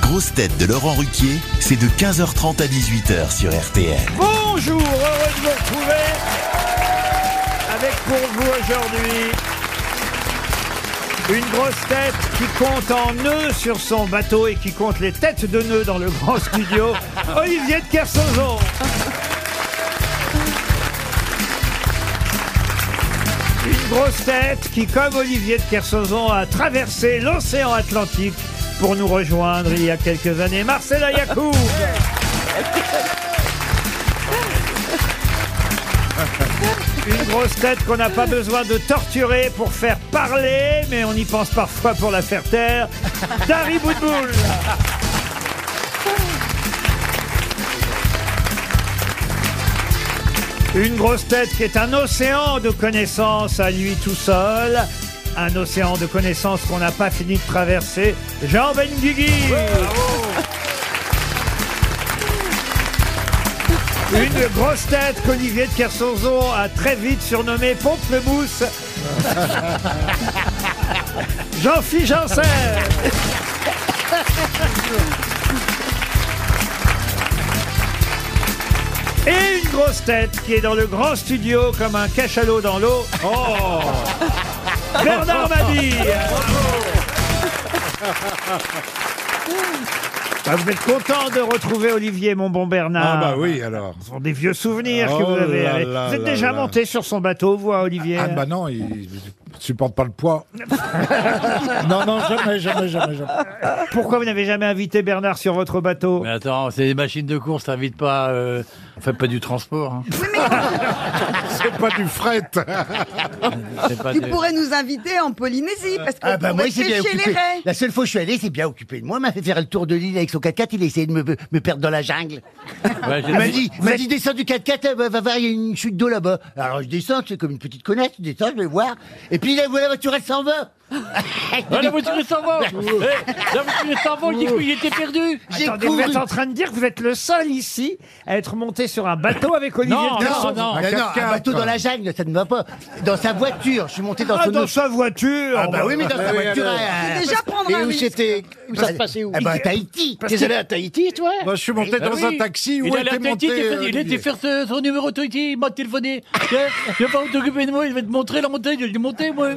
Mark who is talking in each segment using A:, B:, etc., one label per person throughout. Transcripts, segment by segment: A: grosses têtes de Laurent Ruquier, c'est de 15h30 à 18h sur RTL.
B: Bonjour, heureux de vous retrouver avec pour vous aujourd'hui une grosse tête qui compte en nœuds sur son bateau et qui compte les têtes de nœuds dans le grand studio, Olivier de Kersauzon. Une grosse tête qui, comme Olivier de Kersauzon, a traversé l'océan Atlantique pour nous rejoindre il y a quelques années, Marcela Yacoub. Une grosse tête qu'on n'a pas besoin de torturer pour faire parler, mais on y pense parfois pour la faire taire. Dari Boudboul. Une grosse tête qui est un océan de connaissances à lui tout seul. Un océan de connaissances qu'on n'a pas fini de traverser. Jean Benguigui. Une grosse tête qu'Olivier de Kersozo a très vite surnommé Mousse. Jean-Philippe Janssen. Et une grosse tête qui est dans le grand studio comme un cachalot dans l'eau. Oh Bernard Mabille Ah, Vous êtes content de retrouver Olivier, mon bon Bernard.
C: Ah bah oui alors.
B: Ce sont des vieux souvenirs que
C: Oh
B: vous avez.
C: là là
B: vous êtes
C: là
B: déjà
C: là.
B: monté sur son bateau, vous, hein, Olivier
C: Ah bah non, il il supporte pas le poids. non, non, jamais, jamais, jamais, jamais.
B: Pourquoi vous n'avez jamais invité Bernard sur votre bateau
D: Mais attends, c'est des machines de course, t'invites pas. Euh... Enfin, pas du transport. hein.
C: C'est pas du fret.
D: C'est pas
E: Tu
D: des-
E: pourrais nous inviter en Polynésie parce qu'on
F: Ah bah moi
E: pourrait
F: il s'est bien
E: pêcher les
F: occupé.
E: raies.
F: La seule fois où je suis allé, il s'est bien occupé de moi. Il m'a fait faire le tour de l'île avec son 4x4. Il a essayé de me, me perdre dans la jungle.
D: Ouais, j'ai-
F: Il m'a dit, il m'a dit descends du 4x4, euh, va, va voir, il y a une chute d'eau là-bas. Alors je descends, c'est comme une petite connasse, je descends, je vais voir. Et puis là, voilà, la voiture elle s'en va.
D: Ah, la voiture est sans vol Eh, La voiture est sans vol, du coup, il était perdu
F: J'ai
B: Attendez, vous
F: couru.
B: êtes en train de dire que vous êtes le seul ici à être monté sur un bateau avec Olivier
D: Non,
B: de Kersauzon.
D: non, non.
C: Un
F: Mais non,
C: 4x4,
F: un bateau
C: quoi.
F: dans la jungle, ça ne va pas. Dans sa voiture, je suis monté dans
B: Ah,
F: son
B: dans
F: autre-
B: sa voiture
F: Ah bah oui, mais dans sa
C: oui,
F: voiture.
C: alors.
F: euh,
E: Faut déjà prendre
F: et
E: un
F: où
E: risque.
F: c'était Où ça se passait où Eh ben, à Tahiti.
B: Parce que-
F: allé à Tahiti, toi
C: Moi, Bah, je suis monté
D: Ah
C: dans
D: oui.
C: un taxi où
D: il allait
C: était
D: à Tahiti,
C: monté. euh,
D: il était- il
C: Olivier.
D: était faire ce- son numéro Tahiti, il m'a téléphoné. Tiens, Je vais pas t'occuper de moi, il va te montrer la montagne, je vais te montrer moi.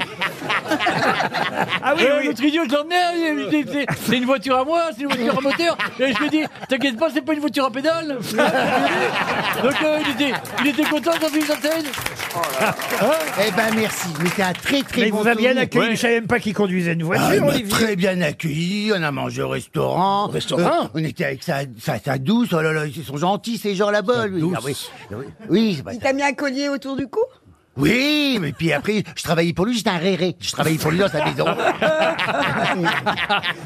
B: Ah
C: Eh
B: oui,
D: Et
B: oui.
D: L'autre idiot, je l'emmenais, hein. il- il- c'est- c'est une voiture à moi, c'est une voiture à moteur. Et je lui ai dit, t'inquiète pas, c'est pas une voiture à pédale. Donc euh, il, était, il était content quand il s'atteigne.
F: Eh ben merci, mais c'est un très très
B: Mais il
F: bon
B: vous a bien
F: souvenir.
B: accueilli,
D: Ouais.
B: je savais même pas qu'il conduisait une voiture,
F: Ah, il m'a
B: Olivier.
F: très bien accueilli, on a mangé au restaurant. restaurant On était avec sa, sa, sa douce, oh là là, ils sont gentils ces gens là-bas. lui. Ah oui, Ah oui, oui, c'est pas
E: Il
F: ça.
E: t'a mis un collier autour du cou
F: oui, mais puis après, je travaillais pour lui, j'étais un réré. Je travaillais pour lui dans sa maison.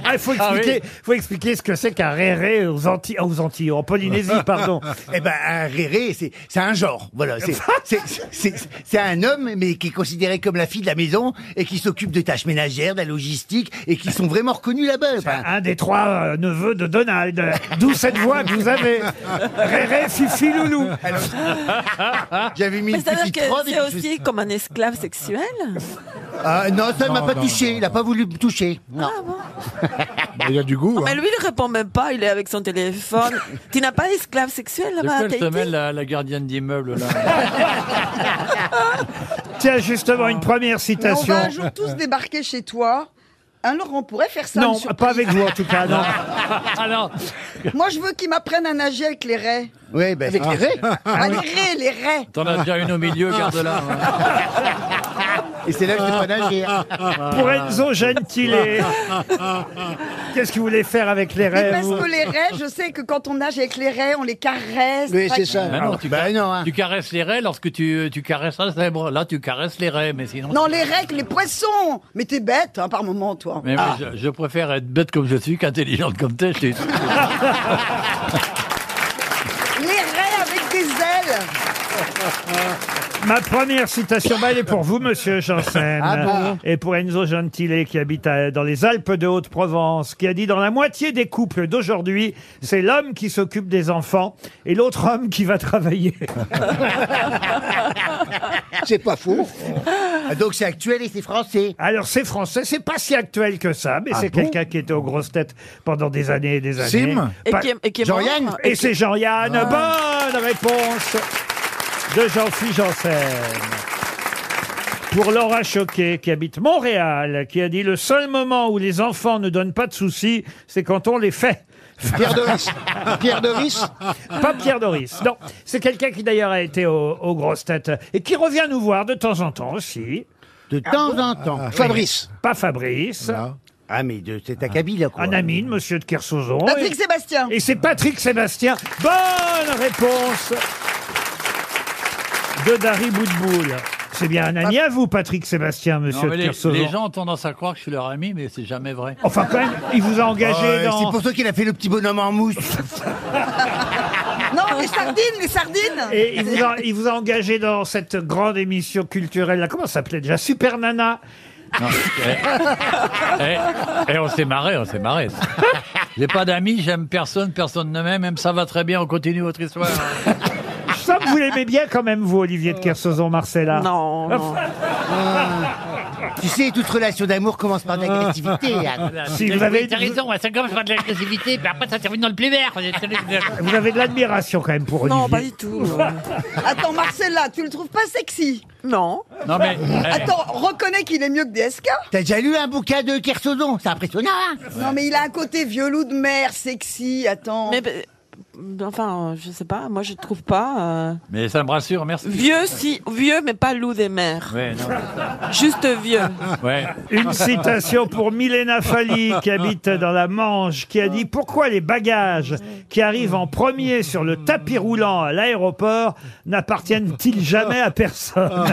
B: Ah, il faut expliquer, faut expliquer ce que c'est qu'un réré aux Antilles, aux Antilles, en Polynésie, pardon.
F: Eh ben, un réré, c'est c'est un genre. Voilà, c'est- c'est- c'est c'est un homme, mais qui est considéré comme la fille de la maison et qui s'occupe des tâches ménagères, de la logistique et qui sont vraiment reconnus là-bas. Enfin,
B: Un des trois euh, neveux de Donald, d'où cette voix que vous avez. Réré, Fifi, Loulou.
F: J'avais mis
G: Mais
F: une
G: c'est-à-dire
F: petite robe.
G: que
F: et puis
G: c'est
F: je-
G: aussi comme un esclave sexuel
F: Ah, non, ça ne m'a
C: Non,
F: pas
C: non,
F: touché.
C: non,
F: il n'a pas voulu me toucher. Non. Bah,
C: Il y a du goût.
G: Ah Mais
C: hein.
G: lui, il répond même pas, il est avec son téléphone. tu n'as pas d'esclave sexuel
D: De
G: là-bas à
D: quoi elle se
G: Tahiti
D: mêle, la, la gardienne d'immeuble là
B: Tiens, justement, une première
E: Mais On
B: citation.
E: va un jour tous débarquer chez toi. Alors on pourrait faire ça. une
B: Non,
E: surprise.
B: pas avec vous en tout cas, non.
D: Alors,
E: Moi je veux qu'ils m'apprennent à nager avec les raies.
F: Oui, ben, avec les raies.
E: Ah, les raies, les raies.
D: t'en as déjà une au milieu, garde-la. hein.
F: Et c'est là que je pas nager. hein.
B: Pour Enzo Gentile. Qu'est-ce que vous voulez faire avec les
E: Mais
B: rêves
E: parce
B: vous
E: que les raies, je sais que quand on nage avec les raies, on les caresse.
F: Oui, c'est ça.
D: Ben non, tu
F: Ben non, hein.
D: Tu caresses les raies lorsque tu, tu caresses un zèbre. Là, tu caresses les raies, mais sinon.
E: Non, les raies, que les poissons. Mais t'es bête hein, par moment, toi.
D: Mais
F: Ah.
D: moi, je, je préfère être bête comme je suis qu'intelligente comme t'es. je t'ai dit.
E: Les raies avec des ailes.
B: Ma première citation, bah, elle est pour vous, monsieur Janssen.
F: Ah bon
B: et pour Enzo Gentile, qui habite à- dans les Alpes de Haute-Provence, qui a dit Dans la moitié des couples d'aujourd'hui, c'est l'homme qui s'occupe des enfants et l'autre homme qui va travailler.
H: C'est pas faux.
F: Ah, Donc c'est actuel et c'est français. Ah
B: Alors, c'est français, c'est pas si actuel que ça, mais c'est quelqu'un qui était aux grosses têtes pendant des années et des années.
C: Sim
G: Et
B: Pas-
G: qui est, et qui est
F: Jean-Yann, Ah.
G: mort.
B: Et c'est Jean-Yann. Bonne réponse de Jean-Philippe Janssen. Pour Laura Choquet, qui habite Montréal, qui a dit Le seul moment où les enfants ne donnent pas de soucis, c'est quand on les fait.
H: Pierre Doris. Pierre Doris.
B: Pas Pierre Doris. Non, c'est quelqu'un qui d'ailleurs a été au- aux grosses têtes et qui revient nous voir de temps en temps aussi. Ah
F: De temps en temps.
H: Fabrice.
B: Pas Fabrice,
F: Ah mais de cet acabit là quoi.
B: un ami de Monsieur de Kersauzon.
E: Patrick
B: Et-
E: Sébastien.
B: Et c'est Patrick Sébastien. Bonne réponse de Dari Boudboul. C'est bien un ami à vous, Patrick Sébastien,
D: Non,
B: monsieur
D: mais
B: de
D: les,
B: Kersauzon.
D: les gens ont tendance à croire que je suis leur ami, mais c'est jamais vrai.
B: Enfin, quand même, il vous a engagé
F: Ouais,
B: dans...
F: C'est pour ça qu'il a fait le petit bonhomme en mousse.
E: Non, les sardines, les sardines.
B: Et il vous, a, il vous a engagé dans cette grande émission culturelle. Là. Comment ça s'appelait déjà Super Nana.
E: Ah,
D: Et, eh, on s'est marré, on s'est marré. J'ai pas d'amis, j'aime personne, personne ne m'aime, même ça va très bien, on continue votre histoire.
B: Je sens que vous l'aimez bien quand même, vous, Olivier de Kersauzon, Marcella.
G: Non, non.
F: Ah. tu sais, toute relation d'amour commence par de
B: Ah.
F: l'agressivité. Anne.
B: Si vous avez,
D: Ah. T'as raison, ça commence par de l'agressivité, puis après ça termine dans le plein air.
B: vous avez de l'admiration quand même pour Olivier.
G: Non, pas du tout.
E: Attends, Marcella, tu le trouves pas sexy
G: non.
D: Non mais, eh,
E: Attends, reconnais qu'il est mieux que DSK.
F: T'as déjà lu un bouquin de Kersozon C'est impressionnant. hein
E: Non, mais il a un côté vieux loup de mer, sexy. Attends.
G: Mais ben, enfin, euh, je sais pas. Moi, je trouve pas euh,
D: mais ça me rassure, merci.
G: vieux, si vieux, mais pas loup des mers.
D: Ouais, non,
G: Juste vieux.
D: ouais.
B: Une citation pour Milena Fali, qui habite dans la Manche, qui a dit Pourquoi les bagages qui arrivent en premier sur le tapis roulant à l'aéroport n'appartiennent-ils jamais à
C: Ah,
B: personne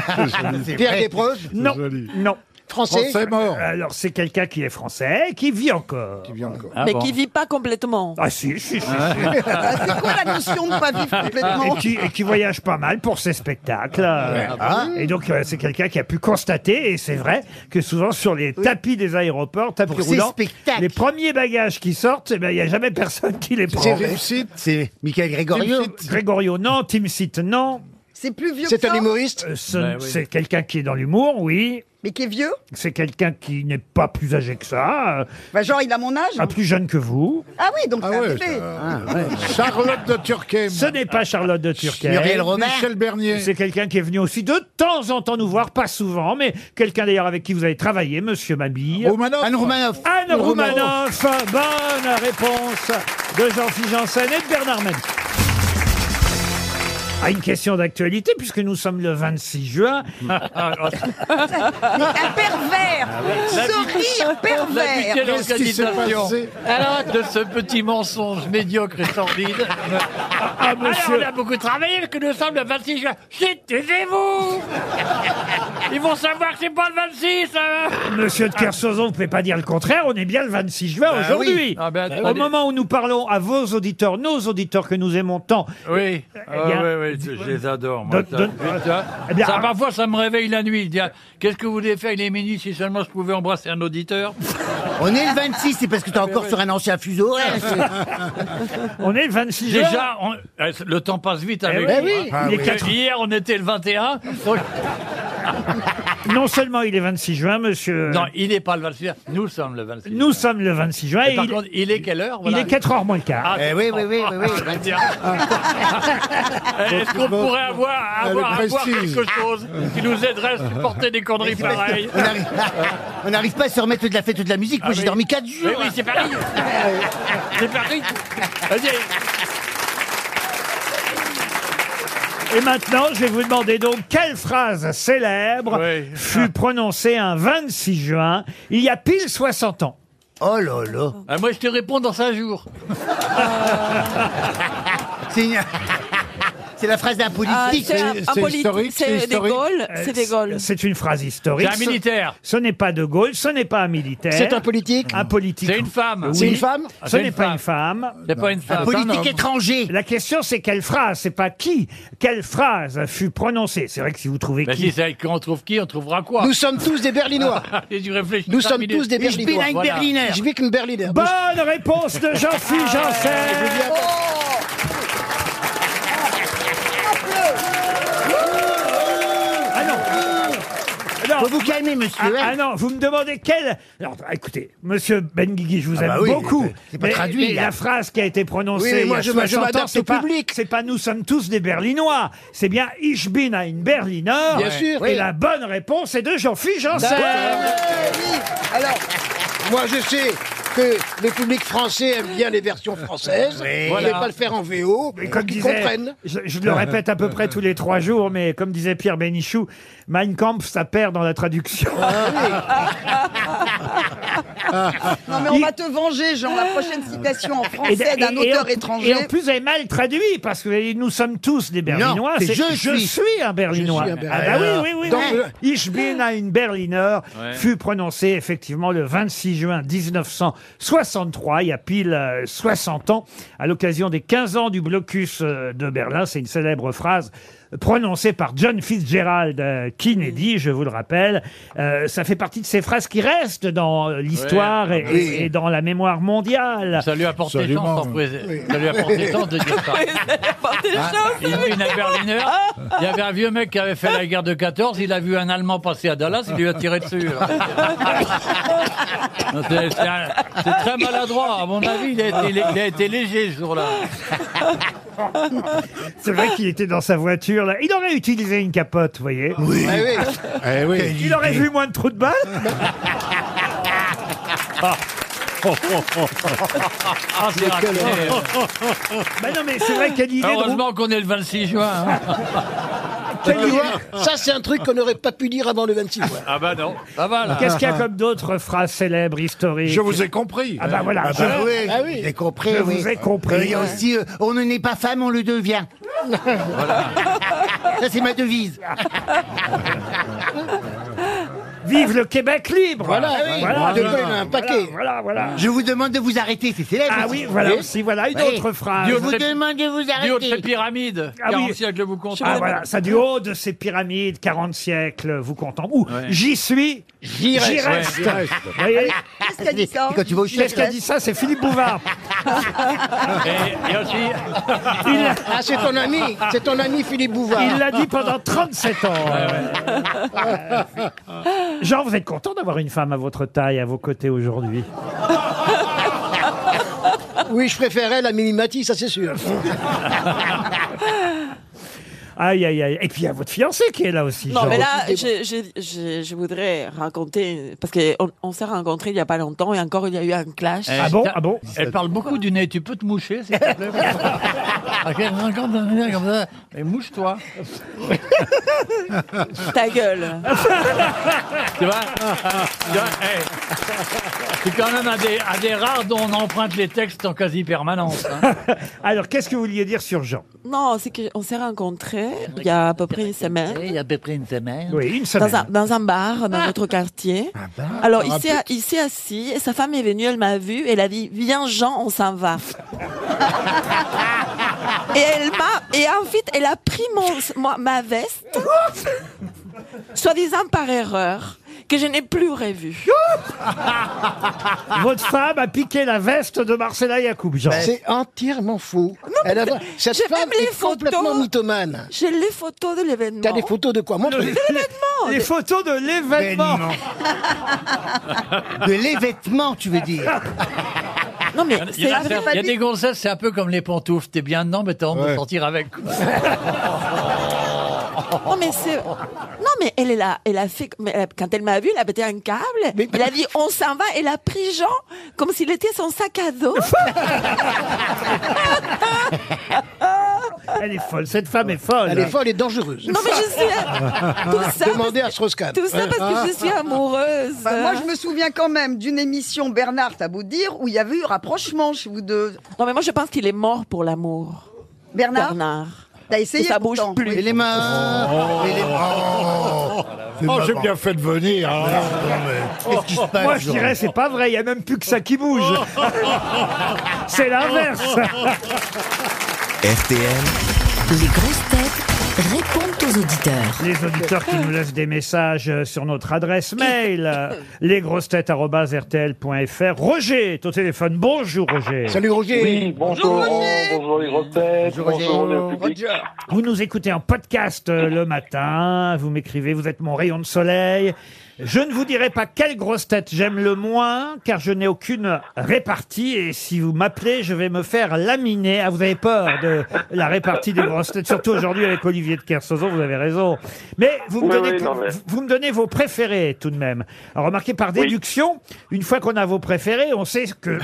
H: Pierre Desproges.
B: Non,
C: joli.
B: non.
H: Français.
C: Français mort.
B: Alors, c'est quelqu'un qui est français, qui vit encore.
C: Qui vient encore.
D: Ah
G: mais
D: bon.
G: qui vit pas complètement.
B: Ah, si, si, si. si.
E: Ah, c'est quoi la notion de pas vivre complètement
B: Ah,
E: Ah,
B: Et qui, et qui voyage pas mal pour ses spectacles.
E: bah
B: Et donc, euh, c'est quelqu'un qui a pu constater, et c'est vrai, que souvent sur les tapis des aéroports, tapis
F: Pour ses
B: roulants,
F: spectacles.
B: les premiers bagages qui sortent, eh ben, il n'y a jamais personne qui les prend.
H: C'est réussi.
F: C'est Michael Gregorio.
B: Grégorio, non. Tim Sit, non.
E: C'est plus vieux que
H: C'est
E: ça,
H: un humoriste.
B: Euh, ce-
D: Bah oui.
B: C'est quelqu'un qui est dans l'humour, oui.
E: mais qui est vieux.
B: C'est quelqu'un qui n'est pas plus âgé que ça, euh,
E: Bah, genre, il a mon âge.
B: pas plus jeune que vous.
E: Ah oui, donc
C: Ah
E: c'est un
C: ouais,
E: bébé.
C: Charlotte de Turquem.
B: Ce n'est pas Charlotte de Turquet.
F: Muriel Robert.
C: Michel Bernier.
B: C'est quelqu'un qui est venu aussi de temps en temps nous voir, pas souvent, mais quelqu'un d'ailleurs avec qui vous avez travaillé, Monsieur Mabille.
C: Romanoff.
F: Anne Romanoff.
B: Anne
C: Romanoff.
B: Roumanoff, bonne réponse de Jean-Philippe Janssen et de Bernard Mabie. À Ah, une question d'actualité, puisque nous sommes le 26 juin,
E: Mais un pervers.
D: Ah
E: Ce rire pervers.
D: Quelle
C: Qu'est-ce qui s'est
D: organisation
C: passé
D: Alors, de ce petit mensonge médiocre et sordide.
B: monsieur-
D: ah, Alors, on a beaucoup travaillé parce que nous sommes le 26 juin. Chut, taisez-vous Ils vont savoir que c'est pas le 26 hein.
B: Monsieur de Kersauzon, vous ne pouvez pas dire le contraire, on est bien le 26 juin aujourd'hui.
D: oui. Ah ben,
B: Au
D: attendez.
B: moment où nous parlons à vos auditeurs, nos auditeurs que nous aimons tant,
D: Oui,
B: il y a-
D: Ah, oui, oui, je les adore. Moi,
B: Donne-
D: ça.
B: donne-
D: Oui, ça.
B: Eh bien,
D: Ça,
B: ah.
D: parfois, ça me réveille la nuit. Je dis, ah, Qu'est-ce que vous voulez faire Il est minuit si seulement je pouvais embrasser un auditeur.
F: On est le 26, c'est parce que t'es
C: Ah, bah
F: encore sur un ancien fuseau. hein, horaire.
B: on est le 26 juin.
D: Déjà, on- eh, le temps passe vite avec
B: oui.
D: vous,
B: Eh oui.
D: hein.
B: Il est
D: Euh,
B: quatre-
D: Hier, on était le 21. donc-
B: Non seulement il est 26 juin, monsieur.
D: non, il n'est pas le 26. Nous sommes le 26.
B: Nous sommes le 26 juin.
D: Et
B: et
D: par
B: il,
D: contre, il est quelle heure voilà
B: il est 4 h moins le quart.
D: Ah,
F: Eh oui, oui, oui, Ah. oui, oui.
D: Tiens. Est-ce qu'on pourrait avoir,
C: Elle
D: avoir,
C: est
D: avoir
C: précise.
D: quelque chose qui nous aiderait à supporter des conneries pareilles
F: On arrive- euh, On n'arrive pas à se remettre de la fête ou de la musique.
B: Ah
F: Moi, j'ai dormi 4 jours.
D: Mais oui, c'est pareil C'est pareil Vas-y,
B: Et maintenant, je vais vous demander donc quelle phrase célèbre
D: Oui. Ah.
B: fut prononcée un 26 juin, il y a pile 60 ans.
F: Oh là là.
D: Ah, moi, je te réponds dans 5 jours.
F: C'est une... C'est la phrase d'un
G: Ah,
F: politique.
G: c'est un- un
C: c'est
G: politique,
C: historique, c'est
G: C'est des
C: historique.
G: Gaulle. C'est des Gaulle.
B: Euh, C'est une phrase historique.
D: C'est un militaire.
B: Ce, ce n'est pas de Gaulle, ce n'est pas un militaire.
H: C'est un politique
B: Un politique.
D: C'est une femme.
B: Oui.
H: C'est une femme
B: Ce
D: c'est une
B: n'est pas
D: femme.
B: une femme.
D: C'est pas une
F: Un
D: femme.
F: politique étranger.
B: La question, c'est quelle phrase, c'est pas qui. Quelle phrase fut prononcée C'est vrai que si vous trouvez
D: Bah
B: qui.
D: si, c'est avec on trouve qui, on trouvera quoi
H: Nous sommes tous des Berlinois.
D: Allez, tu réfléchis
H: Nous
D: cinq
H: sommes
D: minutes.
H: tous des
F: Ich bin
H: Berlinois.
F: ein
D: Voilà.
F: Berliner.
H: Je vis qu'une Berliner.
B: Bonne réponse de Jean-Philippe
H: Je
B: Janssen.
H: viens pas-
B: Ah non. Non.
F: Faut vous calmer,
B: Ah,
F: monsieur. hein.
B: ah non, vous me demandez quelle Alors, bah, écoutez, monsieur Benguigui, je vous
F: Ah
B: aime
F: bah oui,
B: beaucoup.
F: c'est pas
B: mais-
F: traduit,
B: mais
F: là.
B: la phrase qui a été prononcée
H: Oui, mais
B: il
H: moi,
B: y a
H: je m'a- je
B: 60 ans,
H: m'adapte
B: c'est
H: au
B: pas,
H: public.
B: C'est pas nous sommes tous des Berlinois. C'est bien Ich bin ein Berliner.
H: Bien sûr.
B: Et
H: Oui.
B: la bonne réponse est de Jean-Philippe
F: Bah
B: Janssen.
H: Oui, Alors, moi je sais que le public français aime bien les versions françaises.
F: Oui.
H: On ne pas le faire en VO,
B: Et
F: euh,
H: mais
B: comme
H: qu'ils
B: disait-
H: comprennent.
B: je, je le répète à peu près tous les trois jours, mais comme disait Pierre Bénichou, Mein Kampf, ça perd dans la traduction.
E: Ah Non, mais on va te venger, Jean. La prochaine citation en français d'un
B: et- et
E: auteur
B: en-
E: étranger.
B: Et en plus, vous avez mal traduit, parce que vous avez dit, nous sommes tous des Berlinois.
F: Non, c'est je suis.
B: un Berlinois.
H: Je suis un
B: ah bah oui, oui, oui.
H: Donc,
B: oui. Ich bin ein Berliner fut prononcé effectivement le 26 juin 1963, il y a pile euh, 60 ans, à l'occasion des 15 ans du blocus euh, de Berlin. C'est une célèbre phrase prononcée par John Fitzgerald euh, Kennedy, je vous le rappelle. Euh, ça fait partie de ces phrases qui restent dans euh, l'histoire et- et- et dans la mémoire mondiale.
D: Ça lui a porté tant,
C: Absolument.
D: sans pré- ça lui a porté tant de dire ça.
G: Portez les
C: Ah.
H: Ah.
G: choses.
D: Ah, Il vit une à Berliner. Il y avait un vieux mec qui avait fait la guerre de 14. Il a vu un Allemand passer à Dallas. Il lui a tiré dessus. alors. Non, C'est c'est un- c'est très maladroit. À mon avis, il a été, il a été léger ce jour-là.
H: Ah,
B: C'est vrai qu'il était dans sa voiture. Là. Il aurait utilisé une capote, vous voyez. Oui.
H: Ah oui.
C: Eh oui.
B: Il aurait vu moins de trous de balles.
D: Ah, c'est raté.
B: bah non, mais c'est vrai quelle idée drôle.
D: Heureusement qu'on est le 26 juin. hein.
H: Tu vois, ça c'est un truc qu'on n'aurait pas pu dire avant le 26. ouais.
D: Ah bah non. Ah bah là.
B: Qu'est-ce qu'il y a comme d'autres phrases célèbres, historiques
C: Je vous ai compris.
B: Ah bah voilà.
F: Ah
B: je-
F: oui,
H: Ah oui.
F: j'ai compris.
B: Je
F: oui.
B: vous ai compris.
F: Euh, Il y a aussi, euh, on ne n'est pas femme, on le devient. Ça, c'est ma devise.
B: Vive le Québec libre.
H: Voilà, oui,
B: Voilà.
F: Ah
H: de quoi il y en a un paquet.
B: Voilà, voilà.
F: Je vous demande de vous arrêter, c'est célèbre.
B: Ah
F: aussi.
B: oui, voilà
F: Oui.
B: aussi. Voilà Bah, une
F: Oui.
B: autre phrase.
F: Je
D: Dieu
F: vous
D: serait-
F: demande de vous
D: Du haut de ces
F: arrêter.
D: pyramides.
B: Ah oui.
D: 40 siècles vous compte.
B: Ah voilà, ça du haut de ces pyramides, 40 siècles, vous comptez. Ou
D: Ouais.
B: j'y suis, j'y reste.
C: Il reste.
B: Vous voyez,
E: Qu'est-ce qu'a dit ça
F: Et quand tu vas au
B: qu'est-ce
F: chef,
B: qu'a dit ça C'est Philippe Bouvard.
D: Et, et aussi,
B: Il l'a-
H: Ah, c'est ton ami, c'est ton ami Philippe Bouvard.
B: Il l'a dit pendant 37 ans. Jean, vous êtes content d'avoir une femme à votre taille, à vos côtés aujourd'hui
H: Oui, je préférais la Mimimati, ça c'est sûr.
B: Aïe, aïe, aïe. Et puis il y a votre fiancé qui est là aussi.
G: Non,
B: Jean.
G: mais là, je, je- je- je voudrais raconter, parce qu'on on, s'est rencontrés il n'y a pas longtemps et encore il y a eu un clash.
D: Eh,
B: Ah bon,
D: t'as-
B: ah bon
D: Elle parle beaucoup du nez. Tu peux te moucher, s'il te plaît Ah, À 50 ans, comme ça. Mais mouche-toi.
G: Ta gueule.
D: Tu vois Tu vois, eh, C'est quand même un des, un des rares dont on emprunte les textes en quasi permanence. hein.
B: Alors, qu'est-ce que vous vouliez dire sur Jean
G: Non, c'est qu'on s'est rencontrés il y a à peu près une semaine.
D: Il y a à peu près une semaine.
B: Oui, une semaine.
G: Dans un, dans un bar, dans notre quartier. Alors, il s'est, il s'est assis et sa femme est venue, elle m'a vu, elle a dit Viens, Jean, on s'en va. et elle m'a. Et ensuite, elle a pris mon, moi- ma veste, soi-disant par erreur, que je n'ai plus revue.
B: Votre femme a piqué la veste de Marcella Yacoub, Jean.
H: C'est entièrement fou. Elle a- Cette
G: j'ai
H: femme
G: même les
H: est complètement
G: photos.
H: mythomane.
G: J'ai les photos de l'événement.
H: T'as des photos de quoi Montre.
B: Les photos de l'événement.
F: De les vêtements, tu veux dire.
G: Non, mais
D: Il y, en a,
G: c'est
D: c'est- il y a des gonzesses, c'est un peu comme les pantoufles. T'es bien dedans, mais t'as honte de
C: Ouais.
D: sortir avec. quoi.
G: Non mais c'est non mais elle est là, elle a fait mais elle- quand elle m'a vu, elle a pété un câble. Elle a dit on s'en va, elle a pris Jean comme s'il était son sac à dos.
B: Elle est folle. Cette femme est folle.
H: Elle est folle et dangereuse.
G: non mais je
F: Oh,
G: suis tout ça
H: Demandez à
G: parce...
H: Strauss-Kahn.
G: Ah, tout ça parce que je suis amoureuse.
E: ah, Bah, moi, je me souviens quand même d'une émission Bernard, t'as beau dire, où il y avait eu rapprochement chez vous deux.
G: Non mais moi je pense qu'il est mort pour l'amour.
E: Bernard,
G: Bernard.
E: T'as essayé
G: Et ça bouge
E: pourtant. Oh.
G: plus.
F: Et les mains Et les
C: Oh, j'ai bien fait de venir. hein.
F: Qu'est-ce qui se passe
B: Moi, je dirais, c'est pas vrai, il n'y a même plus que ça qui bouge. c'est l'inverse.
A: RTL,
I: Les grosses têtes répondent aux auditeurs.
B: Les auditeurs qui nous laissent des messages euh, sur notre adresse mail, euh, lesgrossetêtes.rtl.fr. Roger est au téléphone. Bonjour, Roger.
H: Salut Roger.
J: Oui, bonjour Laurent, Oh, bonjour les grosses têtes, bonjour le public.
B: Vous nous écoutez en podcast euh, le matin, vous m'écrivez, vous êtes mon rayon de soleil. Je ne vous dirai pas quelle grosse tête j'aime le moins, car je n'ai aucune répartie, et si vous m'appelez, je vais me faire laminer. Ah, vous avez peur de la répartie des grosses têtes, surtout aujourd'hui avec Olivier de Kersozo, vous avez raison. Mais vous me,
J: Oui,
B: donnez,
J: oui, non, mais-
B: vous me donnez vos préférés, tout de même. Alors, remarquez, par déduction, une fois qu'on a vos préférés, on sait que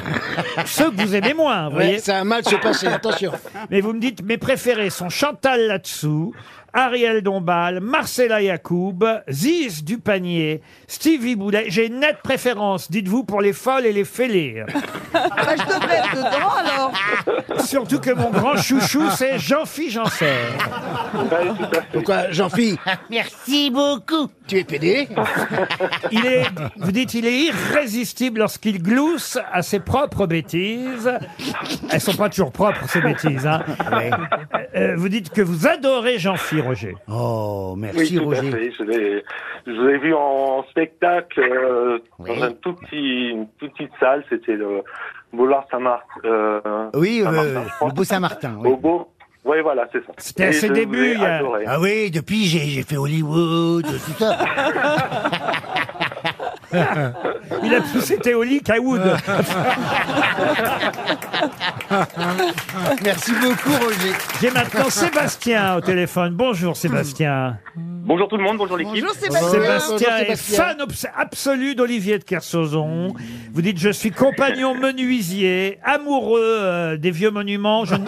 B: ceux que vous aimez moins, Ah, vous voyez.
H: C'est un mal se passer, attention.
B: Mais vous me dites, mes préférés sont Chantal Latsou, Ariel Dombal, Marcella Yacoub, Ziz Dupanier, Stevie Boulet. J'ai une nette préférence, dites-vous, pour les folles et les fêlées.
E: Bah, je devrais être dedans alors.
B: Surtout que mon grand chouchou, c'est Jean-Philippe Janssen.
J: Ouais, tout à fait.
H: Quoi, Jean-Philippe
F: Merci beaucoup.
H: Tu es PD
B: Il est, vous dites, il est irrésistible lorsqu'il glousse à ses propres bêtises. Elles sont pas toujours propres, ces bêtises. hein. Euh, vous dites que vous adorez Jean-Philippe Roger.
F: Oh,
J: Oui,
F: merci
J: tout à
F: Roger.
J: fait. Je, l'ai- je vous ai vu en spectacle euh,
F: Oui.
J: dans un tout petit, une toute petite salle, c'était le Boulard Saint-Marc. euh,
F: Oui,
J: Saint-Martin,
F: euh,
J: je crois.
F: le beau Saint-Martin. oui.
J: Au beau. Oui, voilà, c'est ça.
B: C'était à
J: Et
B: ses
J: je
B: débuts,
J: vous ai
B: il y a-
J: adoré.
F: Ah oui, depuis j'ai j'ai fait Hollywood, tout ça.
B: Il a poussé Théolique à Wood.
H: Hein
F: Merci beaucoup Roger.
B: J'ai maintenant Sébastien au téléphone. Bonjour Sébastien.
J: Bonjour tout le monde, bonjour l'équipe.
E: Bonjour Sébastien.
B: Sébastien est fan obs- absolu d'Olivier de Kersauzon. Vous dites je suis compagnon menuisier, amoureux euh, des vieux monuments. Je ne-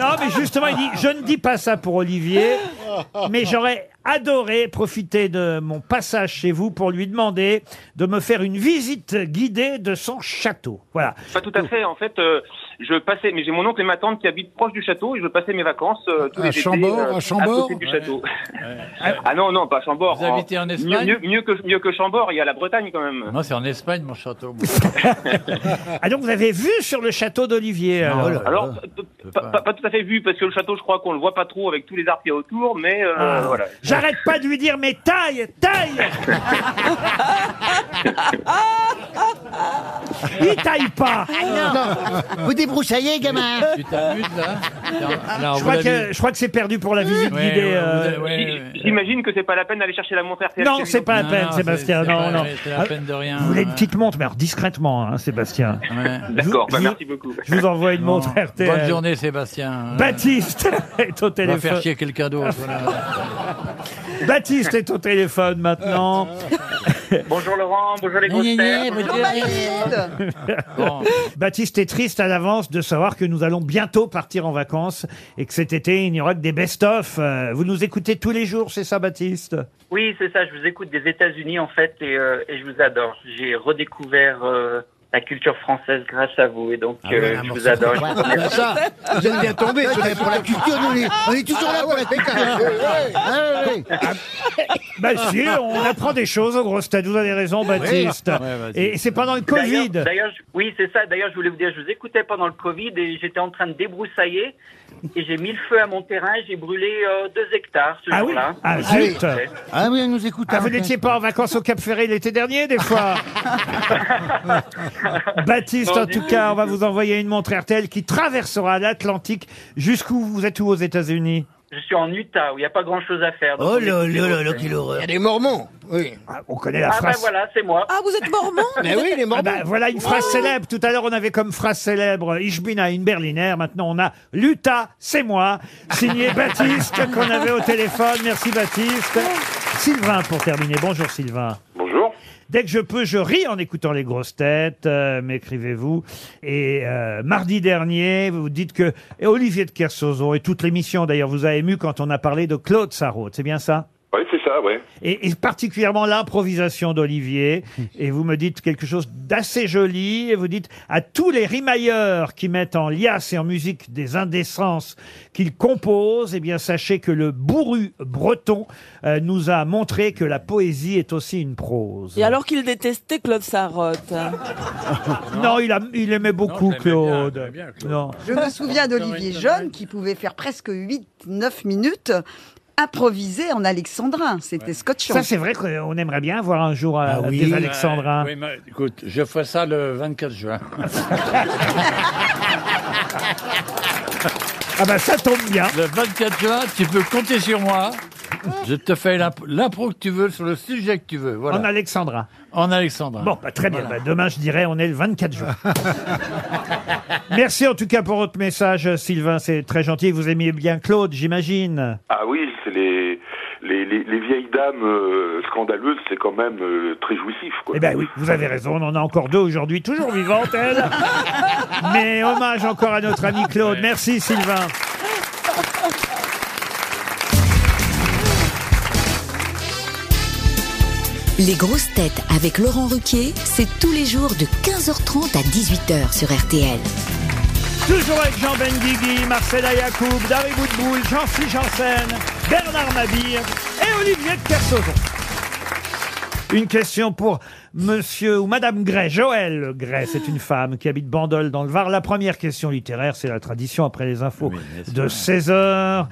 B: Non, mais justement, il dit, je ne dis pas ça pour Olivier, mais j'aurais adoré profiter de mon passage chez vous pour lui demander de me faire une visite guidée de son château. Voilà.
J: Pas tout à fait. En fait, euh, je passais, mais j'ai mon oncle et ma tante qui habitent proche du château et je passais mes vacances euh, tous
C: À
J: les étés,
C: Chambord,
J: euh,
C: à Chambord
J: côté du château. ah non, non, pas Chambord.
D: Vous habitez en
J: Mieux-
D: Espagne
J: mieux, mieux que mieux que Chambord, il y a la Bretagne quand même.
D: Non, c'est en Espagne, mon château.
B: Ah donc vous avez vu sur le château d'Olivier alors.
F: Oh là là.
J: Alors, p- p- pas, pas tout à fait vu parce que le château, je crois qu'on le voit pas trop avec tous les arbres qu'il y a autour, mais euh,
B: Ah,
J: voilà.
B: J'arrête pas de lui dire, mais taille, taille Il taille pas
F: Ah,
B: Ah,
F: Non, vous débroussaillez, gamin.
D: Tu t'amuses, là
B: je crois, que, je crois que c'est perdu pour la visite guidée. euh,
J: J- J'imagine que c'est pas la peine d'aller chercher la montre RTL.
B: Non,
J: chez
B: c'est
J: nous.
B: pas la peine, Sébastien. Non, non.
D: C'est
B: Ah,
D: la peine de rien.
B: Vous voulez une petite montre, mais alors discrètement, hein, Sébastien.
D: Ouais.
J: D'accord,
B: Je-
J: bah,
B: je-
J: merci beaucoup.
B: Je vous envoie une montre
D: Bon,
B: RTL.
D: Bonne journée, Sébastien.
B: Baptiste est au
D: On va
B: téléphone. Ah,
D: faire chier quelqu'un d'autre. voilà.
B: Baptiste est au téléphone maintenant.
J: Bonjour Laurent, bonjour les grosses têtes.
E: Baptiste.
D: Bon.
B: Baptiste est triste à l'avance de savoir que nous allons bientôt partir en vacances et que cet été, il n'y aura que des best-of. Euh, Vous nous écoutez tous les jours, c'est ça, Baptiste
J: Oui, c'est ça, je vous écoute des États-Unis en fait et, euh, et je vous adore. J'ai redécouvert euh, la culture française grâce à vous et donc
B: Ah
J: euh,
F: ouais, un
J: je vous
F: morceau
J: adore.
F: de
J: Je
F: bois.
J: vous remercie.
H: Ben ça, vous êtes bien tombé.
F: Ouais, c'est pour la culture, nous, on est- on est
H: Ah
F: toujours là pour la culture. Ah, ouais, ouais.
B: Bah si, on apprend des choses aux grosses têtes. Vous avez raison, Baptiste.
D: vas-y.
B: et c'est pendant le
J: D'ailleurs-
B: Covid.
J: D'ailleurs, je- oui, c'est ça. D'ailleurs, je voulais vous dire, je vous écoutais pendant le Covid et j'étais en train de débroussailler et j'ai mis le feu à mon terrain. J'ai brûlé euh, deux hectares ce
B: Ah oui
J: jour-là.
B: Ah zut
J: Ouais.
F: Ah oui, on nous écoute.
B: Ah,
F: hein.
B: vous n'étiez pas en vacances au Cap Ferré l'été dernier, des fois Baptiste, en tout cas, on va vous envoyer une montre RTL qui traversera l'Atlantique jusqu'où vous êtes, où aux États-Unis
J: Je suis en Utah où il n'y a pas grand-chose à faire. Donc,
F: Oh
J: on
F: là
J: est-
F: là là là, quelle horreur.
H: Il y a des Mormons. Oui.
B: Ah, On connaît la
J: Ah ben
B: phrase.
J: voilà, c'est moi.
G: Ah, vous êtes mormon
H: Mais oui, les
B: Ah
H: Mormons.
B: bah, voilà une phrase célèbre. Tout à l'heure, on avait comme phrase célèbre Ich bin in Berliner. Maintenant, on a L'Utah, c'est moi. Signé Baptiste, qu'on avait au téléphone. Merci Baptiste. Sylvain, pour terminer. Bonjour Sylvain.
J: Bonjour.
B: Dès que je peux, je ris en écoutant les grosses têtes, euh, m'écrivez-vous. Et euh, mardi dernier, vous dites que et Olivier de Kersauzon et toute l'émission d'ailleurs vous a ému quand on a parlé de Claude Sarraute, c'est bien ça
J: Oui, c'est
K: ça, ouais.
B: Et, et particulièrement l'improvisation d'Olivier. Et vous me dites quelque chose d'assez joli. Et vous dites à tous les rimailleurs qui mettent en liasse et en musique des indécences qu'ils composent, eh bien, sachez que le bourru breton euh, nous a montré que la poésie est aussi une prose.
G: Et alors qu'il détestait Claude Sarrote.
B: Non, il, a- il aimait beaucoup
G: je l'aimais bien,
B: Claude.
G: je l'aimais bien, Claude.
B: Non.
E: Je me souviens d'Olivier Jeune qui pouvait faire presque 8-9 minutes improvisé en alexandrin. C'était scotchant.
B: Ça, c'est vrai qu'on aimerait bien avoir un jour euh,
D: Ah
B: des Alexandrins.
D: Oui, mais écoute, je ferai ça le 24 juin.
B: Ah bah ça tombe bien.
D: Le 24 juin, tu peux compter sur moi. Je te fais l'imp- l'impro que tu veux sur le sujet que tu veux. Voilà.
B: En Alexandrin.
D: En Alexandrin.
B: Bon, bah, très bien.
D: Voilà.
B: Bah, demain, je dirais, on est le 24 juin. Merci en tout cas pour votre message, Sylvain. C'est très gentil. Vous aimiez bien Claude, j'imagine.
K: Ah oui, c'est les, les, les, les vieilles dames euh, scandaleuses, c'est quand même euh, très jouissif, quoi.
B: Eh ben oui, vous avez raison. On en a encore deux aujourd'hui, toujours vivantes, elles. Mais hommage encore à notre ami Claude. Merci, Sylvain.
I: Les grosses têtes avec Laurent Ruquier, c'est tous les jours de 15h30 à 18h sur RTL.
B: Toujours avec Jean Benguigui, Marcela Yacoub, Dari Boudboul, Jean-Philippe Janssen, Bernard Mabir et Olivier de Kersauzon. Une question pour monsieur ou madame Gray, Joël Gray, c'est une femme qui habite Bandol dans le Var. La première question littéraire, c'est la tradition après les infos de 16 heures.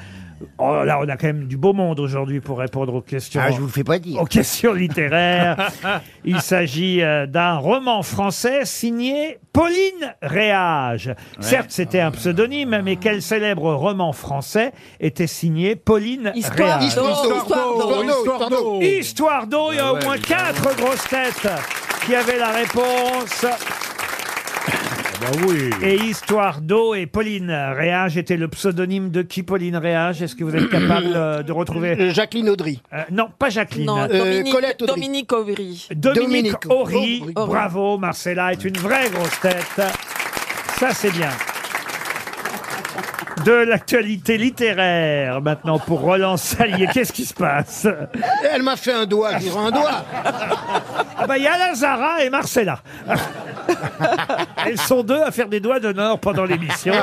B: Oh, là, on a quand même du beau monde aujourd'hui pour répondre aux questions.
F: Ah, je vous le fais pas dire.
B: Aux questions littéraires.
G: Ah.
B: Il s'agit euh, d'un roman français signé Pauline Réage. Certes, c'était un pseudonyme, mais quel célèbre roman français était signé Pauline
G: Histoire
B: Réage
G: d'eau, histoire d'eau,
B: Histoire
G: histoire
B: d'eau.
G: d'eau.
B: Histoire d'eau, il y a
G: Ah
B: au
G: ouais,
B: moins
G: mais
B: quatre grosses têtes qui avaient la réponse.
G: Ah bah
B: Et Histoire d'eau et Pauline Réage était le pseudonyme de qui Pauline Réage Est-ce que vous êtes capable euh, de retrouver Jacqueline Audry. non, pas Jacqueline.
G: Non, Dominique, Dominique Aubry.
B: Euh, Dominique, Horry, bravo, Marcella est une vraie grosse tête. Ça, c'est bien. De l'actualité littéraire, maintenant, pour Roland Salier. Qu'est-ce qui se passe
H: Elle m'a fait un doigt, je lui rends un doigt.
B: Ah bah, il y a Lazara et Marcella. Elles sont deux à faire des doigts d'honneur pendant l'émission.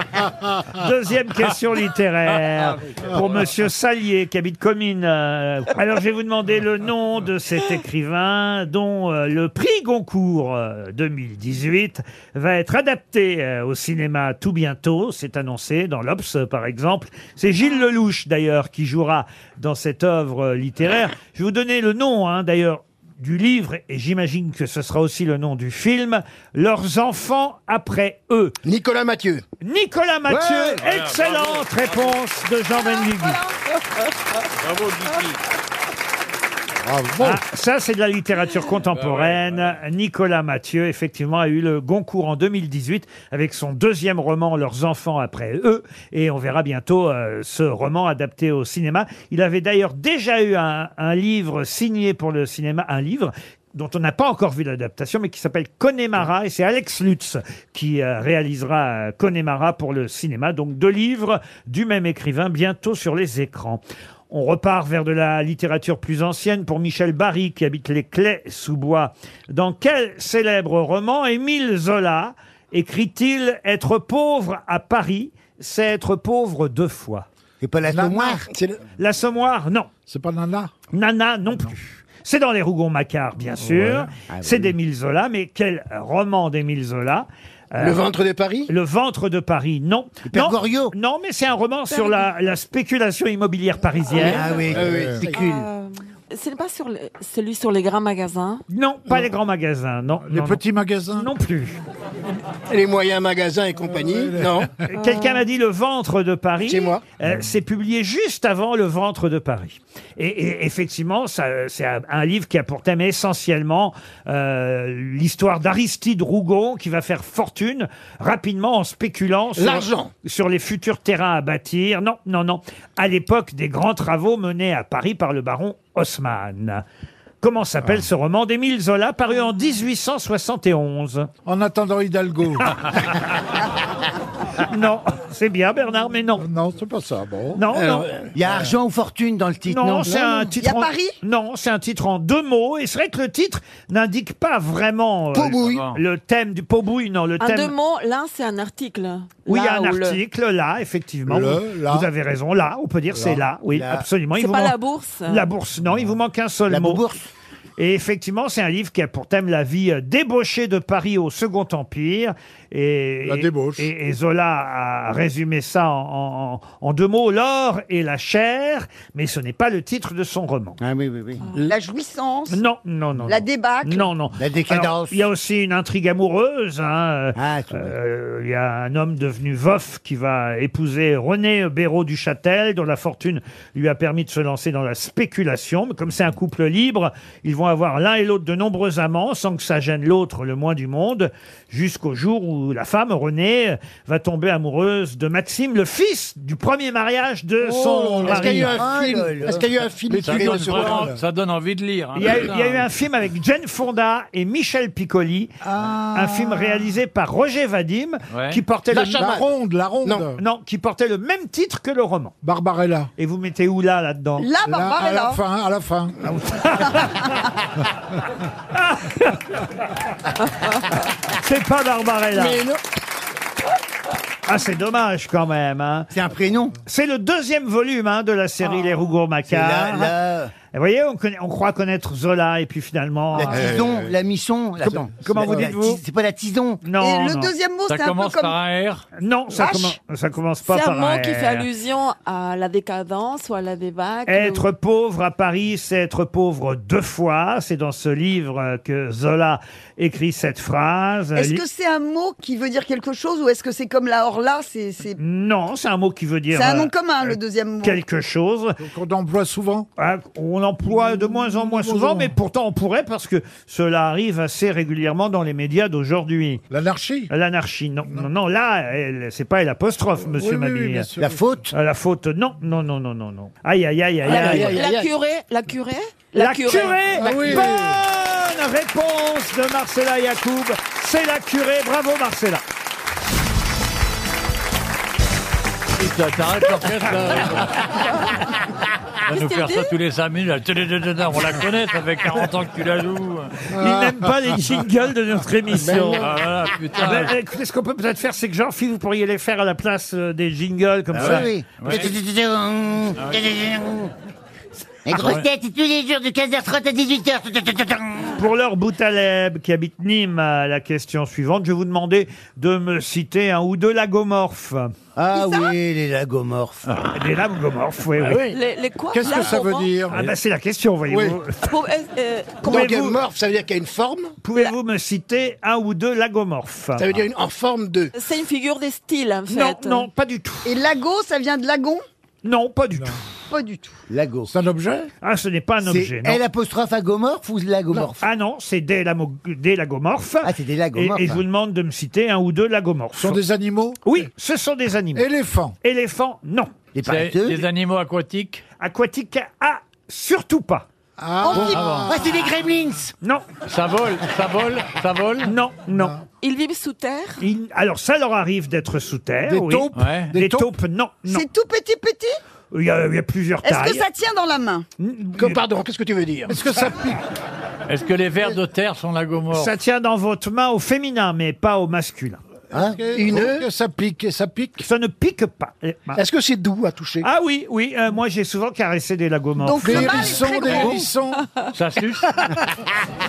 B: Deuxième question littéraire pour Monsieur Salier qui habite Comines. Euh, Alors je vais vous demander le nom de cet écrivain dont euh, le prix Goncourt euh, 2018 va être adapté euh, au cinéma tout bientôt. C'est annoncé dans l'Obs euh, par exemple. C'est Gilles Lelouch d'ailleurs qui jouera dans cette œuvre euh, littéraire. Je vais vous donner le nom hein, d'ailleurs du livre, et j'imagine que ce sera aussi le nom du film, Leurs enfants après eux. Nicolas Mathieu. Nicolas Ah, Mathieu,
H: Ouais. Voilà,
B: excellente réponse de Jean Benguigui.
H: Bravo, Guigui.
B: Ah, ça, c'est de la littérature contemporaine. Nicolas Mathieu, effectivement, a eu le Goncourt en 2018 avec son deuxième roman, Leurs enfants après eux. Et on verra bientôt euh, ce roman adapté au cinéma. Il avait d'ailleurs déjà eu un, un livre signé pour le cinéma, un livre dont on n'a pas encore vu l'adaptation, mais qui s'appelle Connemara, et c'est Alex Lutz qui euh, réalisera euh, Connemara pour le cinéma. Donc deux livres du même écrivain bientôt sur les écrans. On repart vers de la littérature plus ancienne pour Michel Barry, qui habite les Clés sous bois. Dans quel célèbre roman Émile Zola écrit-il Être pauvre à Paris, c'est être pauvre deux fois C'est pas l'Assommoir L'Assommoir, non. C'est pas Nana Nana non plus. C'est dans les Rougon-Macquart, bien sûr.
H: Ouais. Ah
B: c'est d'Émile Zola, mais quel roman d'Émile Zola
H: Le ventre
B: de Paris Le ventre de Paris, non. non, Non, mais c'est un roman sur la, la spéculation immobilière parisienne.
G: Ah oui,
H: Ah oui,
G: Euh, Ce n'est pas sur le- celui sur les grands magasins.
B: Non, pas les grands magasins, non. Les petits magasins Non plus.
H: Les moyens magasins et compagnie, non.
B: Euh, Quelqu'un m'a dit Le ventre de Paris.
H: C'est moi.
B: Euh, c'est publié juste avant Le ventre de Paris. Et, et effectivement, ça, euh, c'est un, un livre qui a pour thème essentiellement euh, l'histoire d'Aristide Rougon qui va faire fortune rapidement en spéculant sur,
H: L'argent.
B: sur les futurs terrains à bâtir. Non, non, non. À l'époque des grands travaux menés à Paris par le baron Haussmann. Comment s'appelle ce roman d'Émile Zola, paru en 1871 En attendant Hidalgo. Non, c'est bien Bernard, mais non.
C: Non, c'est pas ça, bon.
B: Non, non.
F: Il y a argent ou fortune dans le titre, non
B: c'est un titre. en- Non, c'est un titre en deux mots. Et c'est vrai que le titre n'indique pas vraiment euh,
G: Paubouille.
B: le thème du Pobouille. Non, le
G: En
B: thème.
G: deux mots, l'un, c'est un article.
B: Oui, il y a
G: Là
B: un
G: ou le-
B: article là, effectivement.
C: Le,
B: vous,
C: là.
B: vous avez raison, là, on peut dire
C: Là.
B: c'est là, oui,
C: Là.
B: absolument.
G: C'est
B: vous
G: pas
B: manque-
G: la bourse.
B: La bourse, non, il vous manque un seul mot. Et effectivement, c'est un livre qui a pour thème la vie euh, débauchée de Paris au Second Empire. Et,
C: La
B: et-
C: débauche.
B: Et, et Zola a résumé ça en, en- en- en deux mots, l'or et la chair, mais ce n'est pas le titre de son roman. Ah oui, oui, oui.
E: La jouissance.
B: Non, non, non.
E: La
B: non.
E: débâcle.
B: Non, non.
F: La décadence.
B: Alors, Il y a aussi une intrigue amoureuse. hein, euh,
H: Ah,
B: euh, il y a un homme devenu veuf qui va épouser René Béraud du Châtel, dont la fortune lui a permis de se lancer dans la spéculation. Mais comme c'est un couple libre, ils vont avoir l'un et l'autre de nombreux amants, sans que ça gêne l'autre le moins du monde, jusqu'au jour où la femme, René, va tomber amoureuse de Maxime, le fils du premier mariage de son
H: Oh, est-ce
B: mari.
H: qu'il y a eu un film Est-ce qu'il y a eu un film
D: Ah Mais
H: qui
D: tu
H: fait
D: donnes
H: sur-
D: vraiment- Ça donne envie de lire. hein.
B: Il y, a, il y a eu un film avec Jane Fonda et Michel Piccoli,
C: Ah.
B: un film réalisé par Roger Vadim,
D: Ouais.
B: qui portait
C: La
B: le
C: Chambre ronde, la ronde.
B: Non. non, qui portait le même titre que le roman. Barbarella. Et vous mettez où là là-dedans
C: Là, à la fin, à la fin.
B: C'est pas Barbarella.
H: Mais non.
B: Ah, c'est dommage quand même. C'est un prénom. C'est le deuxième volume hein, de la série Les Rougourg-Macquart.
F: Ah. C'est là, là.
B: Et Vous voyez, on, connaît- on croit connaître Zola et puis finalement.
F: La
B: euh,
F: tison, la mission. la-
B: Comment- comment vous
F: la-
B: dites-vous
F: C'est pas la tison.
B: Non. non.
D: R
B: Non, ça,
G: H
B: commence- ça commence pas
G: C'est un
B: par
G: mot qui
B: R.
G: fait allusion à la décadence ou à la débâcle.
B: Être pauvre à Paris, c'est être pauvre deux fois. C'est dans ce livre euh, que Zola écrit cette phrase.
E: Est-ce
B: Li-
E: que c'est un mot qui veut dire quelque chose ou est-ce que c'est comme la orla C'est c'est-
B: Non, c'est un mot qui veut dire.
E: C'est un nom
B: euh,
E: commun, le deuxième mot.
B: Quelque chose. Qu'on emploie souvent On emploie de moins en moins souvent, mais pourtant on pourrait parce que cela arrive assez régulièrement dans les médias d'aujourd'hui. L'anarchie L'anarchie, non. Non, non, là, elle- c'est pas l'apostrophe, monsieur
F: oui, oui,
B: Mabille. Euh,
F: bien sûr. La faute
B: La faute, non, non, non, non, non, non. Aïe, aïe, aïe, aïe,
G: La,
B: aïe.
G: la curée, la curée,
B: La, curée,
G: La
B: Bonne réponse de Marcella Yacoub. C'est la curée. Bravo Marcella.
D: Putain, t'arrêtes en fait,
B: Ah,
D: là. On va nous
B: Qu'est-ce
D: faire
B: qu'elle
D: ça
B: dit
D: tous les 5 minutes. là. Tadadadada, On la connaît, ça fait 40 ans que tu la joues.
B: Il n'aime pas les jingles de notre émission.
D: Ben non. Ah, voilà, putain.
B: Ah ben, écoutez, ce qu'on peut peut-être faire, c'est que Jean-Philippe, vous pourriez les faire à la place euh, des jingles comme
F: Ah
B: ça.
F: oui, oui. Mmh.
B: Ah
F: Les grosses têtes, c'est tous les jours de 15h30 à 18h.
B: Pour l'heure, Boutaleb, qui habite Nîmes, a la question suivante. Je vais vous demander de me citer un ou deux lagomorphes. Ah,
F: Ah oui, les lagomorphes.
B: Les lagomorphes, Eh oui,
H: Ah
B: oui.
G: Les, les quoi
F: Ah Qu'est-ce que
G: la
F: ça veut
G: roman-
F: dire
B: Ah bah c'est la question, voyez-vous.
G: Pour- est- euh,
H: Donc,
B: Pouvez-vous-
H: morphe, ça veut dire qu'il y a une forme
B: Pouvez-vous me citer un ou deux lagomorphes
H: Ça veut dire une, en forme de.
G: C'est une figure des styles, en fait.
B: Non, non, pas du tout.
E: Et lago, ça vient de lagon
B: Non, pas du tout.
E: Pas du tout.
F: Lago. C'est un objet
B: Ah, ce n'est pas un objet. non.
F: C'est l'apostrophe agomorphe ou lagomorphe
B: Ah non, c'est des, lamo- des lagomorphes.
F: Ah, c'est des
B: Et,
F: lagomorphes.
B: et je vous demande de me citer un ou deux lagomorphes. Ce sont des animaux Oui, ce sont des animaux. Éléphants Éléphants, non.
F: Des
D: C'est des animaux aquatiques.
B: Aquatiques, ah, surtout pas.
G: Oh,
D: Amphibies. Ah bon.
F: Ah, c'est des gremlins
B: bah. Non.
D: Ça vole, ça vole, ça vole.
B: Non, non.
G: Ils vivent sous terre.
B: Il- alors, ça leur arrive d'être sous terre.
D: Des
B: oui.
D: taupes Ouais.
B: Des,
D: Des
B: taupes, non. non.
E: C'est tout petit petit
B: Il y, a, il y a plusieurs
E: Est-ce
B: tailles.
E: que ça tient dans la main
H: Que- pardon, qu'est-ce que tu veux dire
C: Est-ce que ça
D: Est-ce que les vers de terre sont lagomorphes
B: Ça tient dans votre main au féminin, mais pas au masculin.
C: Hein
H: Une-
C: Une. Ça pique, ça pique.
B: Ça ne pique pas.
H: Est-ce que c'est doux à toucher
B: Ah oui, oui, euh, moi j'ai souvent caressé des lagomorphes.
E: Donc,
C: Des
E: le mâle est
C: hérissons,
E: très
C: des
E: gros.
C: hérissons.
D: Ça suce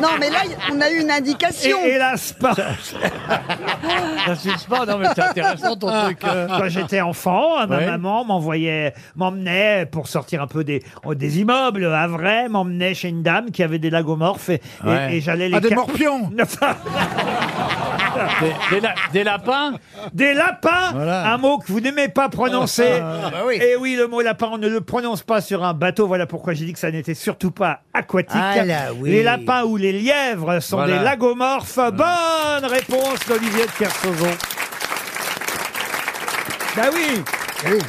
E: Non, mais là, y- on a eu une
B: Et
E: indication.
B: hélas pas
D: Ça suce pas Non, mais c'est intéressant ton truc. euh.
B: Quand j'étais enfant, euh, ma
D: Ouais.
B: maman m'envoyait, m'emmenait pour sortir un peu des, oh, des immeubles, à vrai, m'emmenait chez une dame qui avait des lagomorphes et, et-
D: Ouais.
B: et j'allais les
C: Ah, des
B: ca-
C: morpions
D: Des, des la- des lapins
B: Des lapins,
D: Voilà.
B: un mot que vous n'aimez pas prononcer.
H: oui.
B: Et oui, le mot lapin, on ne le prononce pas sur un bateau. Voilà pourquoi j'ai dit que ça n'était surtout pas aquatique.
F: Ah là, oui.
B: Les lapins ou les lièvres sont
D: Voilà.
B: des lagomorphes. Bonne réponse d'Olivier de Kersauzon. Bah oui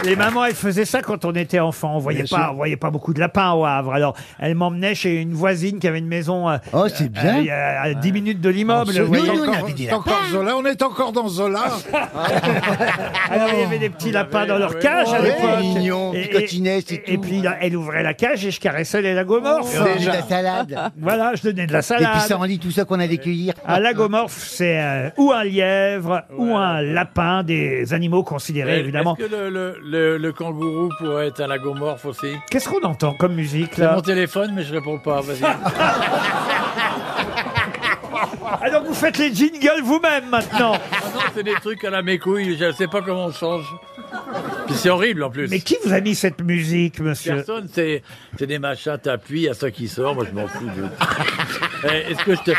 B: Les mamans, elles faisaient ça quand on était enfant. On voyait
C: Bien
B: pas,
C: sûr.
B: on voyait pas beaucoup de lapins au Havre. Alors, elles m'emmenaient chez une voisine qui avait une maison. oh, c'est
C: bien.
B: à 10 minutes de
C: Ah,
B: l'immeuble. vous voyez.
C: Encore- encore Zola, on est encore dans Zola.
B: Alors, il y avait des petits lapins dans leur
C: oui.
B: cage à
C: Oh,
B: l'époque.
C: c'est mignon,
B: Et-
C: picotinait,
B: et- Et puis, là, elle ouvrait la cage et je caressais les lagomorphes.
F: Oh, C'est déjà. de la salade.
B: Voilà, je donnais de la
F: Et puis
B: salade.
F: ça en dit tout ça qu'on allait cueillir.
B: Un lagomorphe, c'est euh, ou un lièvre ou un lapin, des animaux considérés
D: Mais
B: évidemment.
D: Eh, Est-ce que le, le- le- le kangourou pourrait être un lagomorphe aussi
B: Qu'est-ce qu'on entend comme musique
D: C'est
B: là
D: mon téléphone, mais je réponds pas. Vas-y.
B: Ah donc vous faites les jingles vous-même maintenant
D: Ah non, c'est des trucs à la mécouille, je sais pas comment on change. Puis c'est horrible en plus.
B: Mais qui vous a mis cette musique, monsieur
D: Personne, c'est c'est des machins, t'appuies à ça qui sort, moi je m'en fous. je- Eh, Est-ce que je te,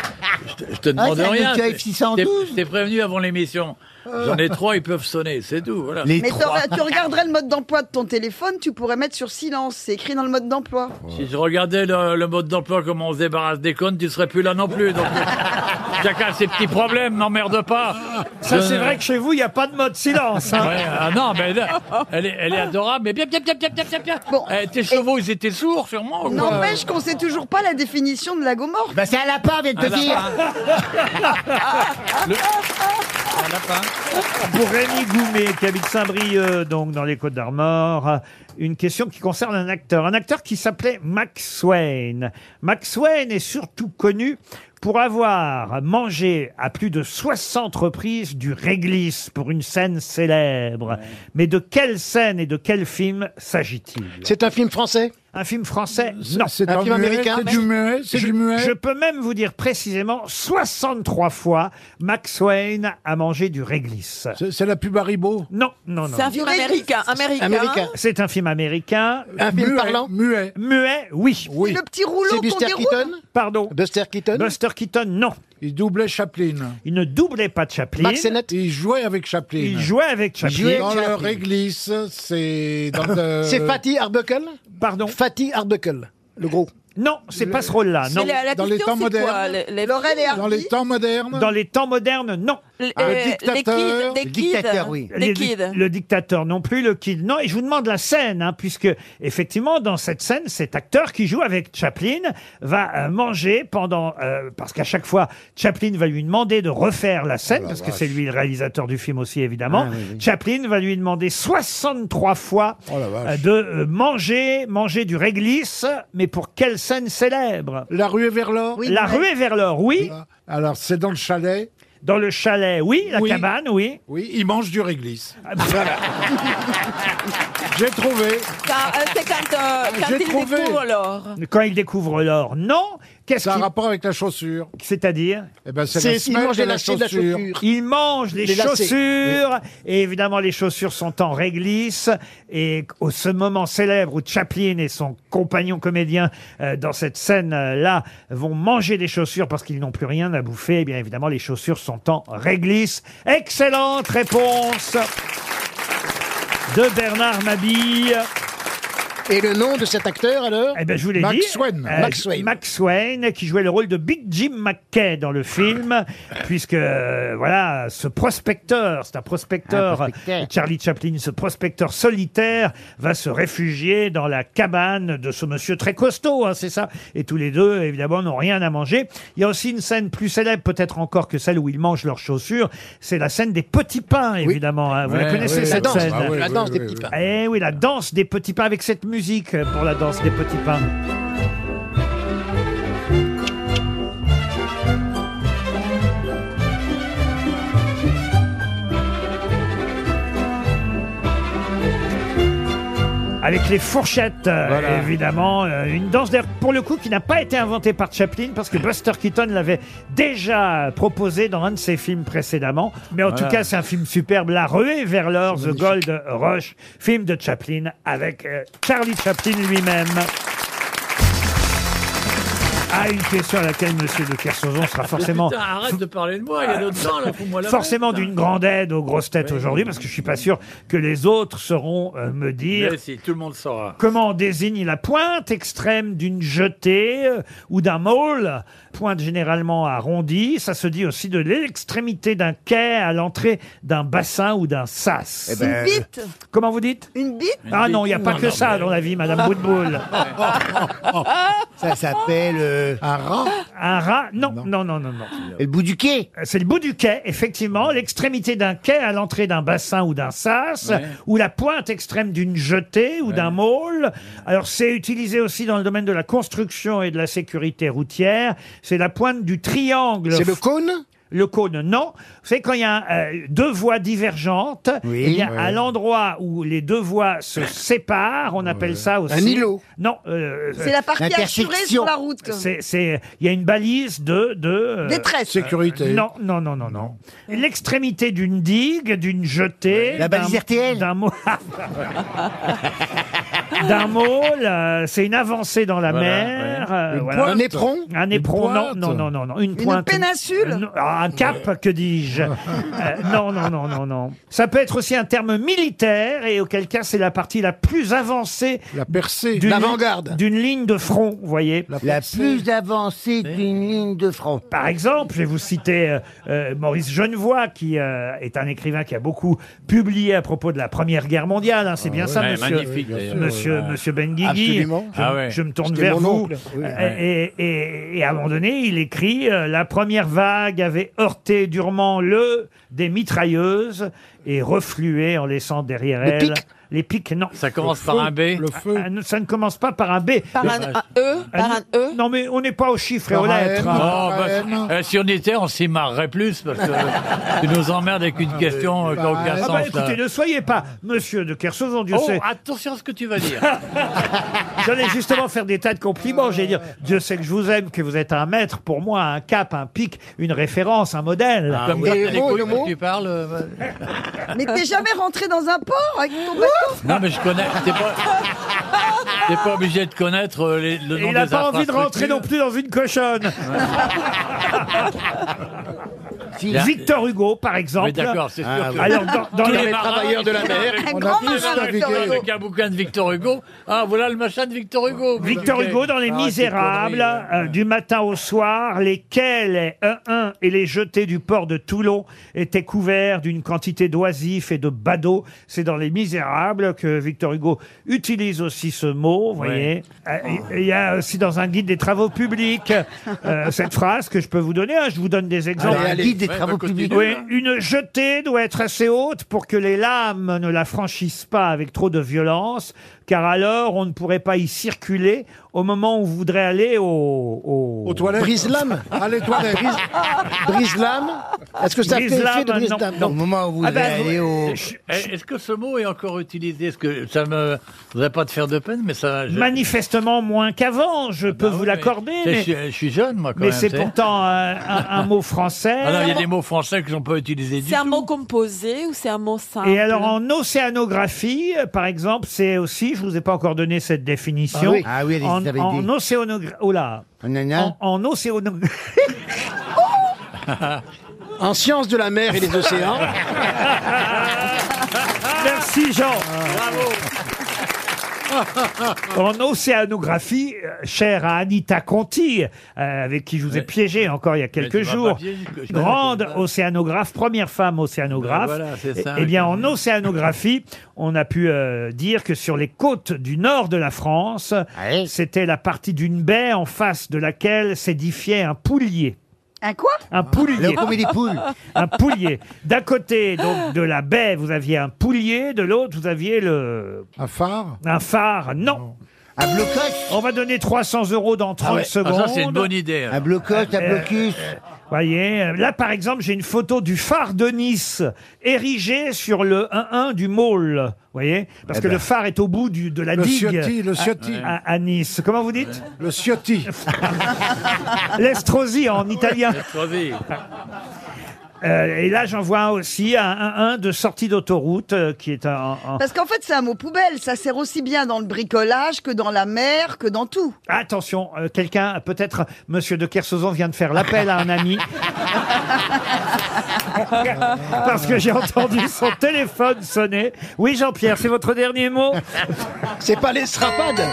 D: je te, je te demande
F: c'est un
D: rien
F: Nokia
D: t'es-
F: F612.
D: t'es- T'es prévenu avant l'émission. J'en ai trois, ils peuvent sonner, c'est tout. Voilà.
E: Mais t'aurais- tu regarderais le mode d'emploi de ton téléphone, tu pourrais mettre sur silence. C'est écrit dans le mode d'emploi.
D: Si je regardais le, le mode d'emploi, comment on se débarrasse des connes, tu serais plus là non plus. Donc, euh, chacun a ses petits problèmes, m'emmerde pas.
B: Ça,
D: Je-
B: c'est vrai que chez vous, il n'y a pas de mode silence. hein.
D: Ouais, ah non, mais elle, elle est, elle est adorable. Mais bien, bien, bien, bien, bien, bien, bien. Eh, tes chevaux, ils étaient sourds, sûrement.
H: Oh,
D: ou quoi
E: N'empêche qu'on sait toujours pas la définition de lagomorphe.
F: Bah c'est un lapin, vient
D: de te
B: Ah,
D: Un dire. lapin.
B: bah.
E: Ah.
B: Pour Rémi Goumet, qui habite Saint-Brieuc, donc dans les Côtes-d'Armor, une question qui concerne un acteur. Un acteur qui s'appelait Max Wayne. Max Wayne est surtout connu pour avoir mangé à plus de 60 reprises du réglisse pour une scène célèbre. Mais de quelle scène et de quel film s'agit-il C'est un film français Un film français Non.
C: c'est Un un film muet, américain c'est du muet, c'est
B: Je-
C: du muet.
B: je peux même vous dire précisément 63 fois Max Wayne a mangé du réglisse. C'est la pub Haribo Non, non, non.
G: C'est un film américain, américain. Américain.
B: C'est un film américain.
H: Un film Muet, parlant
B: Muet. Muet, oui. oui.
E: Le petit rouleau
H: C'est Buster qu'on déroule Keaton
B: Pardon.
H: Buster Keaton
B: Buster Keaton, non.
C: Il doublait Chaplin.
B: Il ne doublait pas de Chaplin.
C: Max Il jouait avec Chaplin.
B: Il jouait avec Chaplin.
C: Il jouait dans
B: Chaplin.
C: le réglisse, c'est dans le... euh,
H: C'est Fatty Arbuckle
B: Pardon
H: Fatty Arbuckle, le gros.
B: Non, c'est pas ce rôle-là, non.
C: dans les temps modernes.
G: Laurel et
C: dans les temps modernes.
B: Dans les temps modernes, non.
G: L- Ah, le euh, dictateur. les kids, des Le dictateur, kids. oui. Les
B: Les
G: kids.
B: dic- Le dictateur non plus, le kid non. Et je vous demande la scène, hein, puisque effectivement, dans cette scène, cet acteur qui joue avec Chaplin va euh, manger pendant... euh, parce qu'à chaque fois, Chaplin va lui demander de refaire la scène, parce que c'est lui le réalisateur du film aussi, évidemment.
C: Oh Ah, oui, oui.
B: Chaplin va lui demander 63 fois
C: Oh la vache.
B: euh, de euh, manger, manger du réglisse, mais pour quelle scène célèbre
C: La ruée vers l'or
B: La ruée vers l'or, oui.
C: Alors, c'est dans le chalet
B: Dans le chalet, oui. La
C: Oui.
B: cabane, oui. Ah, ben,
C: Oui, il mange du réglisse. Voilà. J'ai trouvé.
G: Quand, euh, c'est quand, euh,
F: Ah,
G: quand
C: J'ai
G: il
C: trouvé.
G: découvre l'or.
B: Quand il découvre l'or, non. Qu'est-ce
C: Ça a
B: qu'il-
C: rapport avec la chaussure.
B: C'est-à-dire
C: Eh ben, c'est la semelle de la chaussure.
B: Il mange les,
C: Les lacets.
B: chaussures. Et évidemment, les chaussures sont en réglisse. Et au ce moment célèbre où Chaplin et son compagnon comédien euh, dans cette scène-là vont manger des chaussures parce qu'ils n'ont plus rien à bouffer, eh bien évidemment, les chaussures sont en réglisse. Excellente réponse de Bernard Mabille.
H: Et le nom de cet acteur alors
B: Eh ben, je vous l'ai dit.
H: Max Swain.
B: Euh,
H: Max Swain.
B: Max Wayne, qui jouait le rôle de Big Jim McKay dans le film, puisque, euh, voilà, ce prospecteur, c'est un prospecteur, euh, Charlie Chaplin, ce prospecteur solitaire, va se réfugier dans la cabane de ce monsieur très costaud, hein, c'est ça. Et tous les deux, évidemment, n'ont rien à manger. Il y a aussi une scène plus célèbre, peut-être encore que celle où ils mangent leurs chaussures, c'est la scène des petits pains, évidemment. hein. Vous la
C: Ouais,
B: connaissez,
C: ouais,
B: cette
C: la danse.
B: scène
C: Ah ouais,
H: La danse des petits pains.
B: eh oui, la danse des petits pains avec cette musique pour la danse des petits pains. Avec les fourchettes, euh,
C: Voilà.
B: évidemment. euh, une danse, d'ailleurs, pour le coup, qui n'a pas été inventée par Chaplin, parce que Buster Keaton l'avait déjà proposée dans un de ses films précédemment. Mais en
D: Voilà.
B: tout cas, c'est un film superbe, La ruée vers l'or, The Gold Rush, film de Chaplin avec euh, Charlie Chaplin lui-même. Ah, une question à laquelle Monsieur de Kersauzon sera Ah, forcément
D: Putain, arrête de parler de moi, il y a d'autres gens là, fous-moi la
B: forcément
D: paix, putain.
E: hein.
B: d'une grande aide aux grosses têtes aujourd'hui, parce que je suis pas sûr que les autres sauront euh, me dire
D: Mais si, tout le monde saura.
B: comment on désigne la pointe extrême d'une jetée euh, ou d'un maul. Pointe généralement arrondie, ça se dit aussi de l'extrémité d'un quai à l'entrée d'un bassin ou d'un sas.
E: Eh ben- Une bite
B: Comment vous dites
E: Une bite
B: Ah non, il n'y a pas
E: Non,
B: que
E: non,
B: ça
E: mais-
B: dans la vie, Madame Boutboul.
F: Ça s'appelle euh, un rat.
B: Un rat Non, non, non, non, non.
F: Le bout du quai
B: C'est le bout du quai, effectivement, l'extrémité d'un quai à l'entrée d'un bassin ou d'un sas,
D: Ouais.
B: ou la pointe extrême d'une jetée ou d'un môle. Alors c'est utilisé aussi dans le domaine de la construction et de la sécurité routière. C'est la pointe du triangle.
H: C'est le
B: cône le cône, non. Vous savez, quand il y a euh, deux voies divergentes,
H: Oui,
B: eh bien,
H: ouais.
B: à l'endroit où les deux voies se séparent, on appelle ça aussi...
H: Un îlot.
B: Non. euh,
E: C'est la partie assurée sur la route.
B: c'est, c'est- il y a une balise de, de euh,
E: Détresse.
C: Sécurité.
B: Non, non, non, non, non. L'extrémité d'une digue, d'une jetée. La balise RTL. D'un mot. d'un môle, euh, c'est une avancée dans la
H: Voilà,
B: mer.
H: ouais.
B: euh,
H: Une
B: voilà.
H: pointe. Un éperon
B: Un
H: Une
B: éperon, non,
H: pointe
B: non, non, non, non. Une
E: Une
B: pointe.
E: péninsule
B: Euh, non, ah, Un cap, que dis-je Euh, Non, non, Ah, non, non, non. Ça peut être aussi un terme militaire et auquel cas c'est la partie la plus avancée. La percée.
F: L'avant-garde.
B: D'une ligne de front, vous voyez.
F: La plus avancée
D: Eh.
F: d'une ligne de front.
B: Par exemple, je vais vous citer euh, euh, Maurice Genevoix, qui euh, est un écrivain qui a beaucoup publié à propos de la Première Guerre mondiale. hein. c'est bien
D: ouais.
B: ça,
D: Ah Ouais,
B: monsieur,
D: magnifique,
B: monsieur,
D: d'ailleurs.
B: monsieur,
D: Ouais.
B: Benguigui.
D: Absolument.
B: Je,
D: Ah ouais.
B: je me tourne
D: C'était
B: vers
D: mon
B: vous.
D: oncle, oui.
B: Euh, et, et- et à un moment donné, il écrit euh, La première vague avait heurté durement le des mitrailleuses et reflué en laissant derrière
D: Les
B: elle.
D: pics
B: Les pics, non. Ça
D: commence par un B
B: Le feu. ça ne commence pas par un B.
G: Par un- un E Par un
B: E Non, mais on n'est pas aux chiffres et aux lettres.
D: Oh, bah, euh, si on était, on s'y marrerait plus parce que euh, tu nous emmerdes avec une question euh, qui n'a aucun
B: Ah
D: sens.
B: bah,
D: là.
B: écoutez, ne soyez pas monsieur de Kersauzon, Dieu
D: Oh,
B: sait.
D: attention à ce que tu vas dire.
B: J'allais justement faire des tas de compliments. J'allais dire, Dieu sait que je vous aime, que vous êtes un maître pour moi, un cap, un pic, une référence, un modèle.
D: Comme quand t'as les couilles que tu parles. euh, bah-
E: Mais t'es jamais rentré dans un port avec ton bateau
D: Non, mais je connais. T'es pas, t'es pas obligé de connaître euh, les- le
B: Et
D: nom
B: il
D: n'a
B: n'a pas envie de rentrer non plus dans une cochonne.
D: Il y a-
B: Victor Hugo, par exemple.
D: Ah,
B: Ah,
D: Oui, d'accord, c'est sûr. que
B: Alors, dans, Ah, dans
D: tous
B: le-
D: marins, ils sont-
B: On a tous
D: Victor
B: navigué.
D: Hugo avec un bouquin de Victor Hugo. Ah, voilà le machin de Victor Hugo.
B: Victor
D: Ok.
B: Hugo dans Les
D: Ah,
B: Misérables, euh, du matin au soir, lesquels, les un et les jetés du port de Toulon étaient couverts d'une quantité d'oisifs et de badauds. C'est dans Les Misérables que Victor Hugo utilise aussi ce mot, vous voyez. Euh, Il y a aussi dans un guide des travaux publics euh, cette phrase que je peux vous donner. hein, je vous donne des exemples.
F: Allez, allez. Guide des Ouais, travaux bah, continue, publics.
B: Oui, une jetée doit être assez haute pour que les lames ne la franchissent pas avec trop de violence, car alors on ne pourrait pas y circuler au moment où on voudrait aller au, au...
C: Aux toilettes.
B: Brise-lame.
C: Ah, les toilettes.
H: Brise-lame Est-ce que ça
D: hein.
H: fait effet de
B: Brise-lame,
H: brise-lame
B: non, non. Ah ben,
D: Eh, Est-ce que ce mot est encore utilisé Est-ce que ça me. Je voudrais pas te faire de peine, mais ça. je-
B: Manifestement moins qu'avant,
D: Ah
B: je peux vous l'accorder.
D: bah C'est-
B: mais-
D: je, suis- je suis jeune, moi, quand
B: mais
D: même.
B: c'est
D: tu sais.
B: pourtant euh, un, un mot français.
D: Ah non, il y a des mots français que j'en peux utiliser du
G: C'est un mot composé ou c'est un mot simple
B: Et alors en océanographie, euh, par exemple, c'est aussi, je vous ai pas encore donné cette définition.
F: Ah oui. Ah oui, allez-y,
B: en,
F: avez
B: en
F: dit.
B: océanographie, oh là, en, en océano-
H: En sciences de la mer et des océans.
F: Ah
B: Merci Jean.
D: Bravo.
B: En océanographie, euh, chère à Anita Conti, euh, avec qui je vous ai piégé encore il y a quelques
D: tu m'as
B: jours,
D: pas piégé, je- je connais
B: grande océanographe, première femme océanographe.
D: Ben voilà, c'est ça,
B: Eh bien,
D: oui.
B: en océanographie, on a pu euh, dire que sur les côtes du nord de la France,
E: Ah
B: c'était la partie d'une baie en face de laquelle s'édifiait un poulier.
E: Un quoi
B: Un poulier.
E: Le comité des poules.
B: Un poulier. D'un côté donc, de la baie, vous aviez un poulier, de l'autre, vous aviez le. Un phare Un phare, non. Un blocus On va donner 300 euros dans 30
D: Ah ouais.
B: secondes. Euh,
D: Ah, ça, c'est une bonne idée, alors. Un blocus, un blocus.
B: voyez, euh, là par exemple, j'ai une photo du phare de Nice érigé sur le 1-1 du môle. voyez Parce
C: Eh
B: que
C: ben.
B: le phare est au bout du, de la
C: Le
B: digue.
C: Ciotti, le
B: à-
C: Ciotti.
B: À, à Nice. Comment vous dites
C: Le Ciotti.
B: L'Estrosi en italien.
D: Estrosi.
B: Euh, et là, j'en vois un aussi, un, un- un de sortie d'autoroute euh, qui est un. un-
E: Parce qu'en fait, c'est un mot poubelle. Ça sert aussi bien dans le bricolage que dans la mer, que dans tout.
B: Attention, euh, quelqu'un, peut-être Monsieur de Kersauzon vient de faire l'appel à un ami. Parce que j'ai entendu son téléphone sonner. Oui, Jean-Pierre, c'est votre dernier mot C'est pas les strapades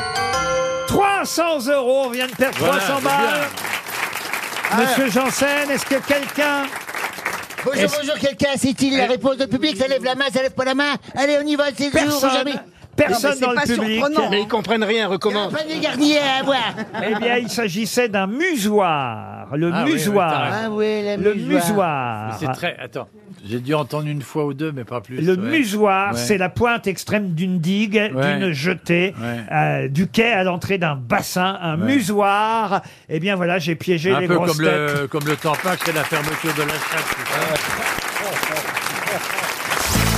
B: 300 euros, on vient de perdre
D: Voilà,
B: 300
D: c'est
B: balles.
D: bien.
B: Monsieur Janssen, est-ce que quelqu'un...
L: Bonjour,
B: est-ce-
L: bonjour, quelqu'un, c'est-il la réponse du public Ça lève la main, ça lève pas la main Allez, on y va, c'est le jour
B: Personne.
L: jamais
B: Personne Non, mais c'est dans le pas public. surprenant, Mais ils hein.
H: comprennent rien, recommence.
L: Pas de garnier à avoir
B: Eh bien, il s'agissait d'un musoir. Le
D: Ah oui, oui,
B: musoir.
D: t'as raison. Ah
L: oui, le
B: le
D: musoir.
B: musoir.
D: C'est très. Attends, j'ai dû entendre une fois ou deux, mais pas plus.
B: Le
D: ouais.
B: musoir,
D: Ouais.
B: c'est la pointe extrême d'une digue,
D: Ouais.
B: d'une jetée, euh, du quai à l'entrée d'un bassin. Un
D: Ouais.
B: musoir. Eh bien, voilà, j'ai piégé
D: Un
B: les
D: peu
B: grosses
D: comme
B: têtes.
D: le, comme le tampac, c'est la fermeture de la chasse.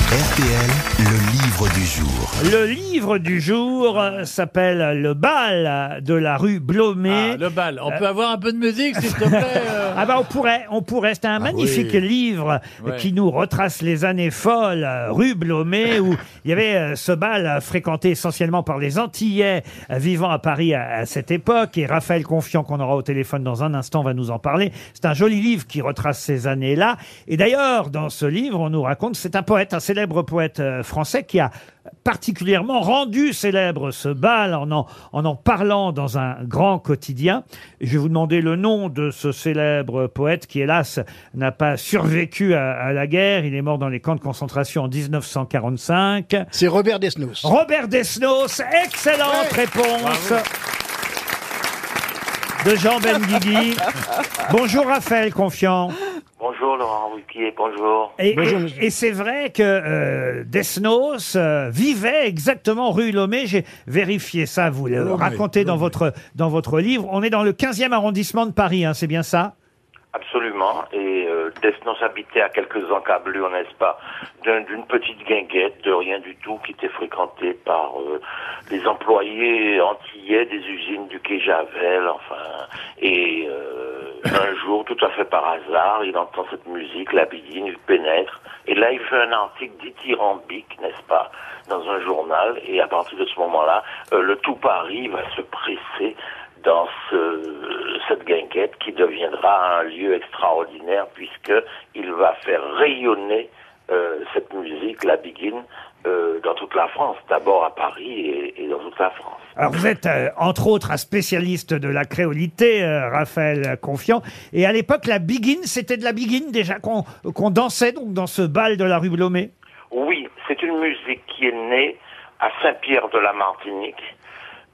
A: RTL, le livre du jour.
B: Le livre du jour euh, s'appelle Le bal de la rue Blomet.
D: Ah, le bal. On peut
B: Euh,
D: avoir un peu de musique, s'il te plaît euh Ah
B: Ah bah on pourrait, on pourrait. C'est un magnifique
D: oui.
B: livre
D: Ouais.
B: qui nous retrace les années folles, euh, rue Blomet, où il y avait euh, ce bal euh, fréquenté essentiellement par les Antillais euh, vivant à Paris à, à cette époque. Et Raphaël Confiant, qu'on aura au téléphone dans un instant, va nous en parler. C'est un joli livre qui retrace ces années-là. Et d'ailleurs, dans ce livre, on nous raconte, c'est un poète, un célèbre poète euh, français qui a particulièrement rendu célèbre ce bal en en, en en parlant dans un grand quotidien. Je vais vous demander le nom de ce célèbre poète qui, hélas, n'a pas survécu à, à la guerre. Il est mort dans les camps de concentration en 1945. C'est Robert Desnos. Robert Desnos, excellente réponse de Jean Benguigui. Bonjour Raphaël Confiant.
M: Bonjour Laurent Ruquier, bonjour.
B: Et, et- et c'est vrai que euh, Desnos euh, vivait exactement rue Lomé. J'ai vérifié ça, vous le
M: Lomé,
B: racontez dans votre, dans votre livre. On est dans le 15e arrondissement de Paris, hein, c'est bien ça
M: Absolument. Et euh, Desnos habitait à quelques encablures, n'est-ce pas, d'un- d'une petite guinguette de rien du tout qui était fréquentée par euh, les employés antillais des usines du Quai Javel, enfin. Et euh, un jour, tout à fait par hasard, il entend cette musique, la bidine, il pénètre. Et là, il fait un article dithyrambique, n'est-ce pas, dans un journal. Et à partir de ce moment-là, euh, le tout Paris va se presser dans ce- cette guinguette qui deviendra un lieu extraordinaire puisque il va faire rayonner euh, cette musique, la biguine, euh, dans toute la France, d'abord à Paris et, et dans toute la France.
B: Alors vous êtes euh, entre autres un spécialiste de la créolité, euh, Raphaël Confiant. Et à l'époque, la biguine, c'était de la biguine déjà qu'on qu'on dansait donc dans ce bal de la rue Blomet.
M: Oui, c'est une musique qui est née à Saint-Pierre de la Martinique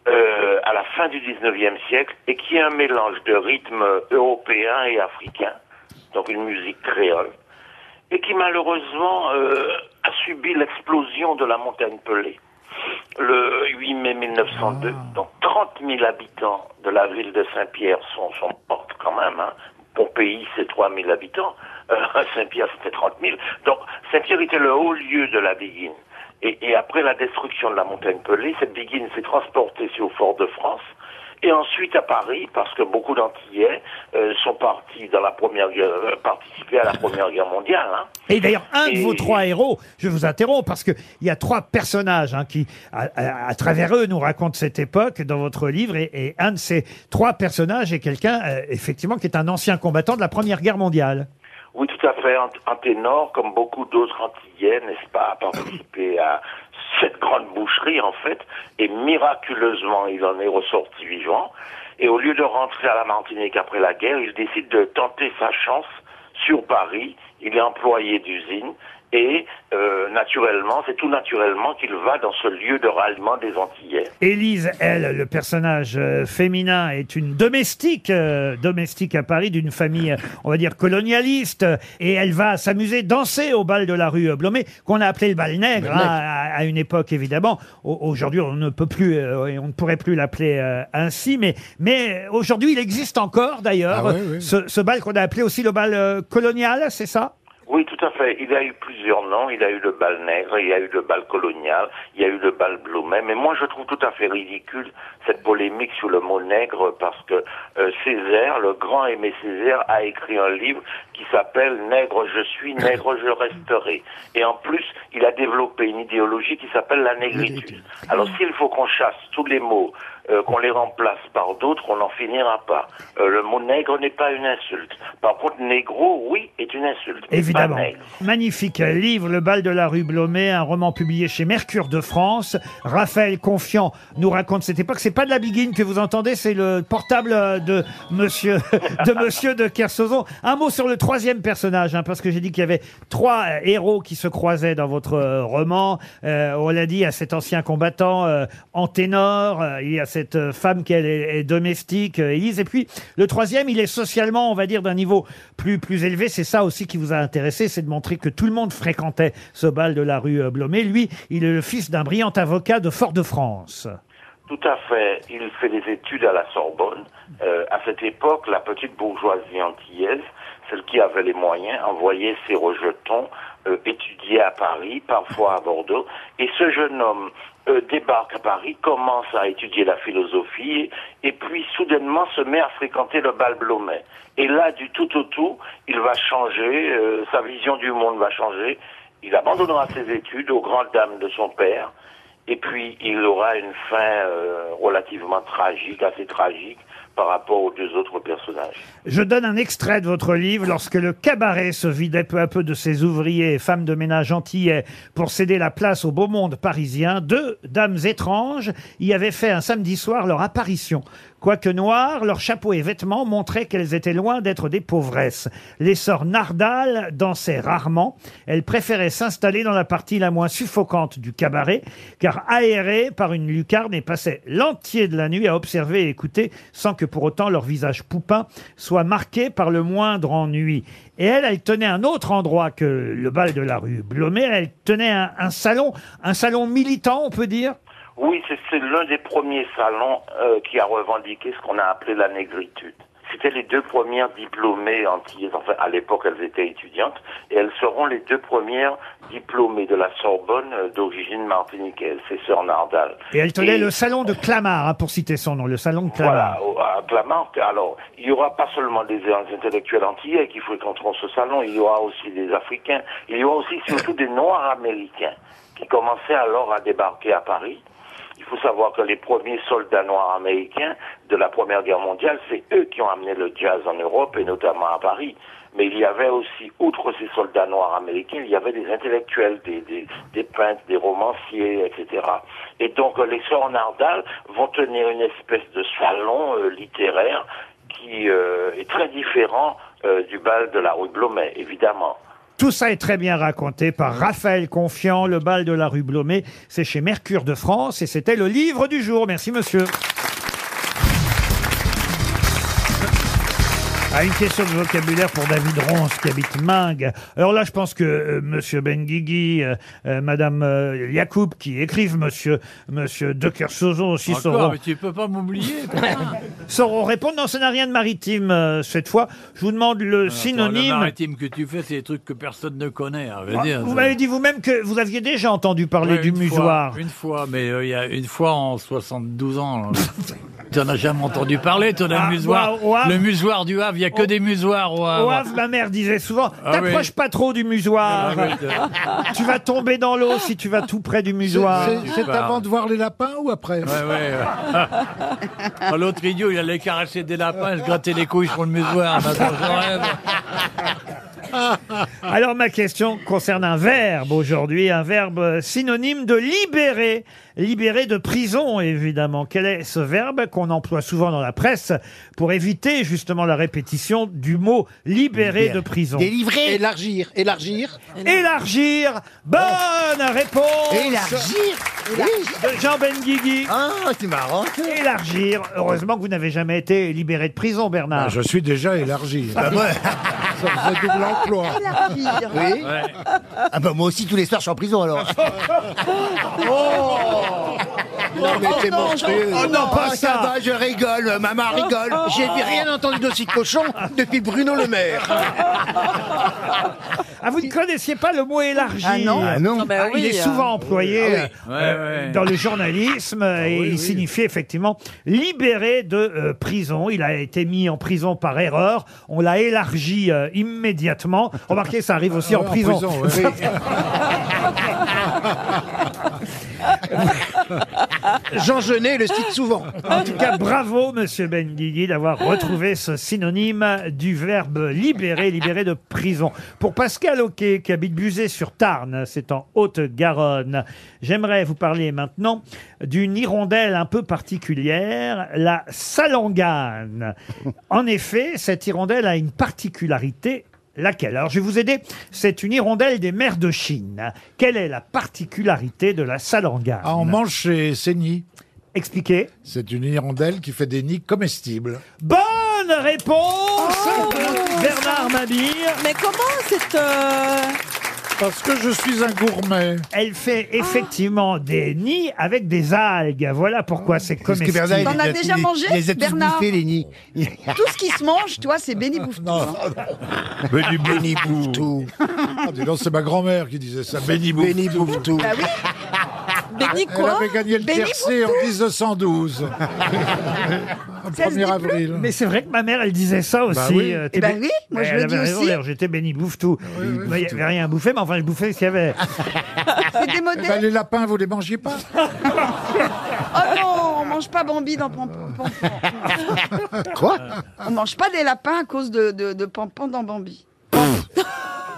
M: euh, à la fin du 19e siècle et qui est un mélange de rythmes européens et africains, donc une musique créole, et qui malheureusement euh, a subi l'explosion de la montagne Pelée le 8 mai 1902. Donc 30 000 habitants de la ville de Saint-Pierre sont, sont morts quand même. Hein. Pompéi, c'est 3 000 habitants. Euh, Saint-Pierre, c'était 30 000. Donc Saint-Pierre était le haut lieu de la Béguine. Et, et après la destruction de la montagne Pelée, cette Béguine s'est transportée sur Fort-de-France. Et ensuite à Paris, parce que beaucoup d'Antillais euh, sont partis dans la première guerre, euh, participer à la première guerre mondiale. hein.
B: Et d'ailleurs, un de
M: Et-
B: vos trois héros, je vous interromps parce qu'il y a trois personnages hein, qui, à, à- à travers eux, nous racontent cette époque dans votre livre. Et, et un de ces trois personnages est quelqu'un, euh, effectivement, qui est un ancien combattant de la Première Guerre mondiale.
M: Oui, tout à fait. Un, un ténor, comme beaucoup d'autres Antillais, n'est-ce pas, a participé à cette grande boucherie, en fait. Et miraculeusement, il en est ressorti vivant. Et au lieu de rentrer à la Martinique après la guerre, il décide de tenter sa chance sur Paris. Il est employé d'usine. Et euh, naturellement, c'est tout naturellement qu'il va dans ce lieu de ralliement des Antillais.
B: Élise, elle, le personnage euh, féminin, est une domestique, euh, domestique à Paris, d'une famille, euh, on va dire, colonialiste. euh, Et elle va s'amuser, danser au bal de la rue euh, Blomet, qu'on a appelé le bal nègre,
N: Le nègre.
B: hein, à, à une époque, évidemment. Au- Aujourd'hui, on ne peut plus, euh, et on ne pourrait plus l'appeler euh, ainsi, mais, mais euh, aujourd'hui, il existe encore, d'ailleurs,
M: Ah oui, oui.
B: Ce, ce bal qu'on a appelé aussi le bal euh, colonial, c'est ça
M: Oui, tout à fait. Il a eu plusieurs noms. Il a eu le bal nègre, il y a eu le bal colonial, il y a eu le bal blomet. Mais moi, je trouve tout à fait ridicule cette polémique sur le mot nègre parce que euh, Césaire, le grand aimé Césaire, a écrit un livre qui s'appelle Nègre, je suis, nègre, je resterai. Et en plus, il a développé une idéologie qui s'appelle la négritude. Alors, s'il faut qu'on chasse tous les mots, euh, qu'on les remplace par d'autres, on n'en finira pas. Euh, le mot nègre n'est pas une insulte. Par contre, négro, oui, est une insulte. Ah, mais pas
B: Évidemment.
M: nègre.
B: Magnifique livre, Le bal de la rue Blomet, un roman publié chez Mercure de France. Raphaël Confiant nous raconte cette époque. C'est pas de la biguine que vous entendez, c'est le portable euh, de monsieur, de monsieur de Kersauzon. Un mot sur le troisième personnage, hein, parce que j'ai dit qu'il y avait trois euh, héros qui se croisaient dans votre euh, roman. Euh, on l'a dit, il y a cet ancien combattant euh, Anténor, euh, il y a cette euh, femme qui elle, est, est domestique, euh, Élise. Et puis le troisième, il est socialement, on va dire, d'un niveau plus, plus élevé. C'est ça aussi qui vous a intéressé, c'est de montrer que tout le monde fréquentait ce bal de la rue euh, Blomet. Lui, il est le fils d'un brillant avocat de Fort-de-France.
M: Tout à fait. Il fait des études à la Sorbonne. Euh, à cette époque, la petite bourgeoisie antillaise, celle qui avait les moyens, envoyait ses rejetons euh, étudier à Paris, parfois à Bordeaux. Et ce jeune homme euh, débarque à Paris, commence à étudier la philosophie, et puis soudainement se met à fréquenter le bal Blomet. Et là, du tout au tout, il va changer, euh, sa vision du monde va changer. Il abandonnera ses études aux grandes dames de son père. Et puis, il aura une fin euh, relativement tragique, assez tragique, par rapport aux deux autres personnages.
B: Je donne un extrait de votre livre. Lorsque le cabaret se vidait peu à peu de ses ouvriers et femmes de ménage antillais pour céder la place au beau monde parisien, deux dames étranges y avaient fait un samedi soir leur apparition. Quoique noires, leurs chapeaux et vêtements montraient qu'elles étaient loin d'être des pauvresses. Les sœurs Nardal dansaient rarement. Elles préféraient s'installer dans la partie la moins suffocante du cabaret, car aérées par une lucarne et passaient l'entier de la nuit à observer et écouter sans que pour autant leur visage poupin soit marqué par le moindre ennui. Et elle, elle tenait un autre endroit que le bal de la rue Blomet. Elle tenait un, un salon, un salon militant, on peut dire.
M: Oui, c'est c'est l'un des premiers salons euh, qui a revendiqué ce qu'on a appelé la négritude. C'était les deux premières diplômées antillaises. Enfin, à l'époque, elles étaient étudiantes et elles seront les deux premières diplômées de la Sorbonne euh, d'origine martiniquaise, c'est Sœur Nardal.
B: Et elle tenait
M: Et-
B: le salon de Clamart, hein, pour citer son nom, le salon de
M: Voilà,
B: Clamart.
M: au- à Clamart. Alors, il y aura pas seulement des intellectuels antillais qui fréquenteront ce salon, il y aura aussi des Africains, il y aura aussi surtout des Noirs américains qui commençaient alors à débarquer à Paris. Il faut savoir que les premiers soldats noirs américains de la Première Guerre mondiale, c'est eux qui ont amené le jazz en Europe et notamment à Paris. Mais il y avait aussi, outre ces soldats noirs américains, il y avait des intellectuels, des, des, des peintres, des romanciers, etc. Et donc euh, les sœurs Nardal vont tenir une espèce de salon euh, littéraire qui euh, est très différent euh, du bal de la rue Blomet, évidemment.
B: Tout ça est très bien raconté par Raphaël Confiant, le bal de la rue Blomet. C'est chez Mercure de France et c'était le livre du jour. Merci monsieur. À Ah, une question de vocabulaire pour David Ronce qui habite Mingue. Alors là, je pense que euh, Monsieur Benguigui, euh, euh, Madame euh, Yacoub qui écrivent, Monsieur Monsieur De Kersauzon aussi
D: Encore,
B: sauront,
D: mais tu peux pas m'oublier. putain.
B: sauront répondre. Non, ça n'a rien de maritime euh, cette fois. Je vous demande
D: Euh, Attends,
B: le
D: Le
B: synonyme.
D: maritime que tu fais, c'est des trucs que personne ne connaît. hein, je veux dire,
B: vous
D: ça-
B: m'avez dit vous-même que vous aviez déjà entendu parler
D: Ouais,
B: du
D: une fois,
B: musoir.
D: une fois, mais euh, il y a une fois en 72 ans. là. tu n'en as jamais entendu parler, toi, d'un
B: Ah,
D: musoir.
B: moi, au Havre-
D: le musoir du Havre, il n'y a que des musoirs au Havre.
B: Au Havre, ma mère disait souvent
D: Ah
B: T'approches
D: oui.
B: pas trop du musoir.
D: Ah oui.
B: tu vas tomber dans l'eau si tu vas tout près du musoir.
C: C'est- C'est avant de voir les lapins ou après
D: Ouais, ouais, ouais. Ah, L'autre idiot, il allait caresser des lapins, et se gratter les couilles sur le musoir. Maintenant, je rêve.
B: Alors ma question concerne un verbe aujourd'hui, un verbe synonyme de libérer, libérer de prison évidemment. Quel est ce verbe qu'on emploie souvent dans la presse pour éviter justement la répétition du mot libérer de prison
H: Délivrer. Élargir. Élargir.
B: Élargir. Bonne réponse.
H: Élargir.
B: De Jean Benguigui.
H: Ah, c'est marrant.
B: Élargir. Heureusement que vous n'avez jamais été libéré de prison, Bernard.
C: Ah,
B: Ah,
C: Je suis déjà élargi. Ça faisait double emploi.
H: Élargir. Oui.
F: Ah,
B: Oh,
L: Ah bah moi aussi tous les soirs je suis en prison alors.
H: Oh Non, mais t'es monstrueux.
F: Oh non, pas
H: Ah,
F: ça.
H: va, je rigole, maman rigole. J'ai rien entendu d'aussi cochon depuis Bruno Le Maire.
B: Ah, vous ne connaissiez pas le mot élargi
H: Ah non. Ah non.
B: Ah, il
H: oui,
B: est
H: euh.
B: souvent employé
H: Ah oui.
B: euh, euh, dans le journalisme euh, et il signifie effectivement libéré de euh, prison. Il a été mis en prison par erreur. On l'a élargi euh, immédiatement. Remarquez, ça arrive aussi
C: Ah
B: en
C: ouais, en
B: prison.
C: prison, ouais.
B: Jean Genet le cite souvent. En tout cas, bravo, monsieur Benguigui, d'avoir retrouvé ce synonyme du verbe libérer, libérer de prison. Pour Pascal Oquet, qui habite Buzet-sur-Tarn, c'est en Haute-Garonne, j'aimerais vous parler maintenant d'une hirondelle un peu particulière, la salangane. En effet, cette hirondelle a une particularité Laquelle Alors, je vais vous aider. C'est une hirondelle des mers de Chine. Quelle est la particularité de la salangane
C: Ah, on mange chez Seigny.
B: Expliquez.
C: C'est une hirondelle qui fait des nids comestibles.
B: Bonne réponse
F: Ah,
B: Bernard Mabille.
G: Mais comment cette...
E: euh,
C: Parce que je suis un gourmet.
B: Elle fait effectivement des nids avec des algues. Voilà pourquoi c'est
F: Ah, que
B: comestible.
F: Bernard, il
E: T'en as
F: les-
E: déjà
F: il les-
E: mangé,
F: il les a tous
E: Bernard
F: bouffés, les nids.
E: Tout ce qui se mange, toi, c'est béni bouffe
C: Béni bouffe tout. Ah, dis donc, c'est ma grand-mère qui disait ça. Béni bouffe
H: Béni
C: tout.
H: bouffe tout.
E: Bah oui. Béni
C: Elle
E: quoi
C: avait gagné le
E: Béni
C: tiercé en 1912. Au 1er Ah, avril.
B: Mais c'est vrai que ma mère, elle disait ça aussi.
C: Bah oui.
B: euh,
E: Eh ben
B: t'es-
E: oui, moi,
B: Mais
E: je
B: elle
E: le
B: avait
E: dis
B: raison,
E: aussi.
B: d'ailleurs, J'étais béni bouffe tout. Il n'y avait rien à bouffer, mais enfin, je bouffais ce qu'il y avait.
E: C'est démodé.
C: Eh ben, les lapins, vous les mangez pas
E: Oh non, on mange pas Bambi dans Pompon.
H: Quoi
E: On mange pas des lapins à cause de, de, de Pompon dans Bambi.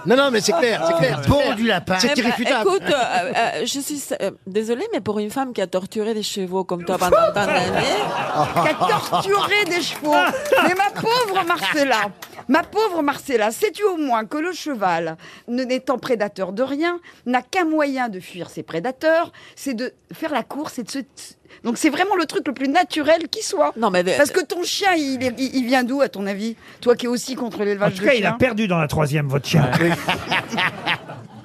H: Non, non, mais
E: Ah.
H: c'est clair, c'est clair.
C: Ah.
H: c'est clair.
G: Eh
H: C'est
G: ben,
H: irréfutable.
G: écoute, euh, euh, je suis euh, désolée, mais pour une femme qui a torturé des chevaux comme toi pendant tant d'années,
F: Ah.
E: Qui a torturé des chevaux. Mais ma pauvre Marcella, ma pauvre Marcella, sais-tu au moins que le cheval, ne n'étant prédateur de rien, n'a qu'un moyen de fuir ses prédateurs, c'est de faire la course et de se... Donc c'est vraiment le truc le plus naturel qui soit.
G: Non mais euh,
E: parce que ton chien, il, est- il- il vient d'où à ton avis Toi qui es aussi contre
B: En
E: l'élevage de
B: tout cas, il a
E: chiens.
B: perdu dans la troisième, votre chien.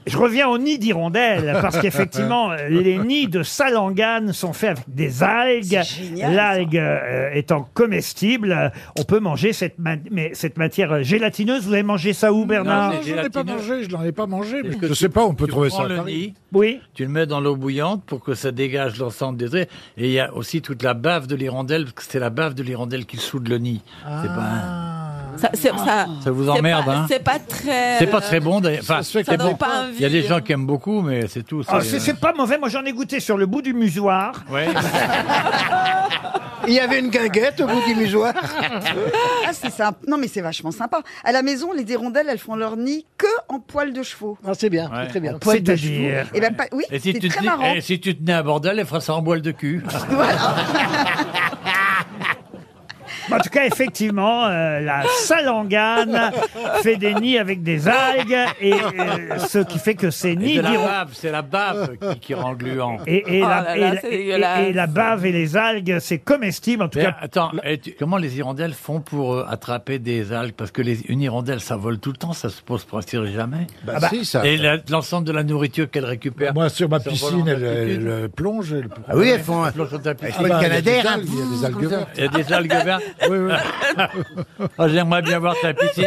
B: Je reviens au nid d'hirondelle, parce qu'effectivement, les nids de salangane sont faits avec des algues.
E: génial,
B: L'algue euh, étant comestible, euh, on peut manger cette, ma- mais cette matière gélatineuse. Vous avez mangé ça où, Bernard
C: Non, je n'en ai pas mangé, je n'en ai pas mangé. mais
D: que
C: je
D: tu-
C: sais pas, on peut
D: tu
C: trouver
D: prends
C: ça. à
D: le
C: Paris.
D: nid,
B: Oui.
D: Tu le mets dans l'eau bouillante pour que ça dégage l'ensemble des traits. Et il y a aussi toute la bave de l'hirondelle, parce que c'est la bave de l'hirondelle qui soude le nid. C'est pas un-
G: ça, c'est- ça,
D: Ça vous
G: c'est
D: emmerde,
G: pas-
D: hein
G: C'est pas très.
D: C'est pas très bon d'ailleurs. Enfin,
G: Ça se fait
D: c'est
G: qu'on
D: bon.
G: n'a pas envie,
D: Il y a des
G: hein.
D: gens qui aiment beaucoup, mais c'est tout.
B: Ah,
D: Oh, c'est- euh,
B: c'est c'est pas mauvais, moi j'en ai goûté sur le bout du musoir.
D: Ouais.
H: Il y avait une guinguette au bout du musoir.
E: Ah, c'est sympa. Non, mais c'est vachement sympa. À la maison, les hirondelles, elles font leur nid que en poils de chevaux.
H: Non, Ah, c'est bien,
D: Ouais.
H: c'est très bien.
B: C'est-à-dire.
E: Et ben, pas- oui,
D: Et si,
E: c'est
D: tu te
E: très
D: dis-
E: marrant.
D: et si tu tenais à bordel, elle ferait ça en boile de cul.
B: En tout cas, effectivement, euh, la salangane fait des nids avec des algues, et euh, ce qui fait que ces
D: Et
B: nids
D: de la
B: d'hirondelle.
D: bave, c'est la bave qui, qui rend gluant.
B: Et, et
G: Oh
B: la,
G: là
B: et
G: là,
B: la-
G: c'est
B: et-
G: dégueulasse.
B: et la bave et les algues, c'est comestible en tout
D: Mais
B: cas.
D: attends, et tu- comment les hirondelles font pour euh, attraper des algues Parce que les, une hirondelle, ça vole tout le temps, ça se pose presque jamais.
C: Bah, si, ça.
D: Et la- l'ensemble de la nourriture qu'elle
H: Ah.
D: récupère.
C: Moi, sur ma
D: C'est en
C: piscine,
D: volant
C: elle,
D: d'altitude.
C: elle plonge. Elle... Ah bah,
F: Ah oui, elles font.
D: Elle plonge dans ta piscine.
F: font hein. le
C: il y a des
F: Canadair,
C: algues, il y a des algues vertes.
D: Il y a des algues vertes. Ah, J'aimerais bien voir ta piscine.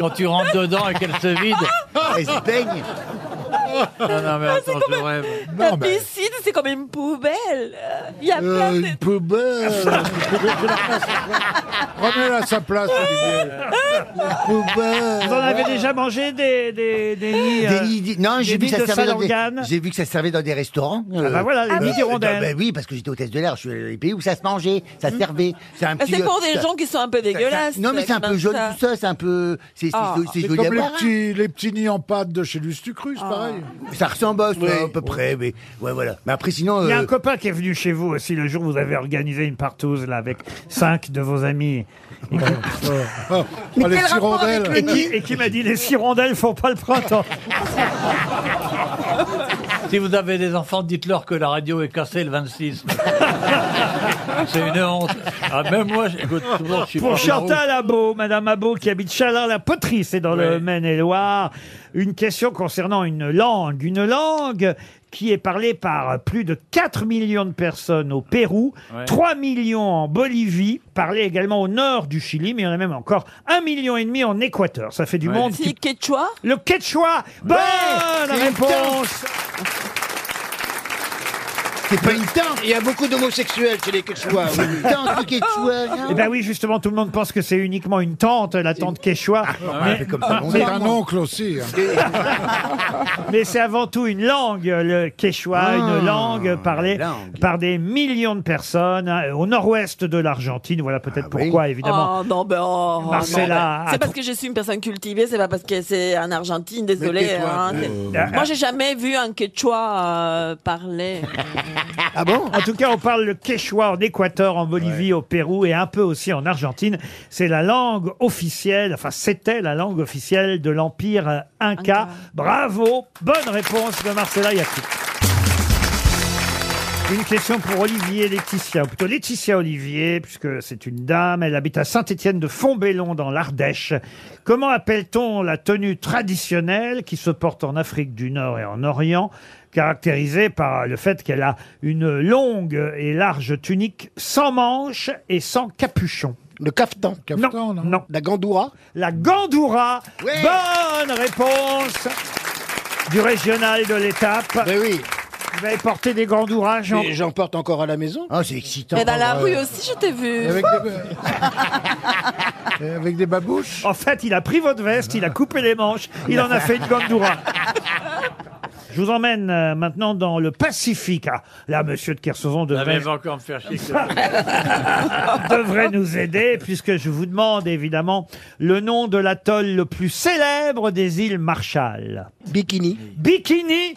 D: Quand tu rentres dedans et qu'elle se vide.
F: Elles Ah, se Ah, baignent.
D: Non, non, mais attends, je rêve.
G: La
C: Non, mais-
G: piscine, c'est comme une poubelle. Euh, Il y a plein
C: Euh,
G: de.
C: une poubelle. Prenez-la à sa place, Olivier.
B: Vous en avez déjà mangé des, des, des nids
F: Des
B: euh,
F: nids d'i- non,
B: des
F: j'ai vu,
B: nids
F: que ça
B: de
F: servait dans
B: Salangane.
F: des- j'ai vu que ça servait dans des restaurants. euh,
B: bah voilà, les
G: Ah
B: nids d'hirondelles.
F: non, bah oui, parce que j'étais hôtesse de l'air, je suis allé dans les pays où ça se mangeait, ça servait. C'est un petit-
G: Ah, Bah, C'est pour des
F: ça-
G: gens qui sont un peu
F: ça-
G: dégueulasses.
F: Non, mais c'est un peu
G: comme
F: jaune
G: ça.
F: tout ça, c'est un peu. C'est c'est-
G: Ah.
F: c'est
C: C'est
F: joli à
C: comme les
F: voir. hein.
C: petits, les petits nids en pâte de chez Lustucru, c'est pareil.
F: Ça ressemble à ça, à peu près, mais ouais, voilà. Mais après, sinon.
B: Il y a
F: euh,
B: un copain qui est venu chez vous aussi le jour où vous avez organisé une partouze là avec cinq de vos amis et qui,
C: Oh,
E: Mais
C: les
E: quel
C: petits
E: rapport avec
C: rondelles.
E: le
B: et qui- et qui m'a dit les hirondelles font pas le printemps.
D: Si vous avez des enfants, dites-leur que la radio est cassée le 26. c'est une honte. Ah, même moi, j'écoute toujours, je suis
B: Pour
D: pas
B: Chantal Abo, Madame Abo qui habite Chalin-la-Poterie, c'est dans le
D: Ouais.
B: Maine-et-Loire. Une question concernant une langue, une langue qui est parlé par plus de 4 millions de personnes au Pérou,
N: Ouais.
B: 3 millions en Bolivie, parlé également au nord du Chili, mais il y en a même encore 1,5 million et demi en Équateur. Ça fait du monde.
G: C'est
B: qui-
G: quechua
B: Le quechua Bonne réponse
H: C'est pas une tente. Il y a beaucoup d'homosexuels chez les Quechua. oui.
L: Tente quechua, non
B: Eh ben oui, justement, tout le monde pense que c'est uniquement une tante, la tante quechua.
C: Ah, ouais, comme ça, on est un oncle aussi. hein.
B: mais c'est avant tout une langue, le quechua,
C: Ah,
B: une langue parlée
C: langue.
B: par des millions de personnes hein, au nord-ouest de l'Argentine. Voilà peut-être
C: Ah
B: pourquoi, évidemment.
G: Oh, non, ben, oh, oh,
B: Marcella
G: non, ben,
B: a
G: C'est parce que je suis une personne cultivée, c'est pas parce que c'est en Argentine, désolé.
B: tais-toi.
G: hein, c'est-
B: Euh,
G: Moi, j'ai jamais vu un quechua euh, parler.
B: Ah bon En tout cas, on parle le quechua en Équateur, en Bolivie, au Pérou et un peu aussi en Argentine. C'est la langue officielle, enfin c'était la langue officielle de l'Empire euh, Inca. Bravo Bonne réponse de Marcella Yacoub. Une question pour Olivier Laetitia, ou plutôt Laetitia Olivier, puisque c'est une dame, elle habite à Saint-Étienne de Fontbellon dans l'Ardèche. Comment appelle-t-on la tenue traditionnelle qui se porte en Afrique du Nord et en Orient, caractérisée par le fait qu'elle a une longue et large tunique sans manches et sans capuchon Le caftan. non, non. La gandoura La gandoura Bonne réponse du régional de l'étape. oui. Vous avez porté des gandouras, Jean
H: Et J'en porte encore à la maison. Ah, c'est excitant.
G: Mais dans la
H: Euh,
G: rue aussi, je t'ai vu.
H: Avec
B: euh, Avec des babouches En fait, il a pris votre veste, il a coupé les manches, il en a fait une gandoura. Je vous emmène euh, maintenant dans le Pacifique. Ah, là, monsieur de Kersauzon
D: Ah, mais
B: devrait,
D: elle va encore me faire chier.
B: devrait nous aider, puisque je vous demande évidemment le nom de l'atoll le plus célèbre des îles Marshall. Bikini. Bikini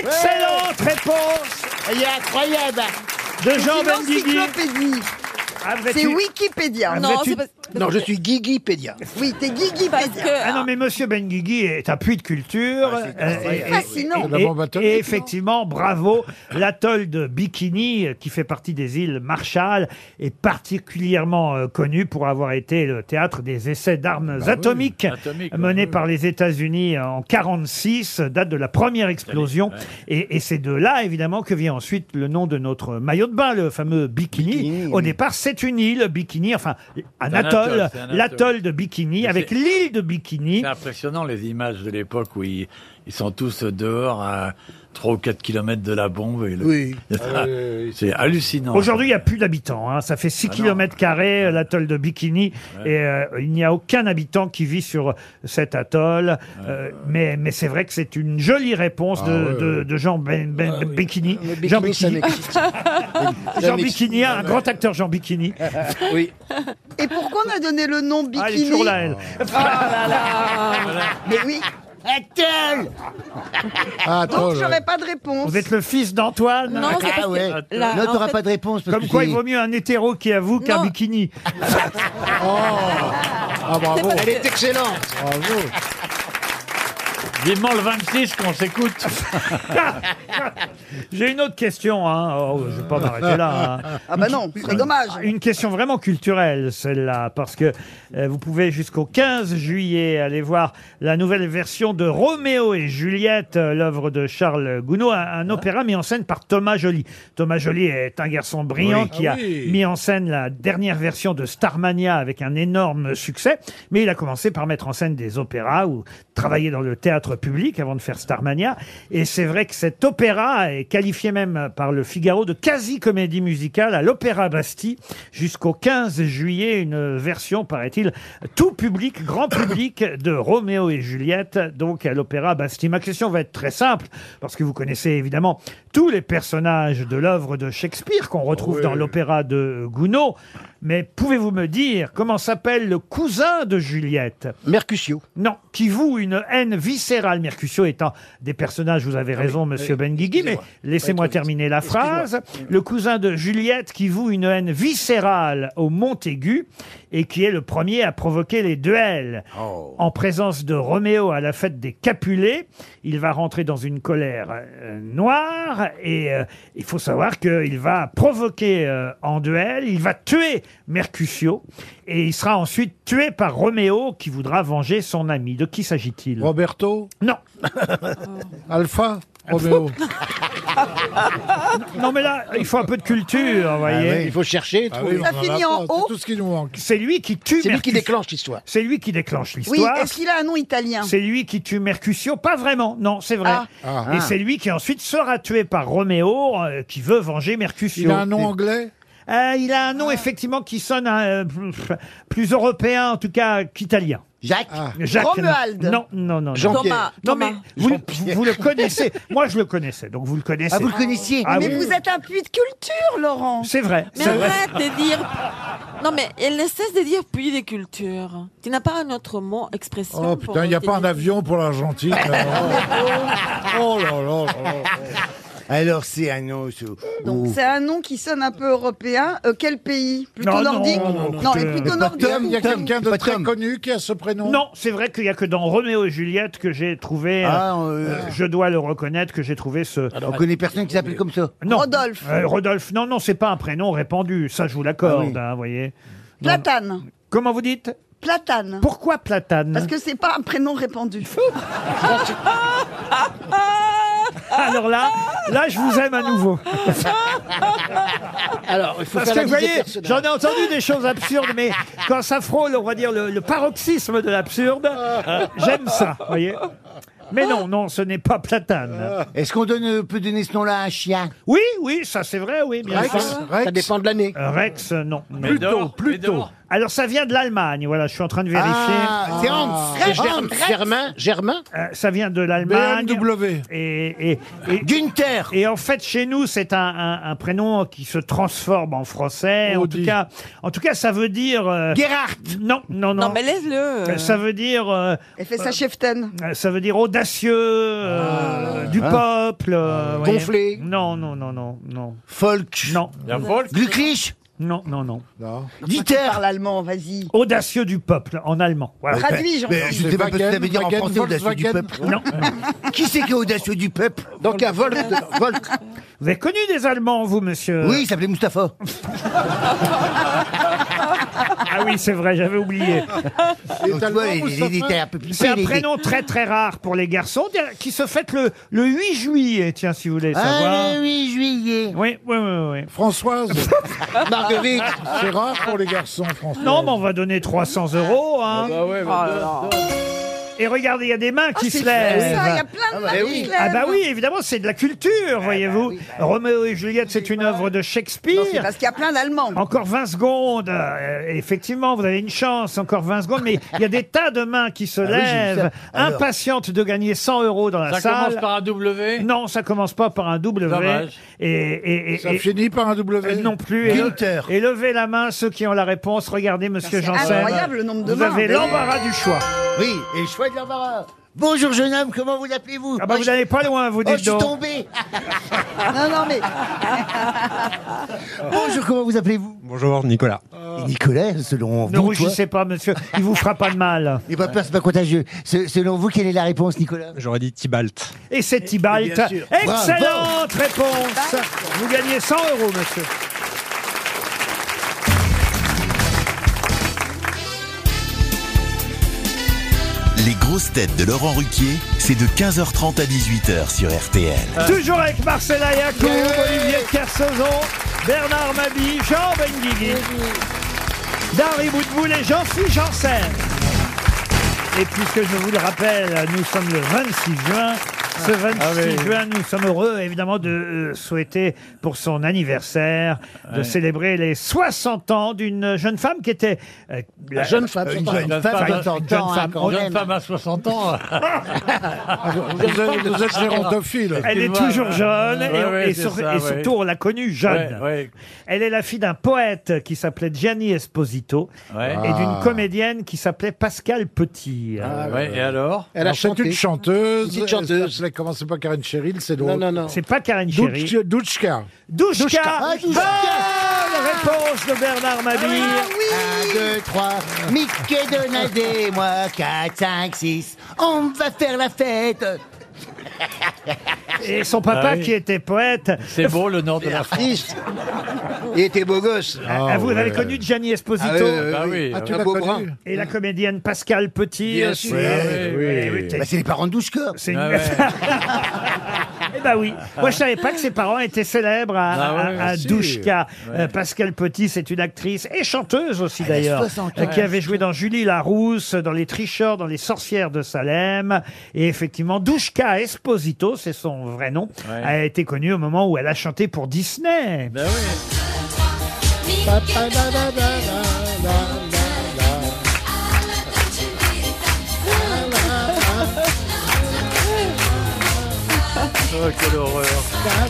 B: Excellente réponse
L: Il est incroyable
B: de Jean
E: C'est une
B: Benguigui.
E: encyclopédie. C'est Wikipédia.
B: Non, c'est pas- Non, je
E: suis Guigui-pédia. Oui, t'es Guigui-pédia.
B: Ah non, mais Monsieur Benguigui est un puits de culture. Euh, et-
E: C'est fascinant.
B: et-
E: C'est la bombe
B: et- et effectivement, bravo. L'atoll de Bikini, euh, qui fait partie des îles Marshall, est particulièrement euh, connu pour avoir été le théâtre des essais d'armes
N: oui.
B: atomiques
N: Atomiques, ouais,
B: menés
N: ouais.
B: par les États-Unis en 46, date de la première explosion. Et, et c'est de là, évidemment, que vient ensuite le nom de notre maillot de bain, le fameux Bikini. Au départ, c'est une île, Bikini, enfin, un
D: C'est un atoll,
B: atoll,
D: c'est un atoll.
B: l'atoll de Bikini, avec l'île de Bikini.
D: C'est impressionnant les images de l'époque où ils, ils sont tous dehors à 3 ou 4 kilomètres de la bombe. Et le-
B: Oui.
D: Ah, C'est hallucinant.
B: Aujourd'hui, il n'y a plus d'habitants. hein. Ça fait
N: Ah
B: 6 km carrés euh, l'atoll de Bikini. Et euh, il n'y a aucun habitant qui vit sur cet atoll. Euh, mais mais c'est vrai que c'est une jolie réponse
N: Ah,
B: de,
N: ouais,
B: de- de Jean Ben- Ben- Bikini. Jean Bikini. Jean Bikini, un grand acteur Jean Bikini. oui.
E: Et pourquoi on a donné le nom Bikini
B: Ah, elle est toujours là, elle.
E: Mais oui. Atoll
B: Ah,
E: Donc
B: troll,
E: j'aurais
B: ouais.
E: pas de réponse.
B: Vous êtes le fils d'Antoine.
E: Non, c'est parce que là,
L: Ah Non, t'auras en fait- pas de
B: réponse.
L: parce
B: Comme
L: que
B: quoi,
L: c'est-
B: il vaut mieux un hétéro qui avoue qu'un
L: Non.
B: bikini.
D: Ah,
L: bravo.
D: Elle est
L: excellente.
D: Bravo. Vivement le 26 qu'on s'écoute.
B: J'ai une autre question. Hein. Oh, je vais pas m'arrêter là. hein.
E: Ah bah non, c'est dommage.
B: Une question vraiment culturelle, celle-là, parce que euh, vous pouvez jusqu'au 15 juillet aller voir la nouvelle version de Roméo et Juliette, euh, l'œuvre de Charles Gounod, un,
N: Ah.
B: un opéra mis en scène par Thomas Joly. Thomas Joly est un garçon brillant
N: Oui.
B: qui
N: Ah
B: a
N: oui.
B: mis en scène la dernière version de Starmania avec un énorme succès, mais il a commencé par mettre en scène des opéras ou travailler dans le théâtre public avant de faire Starmania. Et c'est vrai que cet opéra est qualifié même par le Figaro de quasi-comédie musicale à l'Opéra Bastille jusqu'au 15 juillet. Une version, paraît-il, tout public, grand public de Roméo et Juliette, donc à l'Opéra Bastille. Ma question va être très simple, parce que vous connaissez évidemment tous les personnages de l'œuvre de Shakespeare qu'on retrouve dans l'opéra de Gounod. Mais pouvez-vous me dire comment s'appelle le cousin de Juliette Mercutio. Non, qui voue une haine viscérale. Mercutio étant des personnages, vous avez raison, monsieur Benguigui, mais laissez-moi terminer la phrase. Le cousin de Juliette qui voue une haine viscérale au Montaigu et qui est le premier à provoquer les duels.
C: Oh.
B: En présence de Roméo à la fête des Capulets, il va rentrer dans une colère euh, noire et euh, il faut savoir qu'il va provoquer euh, en duel, il va tuer Mercutio et il sera ensuite tué par Roméo qui voudra venger son ami. De qui s'agit-il Roberto Non.
C: Alpha, Roméo.
B: Non, mais là, il faut un peu de culture, vous voyez.
C: Ah oui, il faut
B: chercher.
C: Ah oui, on en a pas, c'est Tout ce qui nous manque.
B: C'est lui qui tue.
C: C'est lui qui
B: déclenche l'histoire. C'est lui qui déclenche
E: Oui,
B: l'histoire.
E: est-ce qu'il a un nom italien
B: C'est lui qui tue Mercutio, pas vraiment, non, c'est vrai.
E: Ah. Ah,
B: Et
E: ah.
B: c'est lui qui ensuite sera tué par Roméo, euh, qui veut venger Mercutio.
C: Il a un nom
B: anglais Il a un
E: Ah.
B: nom effectivement qui sonne euh, pff, plus européen, en tout cas qu'italien. Ah. Jacques, non.
E: Romuald.
B: Non, non, non.
E: Jean-Pierre.
B: Non,
E: Thomas.
B: mais vous, vous le connaissez. Moi, je le connaissais, donc vous le connaissez.
E: Ah, vous le connaissiez
B: Ah
E: Mais
B: oui.
E: vous êtes un puits de culture, Laurent.
B: C'est vrai.
G: Mais
B: c'est vrai.
G: arrête de dire. Non, mais elle ne cesse de dire puits des cultures. Tu n'as pas un autre mot, expression.
C: Oh
G: pour
C: putain, il n'y a pas un
G: désigner-
C: avion pour l'Argentine. Oh, oh là là là là.
F: Alors c'est un nom. ce- Oh.
E: C'est un nom qui sonne un peu européen. Euh, quel pays Plutôt
F: Non, non,
E: nordique
F: non, non,
E: Non,
F: non,
E: mais
F: euh,
E: plutôt
F: pas
E: nordique.
F: Tom, il y a Tom, quelqu'un de pas très Tom.
B: connu qui a ce prénom Non, c'est vrai qu'il n'y a que dans Roméo et Juliette que j'ai trouvé.
F: Ah,
B: euh,
F: euh,
B: euh, je dois le reconnaître que j'ai trouvé ce.
F: on connaît personne qui s'appelle comme ça.
B: Non.
E: Rodolphe.
B: Euh, Rodolphe, non, non, c'est pas un prénom répandu. Ça, je vous l'accorde,
F: Ah oui.
B: hein, vous voyez. Non, non.
E: Platane.
B: Comment vous dites
E: Platane.
B: Pourquoi Platane
E: Parce que c'est pas un prénom répandu.
B: Alors là, là, je vous aime à nouveau.
H: Alors, il faut
B: Parce
H: faire
B: que
H: la
B: vous
H: liste des
B: voyez,
H: personnages.
B: j'en ai entendu des choses absurdes, mais quand ça frôle, on va dire, le, le paroxysme de l'absurde, euh, j'aime ça, vous voyez. Mais non, non, ce n'est pas platane.
F: Est-ce qu'on donne, euh, peut donner ce nom-là à un chien
B: Oui, oui, ça c'est vrai, oui, bien
F: Rex,
B: sûr.
F: Rex. Ça dépend
B: de l'année. Rex, euh, non. non.
F: Médor,
B: plutôt.
F: Médor.
B: Alors ça vient de l'Allemagne, voilà, je suis en train de vérifier.
H: Ah, c'est Hans. C'est Germ- Germain,
B: Germain Euh, Ça vient de l'Allemagne. BMW. Et, et, et, Günther Et en fait, chez nous, c'est un, un- un prénom qui se transforme en français. En tout, cas, en tout cas, ça veut dire... euh,
F: Gerhard.
B: Non, non, non.
G: Non, mais laisse-le. euh.
B: Ça veut dire... euh,
E: Elle fait sa
B: euh,
E: cheftaine.
B: euh, ça veut dire audacieux, euh, du
F: Ah.
B: peuple. euh, vous
F: Gonflé.
B: voyez. Non, non, non, non, non.
F: Folk.
B: Non.
F: La Folk. Glucklich.
B: Non, non, non.
E: Dieter. Parle allemand, vas-y.
B: Audacieux du peuple, en allemand. Voilà.
E: Traduis, Jean-Pierre.
F: Mais je sais pas ce que ça veut dire en français, audacieux du peuple.
B: Non.
F: qui c'est qui est audacieux du peuple Donc à Volk.
B: Vous avez connu des Allemands, vous, monsieur
F: Oui, il s'appelait Mustapha.
B: Ah oui, c'est vrai, j'avais oublié.
F: Donc, tu vois, il- il était un peu plus
B: C'est un
F: il était-
B: prénom très très rare pour les garçons, tiens, qui se fête le, le 8 juillet, tiens, si vous voulez
F: Ah,
B: savoir.
F: le 8 juillet.
B: Oui, oui, oui, oui.
C: Françoise.
F: Marguerite.
C: C'est rare pour les garçons, Françoise.
B: Non, mais on va donner 300 euros. hein. Et regardez, il y a des mains qui
E: c'est
B: se
E: fou,
B: lèvent.
E: ça, il y a plein de Ah bah mains oui. qui se lèvent.
B: Ah bah oui, évidemment, c'est de la culture, voyez-vous. Roméo et Juliette, c'est une œuvre de Shakespeare.
E: C'est parce qu'il y a plein d'Allemands.
B: Encore 20 secondes. Euh, effectivement, vous avez une chance. Encore 20 secondes. Mais il y a des tas de mains qui se
F: Ah
D: oui, j'ai vu ça.
B: lèvent,
D: Alors.
B: impatientes de gagner 100 euros dans la
D: Ça commence
B: salle.
D: par un W.
B: Non, ça commence pas par un W.
D: Dommage.
B: Et, et, et-
D: Ça
B: et-
C: finit par un W.
B: Non plus. Et, le- et levez la main ceux qui ont la réponse. Regardez, monsieur
F: C'est
B: Janssen.
F: incroyable le nombre de
B: vous
F: mains.
B: avez
F: Mais-
B: l'embarras du choix.
F: Oui, et le choix de l'embarras. Bonjour jeune homme, comment vous appelez-vous
B: Ah bah, vous n'allez pas loin, vous
F: Oh,
B: dites
F: je suis
B: donc.
F: tombé.
E: Non, non, mais.
F: Bonjour, comment vous appelez-vous Euh,
N: Bonjour Nicolas.
F: Nicolas, selon
B: Ne
F: vous, toi,
B: rougissez pas, monsieur. Il vous fera pas de mal.
F: Et pas peur, c'est pas contagieux. Se- selon vous, quelle est la réponse, Nicolas
N: J'aurais dit Tibalt.
B: Et c'est Tibalt.
F: Bien sûr.
B: Excellente réponse. Vous gagnez 100 euros, monsieur.
A: Les grosses têtes de Laurent Ruquier, c'est de 15h30 à 18h sur RTL.
H: Euh.
B: Toujours avec Marcella Yacoub, Olivier de Kersauzon, Bernard Mabille, Jean Benguigui, Dari Boudboul et Jean-Philippe Janssen. Et puisque je vous le rappelle, nous sommes le 26 juin. Ce 26
D: Ah oui.
B: juin, nous sommes heureux évidemment de euh, souhaiter pour son anniversaire de
D: Ouais.
B: célébrer les 60 ans d'une jeune femme qui était euh, la-
H: Ah, jeune femme,
B: euh,
H: c'est pas- jeune femme, jeune
B: une jeune
H: femme,
B: femme,
H: quand
B: jeune
H: même.
B: femme à 60
N: hein,
B: ans. hein,
C: Vous êtes- vous êtes gérontophile.
B: Elle est
C: Excuse-moi.
B: toujours jeune et,
C: Ouais, ouais,
B: et
C: c'est
B: sur-
C: ça,
B: et
C: ouais.
B: surtout on l'a connue jeune.
C: Ouais, ouais.
B: Elle est la fille d'un poète qui s'appelait Gianni Esposito
D: Ouais.
B: et d'une
D: Ah.
B: comédienne qui s'appelait Pascal Petit. Euh,
D: Ah, ouais, et alors
C: Alors, c'est une chanteuse.
D: Petite
C: Elle s'appelait- comment c'est pas Karen Cheryl, c'est l'autre.
D: Non, non, non.
B: C'est pas Karen Cheryl.
C: Douchka. Douchka.
B: Douchka.
C: Ah, Douchka.
B: Bonne réponse de Bernard Mabille.
F: 1, 2, 3. Mickey, Donald et moi, 4, 5, 6. On va faire la fête.
B: Et son papa
D: Ah oui.
B: qui était poète.
D: C'est beau le nord de la France.
F: Il était beau gosse.
B: Ah, vous avez connu Gianni Esposito
D: Ah oui, oui, Ah oui. oui. Ah, tu l'as connu
B: Et la comédienne Pascal Petit.
F: Bien
B: aussi.
F: sûr. Ah
B: Eh oui,
F: Oui,
B: eh oui, t'es-
F: Bah, c'est les parents de Douchka.
B: C'est une-
F: Ah ouais.
B: Eh ben, bah oui. Moi, je savais pas que ses parents étaient célèbres à,
N: Ah ouais,
B: à- à
N: si.
B: Douchka.
N: Ouais.
B: Euh, Pascal Petit, c'est une actrice et chanteuse aussi
N: a
B: d'ailleurs,
N: 60
B: euh, qui
N: ans.
B: avait joué dans Julie Larousse, dans Les Tricheurs, dans Les Sorcières de Salem. Et effectivement, Douchka Esposito, c'est son vrai nom, a été connue au moment où elle a chanté pour Disney.
N: Ben Oh, quelle horreur.
H: Ah,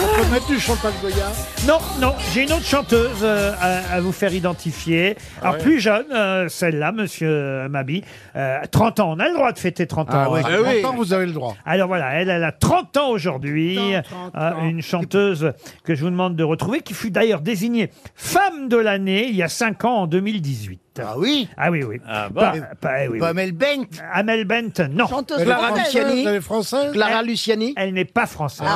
C: On peut mettre du champagne Goya.
B: Non, non, j'ai une autre chanteuse euh, à, à vous faire identifier. Alors, plus jeune, euh, celle-là, monsieur Mabi, euh, 30 ans. On a le droit de fêter 30 ans.
C: Ah oui,
B: hein.
C: 30 ans, vous avez le droit.
B: Alors voilà, elle, elle a 30 ans aujourd'hui, Euh, une chanteuse que je vous demande de retrouver, qui fut d'ailleurs désignée femme de l'année il y a 5 ans, en 2018. Ah
F: oui
B: Ah oui, oui. Ah
F: bon Pas
B: Amel Bent Amel Bent, non.
F: Chanteuse Clara française. Luciani Elle est française Clara
B: Luciani Elle n'est pas française.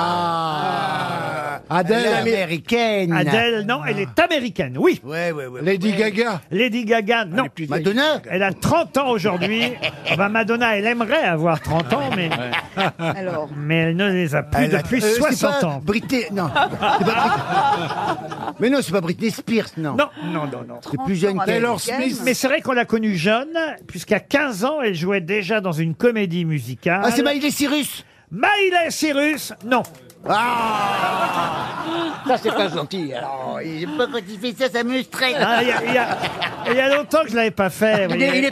F: Adèle. Elle est américaine.
B: Adèle, non, elle est américaine, oui. Lady Gaga Lady Gaga, non. Madonna Elle a 30 ans aujourd'hui. Ah bah, Madonna, elle aimerait avoir 30 ans, mais...
E: Alors.
B: Mais elle ne les a plus
F: Elle a-
B: depuis
F: euh, c'est
B: 60
F: pas
B: ans.
F: Britney, non. C'est pas Britney- Mais non, c'est pas Britney Spears, non.
B: Non, non, non, non.
F: C'est plus jeune qu'elle.
B: Mais c'est vrai qu'on l'a connue jeune, puisqu'à 15 ans, elle jouait déjà dans une comédie musicale.
F: Ah, c'est
B: Miley Cyrus Miley Cyrus Non.
F: Ah.
L: Ça, c'est pas gentil. Alors, il pas quand il fait ça, ça me stresse.
B: Ah, Il y, a- il y a- il y a longtemps que je l'avais pas fait. vous voyez.
G: Mais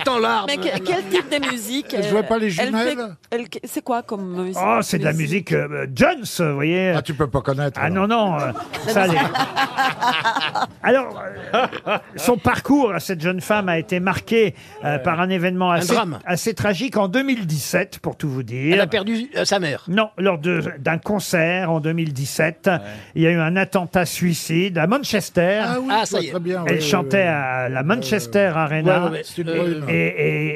G: que- quel type de musique
B: Elle
G: euh,
B: jouait pas les
G: elle fait-
B: jumelles
G: elle- C'est quoi comme musique
B: Oh, c'est de la musique euh, Jones, vous voyez. Ah, tu peux pas connaître. Ah non, non. euh, ça, les- Alors, euh, son parcours à cette jeune femme a été marqué euh, par un événement assez,
H: drame.
B: assez tragique en 2017, pour tout vous dire.
H: Elle a perdu euh, sa mère.
B: Non, lors de- d'un concert en 2017, il y a eu un attentat suicide à Manchester.
C: Ah oui, Ah, ça je vois y est. très bien,
B: Elle
C: oui,
B: chantait
C: oui, oui.
B: à la Manchester Arena.
C: Ouais, Euh, ouais, ouais. C'est une brune.
B: et,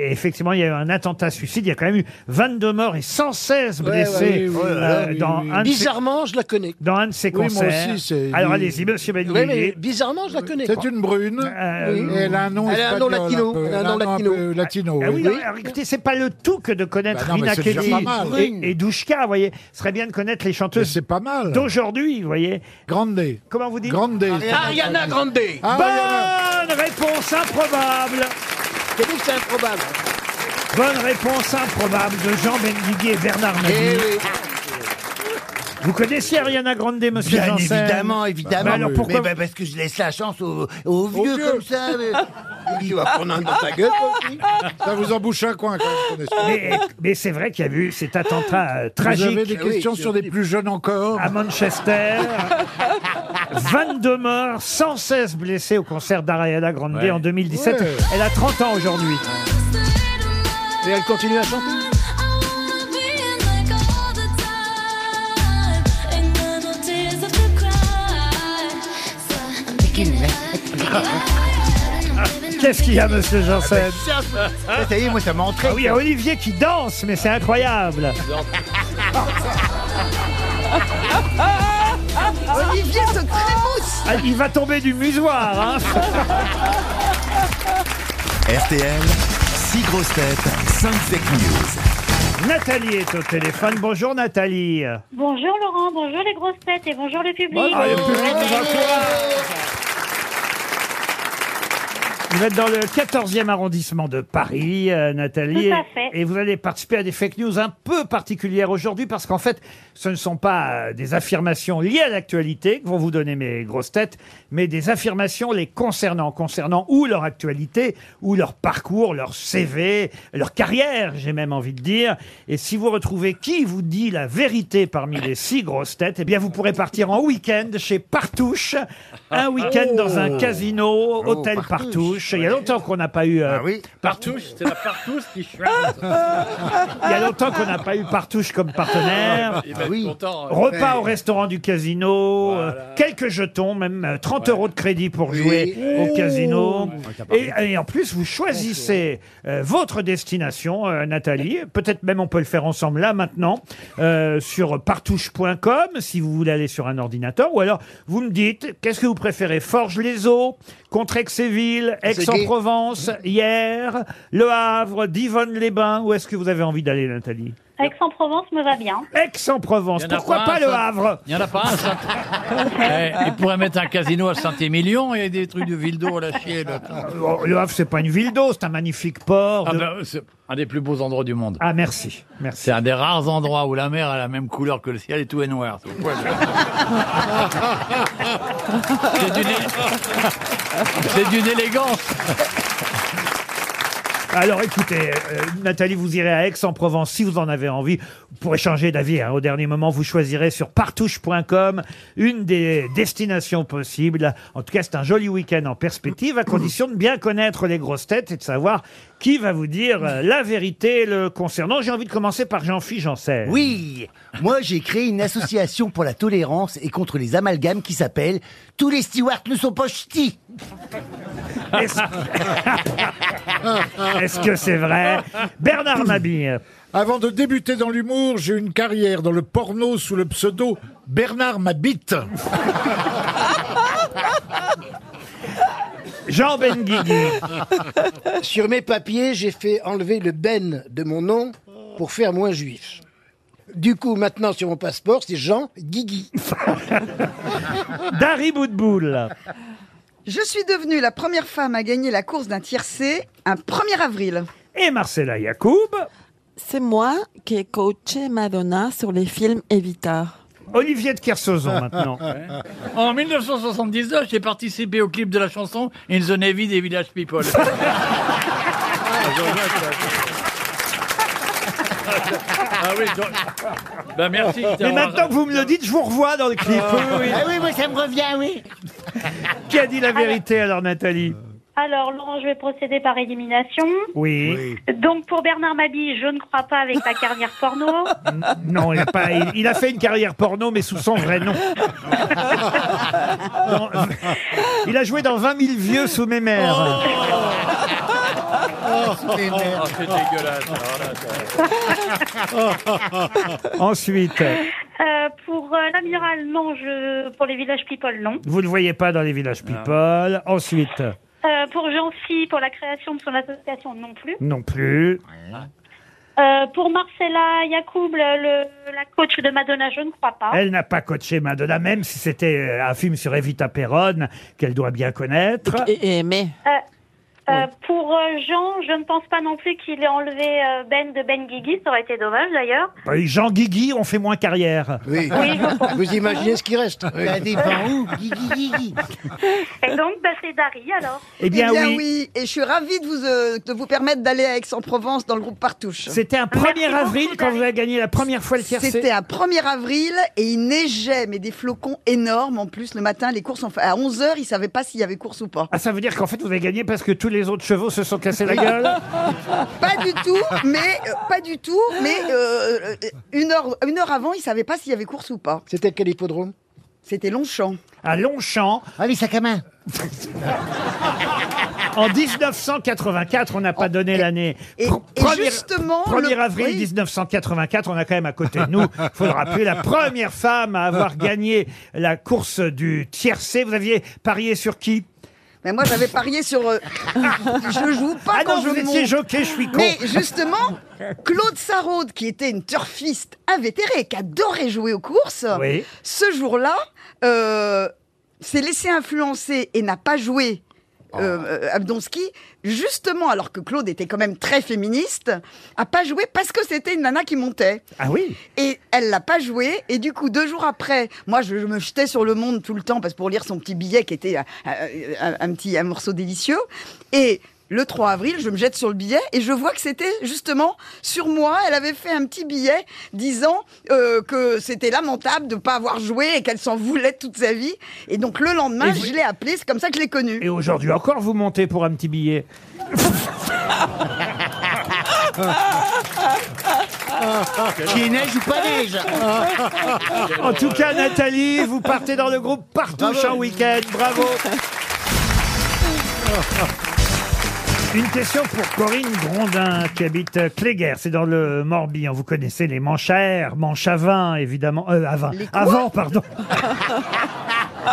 B: et effectivement, il y a eu un attentat suicide. Il y a quand même eu 22 morts et 116
H: Ouais, ouais,
B: blessés
H: ouais,
B: euh,
H: ouais, ouais,
B: dans,
H: oui,
B: un de
H: oui.
B: ses-
H: Bizarrement, je la connais.
B: dans un de ses
H: Oui, moi
B: concerts.
H: aussi, c'est-
B: Alors
H: oui.
B: allez-y, monsieur
H: Oui, mais
B: Benguigui.
H: bizarrement, je la connais.
C: C'est
H: quoi.
C: une brune.
B: Euh,
C: Et elle a un nom
H: Elle a un nom
C: espagnol,
H: latino.
C: peu.
H: Elle a un nom
C: peu
H: latino.
C: latino,
B: Ah oui,
C: oui.
B: non, alors écoutez, c'est pas le tout que de connaître
C: Bah non, mais
B: Rina
C: c'est déjà
B: Ketty
C: pas mal.
B: et, et Douchka, vous voyez. Ce serait bien de connaître les chanteuses. C'est pas mal. D'aujourd'hui, vous voyez. Grande. Comment vous dites Grande. Ah,
H: Ariana Grande.
B: Bonne réponse improbable.
H: C'est dit que c'est improbable.
B: Bonne réponse improbable de Jean Benguigui et Bernard
H: Eh
B: Mabille. Vous connaissiez Ariana Grande, monsieur
F: Bien
B: Janssen
F: évidemment, évidemment.
B: Bah alors pourquoi
F: Mais bah, parce que je laisse la chance aux, aux vieux, comme ça. mais- Il va prendre un dans ta gueule.
C: Ça vous embouche un coin quand même. qu'on est
B: Mais,
C: sûr.
B: mais c'est vrai qu'il y a eu cet attentat euh, tragique.
C: Vous avez
F: Ah
C: des questions sur des plus jeunes encore
B: À Manchester. 22 morts, 116 blessés au concert d'Ariana Grande
H: Ouais.
B: en 2017.
H: Ouais.
B: Elle a 30 ans aujourd'hui.
H: Et elle continue à chanter.
B: Qu'est-ce qu'il y a, monsieur
C: bah,
B: Janssen
F: Ah, ça y est, moi, ça m'a entré.
B: Ah oui, il y a Olivier qui danse, mais c'est incroyable.
E: Olivier se trémousse.
B: Ah, Il va tomber du musoir. hein.
A: RTL, 6 grosses têtes, 5 fake news.
B: Nathalie est au téléphone. Bonjour Nathalie.
O: Bonjour Laurent, bonjour les grosses têtes et bonjour le public.
B: Bonjour le public, Nathalie. Vous êtes dans le 14e arrondissement de Paris, euh, Nathalie.
O: Tout à
B: et-
O: fait.
B: Et vous allez participer à des fake news un peu particulières aujourd'hui parce qu'en fait, ce ne sont pas euh, des affirmations liées à l'actualité que vont vous donner mes grosses têtes, mais des affirmations les concernant, concernant ou leur actualité, ou leur parcours, leur CV, leur carrière, j'ai même envie de dire. Et si vous retrouvez qui vous dit la vérité parmi les six grosses têtes, eh bien vous pourrez partir en week-end chez Partouche, un week-end dans un
N: Oh.
B: casino,
N: Oh, Ah
B: hôtel Partouche. Il y a longtemps qu'on n'a pas eu. euh,
N: Partouche, c'est la partouche qui chante.
B: Il y a longtemps qu'on n'a pas eu Partouche comme partenaire.
N: Ah, Il va être content, hein.
B: Repas
N: Ouais.
B: au restaurant du casino, euh, quelques jetons, même euh, 30 euros de crédit pour jouer au casino. Et, et en plus, vous choisissez euh, votre destination, euh, Nathalie. Peut-être même on peut le faire ensemble là maintenant euh, sur partouche.com si vous voulez aller sur un ordinateur. Ou alors vous me dites qu'est-ce que vous préférez Forge les eaux, Contrexéville, Aix-en-Provence, hier, Le Havre, Divonne-les-Bains. Où est-ce que vous avez envie d'aller, Nathalie
O: Aix-en-Provence me va bien.
B: Aix-en-Provence, pourquoi pas, Le Havre
N: Il n'y en a pas un, Saint- Eh, Il pourrait mettre un casino à Saint-Émilion et des trucs de ville d'eau à la chienne.
B: Oh, Le Havre, c'est pas une ville d'eau, c'est un magnifique port.
N: Ah
B: de-
N: ben, c'est un des plus beaux endroits du monde.
B: Ah, merci. merci.
N: C'est un des rares endroits où la mer a la même couleur que le ciel et tout est noir. C'est ouais, c'est d'une c'est d'une élégance.
B: Alors écoutez, euh, Nathalie, vous irez à Aix-en-Provence si vous en avez envie. Vous pourrez changer d'avis. hein. Au dernier moment, vous choisirez sur partouche.com une des destinations possibles. En tout cas, c'est un joli week-end en perspective, à condition de bien connaître les grosses têtes et de savoir qui va vous dire euh, la vérité le concernant. J'ai envie de commencer par Jean-Philippe Janssen.
F: Oui, moi j'ai créé une association pour la tolérance et contre les amalgames qui s'appelle Tous les stewards ne sont pas ch'tis.
B: Est-ce Est-ce que c'est vrai Bernard Mabille.
C: Avant de débuter dans l'humour, j'ai eu une carrière dans le porno sous le pseudo Bernard Mabite.
B: Jean Benguigui.
H: Sur mes papiers, j'ai fait enlever le Ben de mon nom pour faire moins juif. Du coup, maintenant, sur mon passeport, c'est Jean Guigui.
B: Dari Boudboul.
E: Je suis devenue la première femme à gagner la course d'un tiercé un 1er avril.
B: Et Marcella Yacoub.
G: C'est moi qui ai coaché Madonna sur les films Evita.
B: Olivier de Kersauzon maintenant.
N: En 1979, j'ai participé au clip de la chanson In the Navy des Village
B: Oh,
N: People. Ah oui, donc- bah merci.
B: Mais maintenant que vous me le dites, je vous revois dans le clip. Oui, oui.
L: Ah oui, moi ça me revient, oui.
B: Qui a dit la vérité alors, Nathalie
O: Alors, Laurent, je vais procéder par élimination.
B: Oui.
O: Donc, pour Bernard Mabille, je ne crois pas avec la carrière porno.
B: Non, il a, pas, il, il a fait une carrière porno, mais sous son vrai nom. Non, il a joué dans 20 000 vieux sous mes mères.
N: Oh, c'est dégueulasse. alors là, ça-
B: Ensuite,
O: Euh, pour euh, l'amiral, non. Je... Pour les villages people, non.
B: vous ne voyez pas dans les villages people. Ensuite,
O: Euh, pour Jean-Phi, pour la création de son association, non plus.
B: non plus.
O: Euh, pour Marcella Yacoub, le- le- la coach de Madonna, je ne crois pas.
B: Elle n'a pas coaché Madonna, même si c'était euh, un film sur Evita Perron, qu'elle doit bien connaître.
G: Et aimer.
O: Euh, euh, Pour euh, Jean, je ne pense pas non plus qu'il ait enlevé euh, Ben de Ben Guigui, ça aurait été dommage d'ailleurs.
B: Bah oui, Jean Guigui, on fait moins carrière.
H: Oui. Vous imaginez ce qui reste
B: Ça dépend
H: où.
O: Et donc, bah, c'est Dari alors.
B: Eh bien, oui.
E: Et je suis ravie de vous, euh, de vous permettre d'aller à Aix-en-Provence dans le groupe Partouche.
B: C'était un 1er avril quand vous avez gagné la première fois le tiercé.
E: C'était un 1er avril et il neigeait, mais des flocons énormes en plus le matin. Les courses, ont fait- à 11h, ils ne savaient pas s'il y avait course ou pas.
B: Ah, ça veut dire qu'en fait, vous avez gagné parce que tous les autres chevaux se sont cassés la gueule
E: Pas du tout, mais euh, pas du tout, mais euh, euh, une, heure, une heure avant, ils ne savaient pas s'il y avait course ou pas.
H: C'était quel hippodrome
E: C'était Longchamp.
B: à Longchamp.
L: Ah, les sacs à main.
B: En 1984, on n'a pas donné l'année.
E: Oh, Et,
B: Pr-
E: et
B: premier-
E: justement,
B: 1er
E: le-
B: avril
E: oui.
B: 1984, on a quand même à côté de nous, faut le rappeler, la première femme à avoir gagné la course du tiercé. Vous aviez parié sur qui
E: Mais moi, j'avais parié sur. euh, je joue pas
B: Ah
E: quand
B: non,
E: je
B: vous étiez
E: monte.
B: jockey, je suis con.
E: Mais justement, Claude Sarraud, qui était une turfiste invétérée, qui adorait jouer aux courses,
B: Oui.
E: ce jour-là, euh, s'est laissé influencer et n'a pas joué. euh, euh, Abdonski, justement, alors que Claude était quand même très féministe, a pas joué parce que c'était une nana qui montait.
B: Ah oui
E: Et elle l'a pas joué. Et du coup, deux jours après, moi, je, je me jetais sur le monde tout le temps parce pour lire son petit billet qui était euh, euh, un, un petit un morceau délicieux. Et le 3 avril, je me jette sur le billet et je vois que c'était justement sur moi. Elle avait fait un petit billet disant euh, que c'était lamentable de ne pas avoir joué et qu'elle s'en voulait toute sa vie. Et donc le lendemain,
B: Et vous-
E: je l'ai appelée. C'est comme ça que je l'ai connue.
B: Et aujourd'hui encore, vous montez pour un petit billet.
L: Qui neige ou pas neige
B: En tout cas, Nathalie, vous partez dans le groupe Partouche en week-end. Bravo. Une question pour Corinne Grondin qui habite Cléguer, c'est dans le Morbihan. Vous connaissez les manches à air, manches à vin, évidemment. Euh, à vin. Avant, pardon.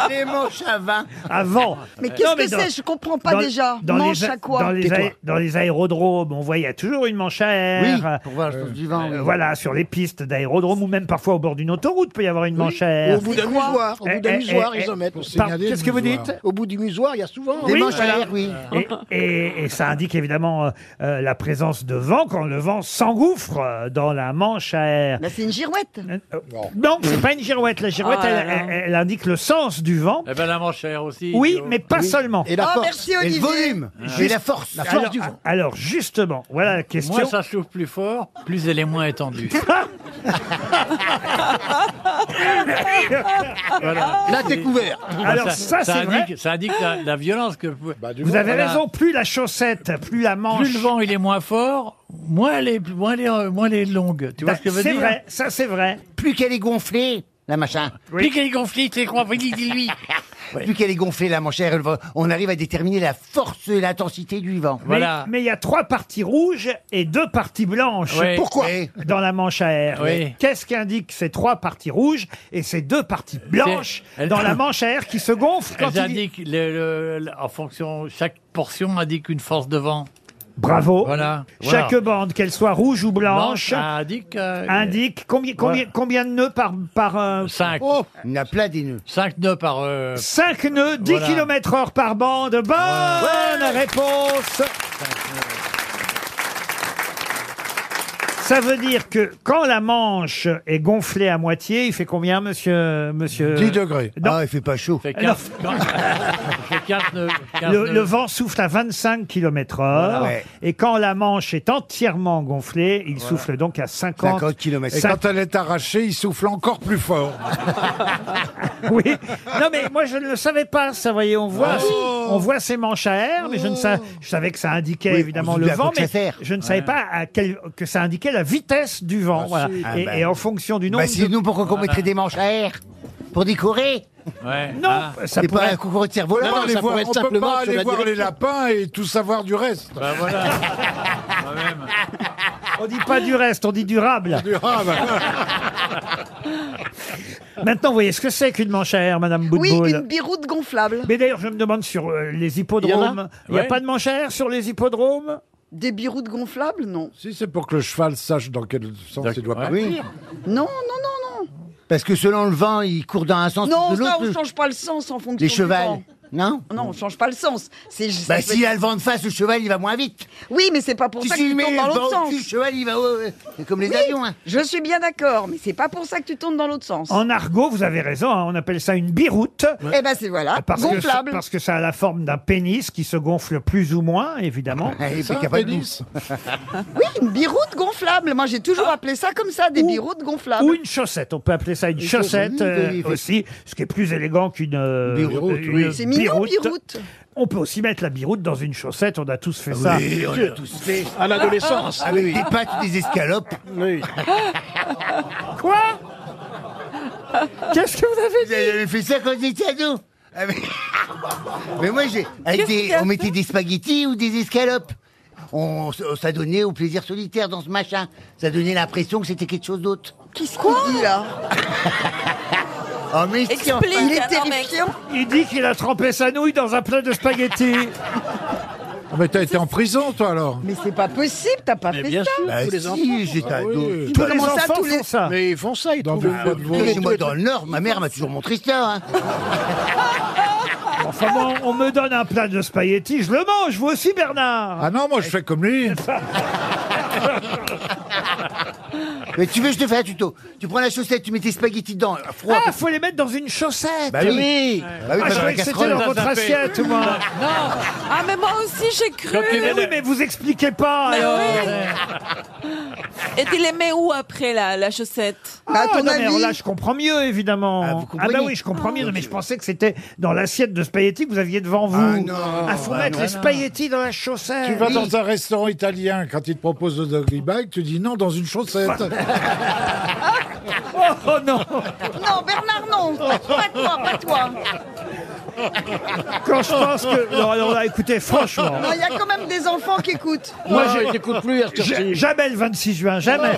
F: Les manches à vin.
B: Avant.
E: Mais qu'est-ce
B: Euh, Non,
E: que
B: dans-
E: c'est Je comprends pas
B: dans-
E: déjà.
B: dans
E: Manche
B: les a-
E: à quoi
B: dans les,
E: Tais-toi.
B: aé- dans les aérodromes, on voit, il y a toujours une manche à air. Euh,
F: Oui, pour voir la source du vent, oui.
B: Voilà, sur les pistes d'aérodrome ou même parfois au bord d'une autoroute, peut y avoir une manche à air.
H: Au bout d'un musoir, au
B: Eh,
H: bout d'un
B: eh,
H: musoir,
B: eh,
H: ils en mettent.
B: Pour Par- signaler le qu'est-ce que vous musoir. dites
H: Au bout du musoir, il y a souvent.
B: Oui, voilà. Et, et- et ça indique évidemment euh, euh, la présence de vent quand le vent s'engouffre euh, dans la manche à air.
E: Bah, c'est une girouette.
B: Euh, Non, c'est pas une girouette. La girouette,
E: Ah là
B: elle,
E: là.
B: elle- elle indique le sens du vent.
D: Euh,
N: Eh ben la manche à air aussi.
B: Oui,
N: Guillaume.
B: mais pas seulement. Ah.
N: Et la Oh, force. merci, Et le Olivier. volume. Et la force. La force
D: Ah,
B: alors, ah,
N: du vent.
B: Alors justement, voilà la question. Ah,
N: Moins ça chauffe plus fort, plus elle est moins étendue. Voilà.
B: Là, t'es couvert. ah, Alors, ça, c'est vrai.
N: indique, Ça indique la, la violence que vous.
B: Vous avez
N: Voilà.
B: raison, plus la chaussette, plus la manche.
N: Plus le vent il est moins fort, moins elle est, moins elle est- moins elle est longue. Tu vois
B: Bah,
N: ce que je veux
B: c'est
N: dire
B: vrai, ça c'est vrai.
F: Plus qu'elle est gonflée, la machin.
N: Plus qu'elle est gonflée, c'est quoi Vas-y, dis-lui.
F: Plus qu'elle est gonflée, la manche à air, elle va- on arrive à déterminer la force et l'intensité du vent.
B: Mais- Mais il y a trois parties rouges et deux parties blanches.
F: Oui. Pourquoi Oui.
B: Dans la manche à air.
N: Oui.
B: Qu'est-ce qu'indiquent ces trois parties rouges et ces deux parties blanches
N: C'est- elles-
B: dans la manche à air qui se gonfle quand
N: Elles
B: il...
N: indiquent le- le- le- en fonction, chaque portion indique une force de vent.
B: Bravo.
N: Voilà.
B: Chaque
N: Voilà.
B: bande, qu'elle soit rouge ou blanche,
N: Blanche, ah, indique, euh,
B: indique combien, combien,
N: Voilà.
B: combien de nœuds par... par euh,
N: Cinq.
B: Oh,
F: Il y en a plein des nœuds.
N: 5 nœuds par. euh,
B: 5 nœuds, 10
N: Voilà.
B: km heure par bande. Bonne réponse Ça veut dire que quand la manche est gonflée à moitié, il fait combien, monsieur, monsieur
C: 10 degrés.
B: Non.
F: Ah, il fait pas chaud.
B: Non.
N: fait 15 nœuds. 15
B: Le,
N: nœuds.
B: le vent souffle à 25 km heure.
F: Voilà. Ouais.
B: Et quand la manche est entièrement gonflée, il souffle donc à 50,
F: 50 kilomètres.
C: Et
B: Cinq-
C: quand elle est arrachée, il souffle encore plus fort.
B: Oui. Non, mais moi, je ne le savais pas, ça, voyez, on voit,
C: Oh.
B: on voit ces manches à air, mais je ne savais, je savais que ça indiquait
F: Oui, on
B: évidemment
F: se dit
B: le
F: à quoi
B: vent,
F: que
B: mais
F: ça sert.
B: je ne savais
F: Ouais.
B: pas à quel, que ça indiquait la vitesse du vent. voilà.
F: si.
B: et,
F: Ah bah.
B: et en fonction du nombre.
F: Bah, sinon, pourquoi qu'on mettrait des manches à air Pour décorer
N: Ouais.
B: Non,
N: Ah.
B: ça
F: C'est
B: pourrait-
F: pas un concours de cerf-volant.
C: on
F: ça pourrait
C: ne
F: être
C: peut
F: simplement
C: pas
F: sur
C: aller
F: la
C: voir les
F: direction.
C: lapins et tout savoir du reste.
N: Bah voilà. Quand même.
B: On dit pas du reste, on dit durable.
H: Ah,
C: Durable.
H: bah.
B: Maintenant, vous voyez ce que c'est qu'une manche à air, Madame
E: Oui,
B: Boutboul
E: une biroute gonflable.
B: Mais d'ailleurs, je me demande sur euh, les hippodromes, il n'y a, pas de manche à air sur les hippodromes
E: Des biroutes gonflables Non.
C: Si c'est pour que le cheval sache dans quel sens il doit partir.
E: Non, non, non, non.
F: Parce que selon le vent, il court dans un sens ou
E: Non,
F: de
E: ça,
F: l'autre.
E: on change pas le sens en fonction
F: Les
E: du
F: chevals.
E: vent.
F: Non
E: Non, on change pas le sens. C'est ça
F: Bah,
E: peut
F: s'il
E: être-
F: a le vent de face, le cheval, il va moins vite.
E: Oui, mais c'est pas pour
F: Si
E: ça que
F: s'il
E: tu
F: met
E: tombes dans
F: le
E: l'autre
F: vent
E: sens.
F: au-dessus, le cheval, il va. bah ouais, ouais. C'est comme les
E: Oui,
F: avions, hein.
E: Je suis bien d'accord, mais c'est pas pour ça que tu tombes dans l'autre sens.
B: En argot, vous avez raison, hein, on appelle ça une biroute.
E: Eh ben c'est voilà,
B: Parce que, ça,
E: gonflable.
B: parce que ça a la forme d'un pénis qui se gonfle plus ou moins, évidemment.
F: Et puis
C: Ça,
F: qu'il y a pas de
C: pénis.
E: Oui, une biroute gonflable. Moi, j'ai toujours appelé ça comme ça, des biroutes gonflables.
B: Ou une chaussette, on peut appeler ça une
F: Une chaussette,
B: chaussette euh,
F: oui, oui, oui.
B: aussi, ce qui est plus élégant qu'une euh,
F: Biroute,
B: une
F: oui.
E: C'est mignon, biroute.
B: On peut aussi mettre la biroute dans une chaussette, on a tous fait ça.
F: Oui, on l'a tous fait.
H: À l'adolescence.
F: Avec Ah des pattes, des escalopes.
H: Oui.
B: Quoi Qu'est-ce que vous avez
F: Vous avez fait ça quand vous étiez ado Ah, Mais mais moi, j'ai. avec des- On mettait des spaghettis ou des escalopes. On, s- ça donnait au plaisir solitaire dans ce machin. Ça donnait l'impression que c'était quelque chose d'autre.
E: Qu'est-ce qu'il dit là
F: Oh, mais si, enfin.
E: Il est terrifiant.
B: Il dit qu'il a trempé sa nouille dans un plat de spaghettis.
C: Ah, Mais t'as été en prison, toi, alors
E: Mais c'est pas possible, t'as pas
N: Mais
E: fait
N: bien
E: ça.
N: sûr.
F: Bah,
H: tous les
F: si,
H: enfants.
F: j'étais
C: Ah
F: ado.
C: oui.
B: Tous les
E: Comment ça,
B: enfants
E: tous les-
B: font ça.
H: Mais ils font ça, ils
C: Dans
H: trouvent
C: vos
H: le-
C: boîtes
H: le-
C: vos-
H: le-
F: Chez moi, dans le Nord, ma mère m'a toujours montré ça. Hein.
B: Enfin bon, on me donne un plat de spaghettis, je le mange, vous aussi Bernard
C: Ah non, moi, je fais comme lui.
F: Mais tu veux, je te fais un tuto. Tu prends la chaussette, tu mets tes spaghettis dedans, à froid.
B: Ah, faut les mettre dans une chaussette
F: Bah oui.
B: Ah,
F: Bah oui, pas
B: je
F: dans la
B: croyais que c'était
F: casserole.
B: dans
N: Ça,
B: votre
N: ça fait-
B: assiette, moi
G: Ah, mais moi aussi, j'ai cru.
N: Quand tu
B: Mais
N: mets
B: Eh oui,
N: le-
B: mais vous expliquez pas
G: Mais
B: alors.
G: Et tu les mets où après, la, la chaussette
B: Ah,
E: À ton
B: non, mais alors
E: avis
B: là, je comprends mieux, évidemment.
F: Ah, vous
B: bah
F: comprenez
B: oui, je comprends mieux. Non, mais je pensais que c'était dans l'assiette de spaghettis que vous aviez devant vous.
C: Ah, non.
B: Ah, faut
C: Ah,
B: mettre les spaghettis dans la chaussette.
C: Tu vas dans un restaurant italien, quand il te propose le doggy bag, tu dis non dans une chaussette.
B: Oh, oh, non
E: Non, Bernard, non. Pas toi, pas toi.
B: Quand je pense que... Non, alors là, écoutez, franchement...
E: Non, il y a quand même des enfants qui écoutent.
H: Moi, je t'écoute plus, Arthur.
B: ja- Jamais le 26 juin, jamais.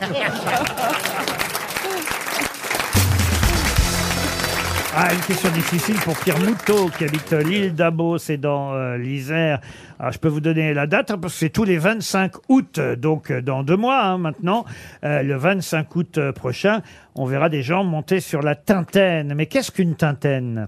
B: Ah, une question difficile pour Pierre Moutot, qui habite euh, l'île d'Abo, c'est dans euh, l'Isère. Alors, je peux vous donner la date, hein, parce que c'est tous les 25 août, euh, donc euh, dans deux mois hein, maintenant. Euh, le 25 août euh, prochain, on verra des gens monter sur la Tintaine. Mais qu'est-ce qu'une Tintaine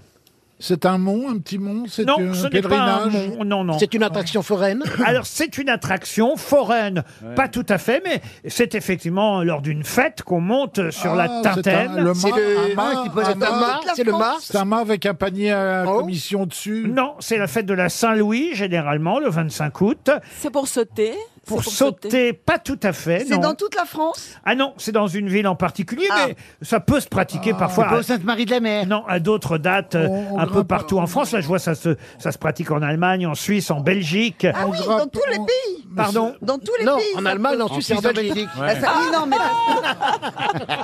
C: C'est un mont, un petit mont c'est
B: Non,
C: un
B: ce n'est pas un
C: pèlerinage
B: mont, non, non.
C: C'est
H: une attraction foraine
B: Alors, c'est une attraction foraine. Pas tout à fait, mais c'est effectivement lors d'une fête qu'on monte sur la
C: Ah, c'est
B: Tintaine.
C: un- le mât, un mât, un mât.
H: c'est le mât.
C: C'est un mât Oh. avec un panier à commission dessus.
B: Non, c'est la fête de la Saint-Louis, généralement, le 25 août.
G: C'est pour sauter
B: Pour, sauter, pas tout à fait.
E: C'est
B: Eh non.
E: dans toute la France
B: Ah non, c'est dans une ville en particulier, mais ça peut se pratiquer
C: Ah.
B: parfois.
F: C'est pas au
B: Sainte-Marie-de-la-Mer. Non, à d'autres
C: Oh,
B: dates, euh, un peu partout en France. Là, je vois, ça se, ça se pratique en Allemagne, en Suisse, en Belgique.
E: Ah oui, dans tous les pays
B: Pardon
E: Dans tous les
B: Non,
E: pays
B: en
E: ça
B: Allemagne,
E: peut-
B: en Suisse et en
E: Ah, ça-
B: Belgique.
E: Ah, ça- oui, non, mais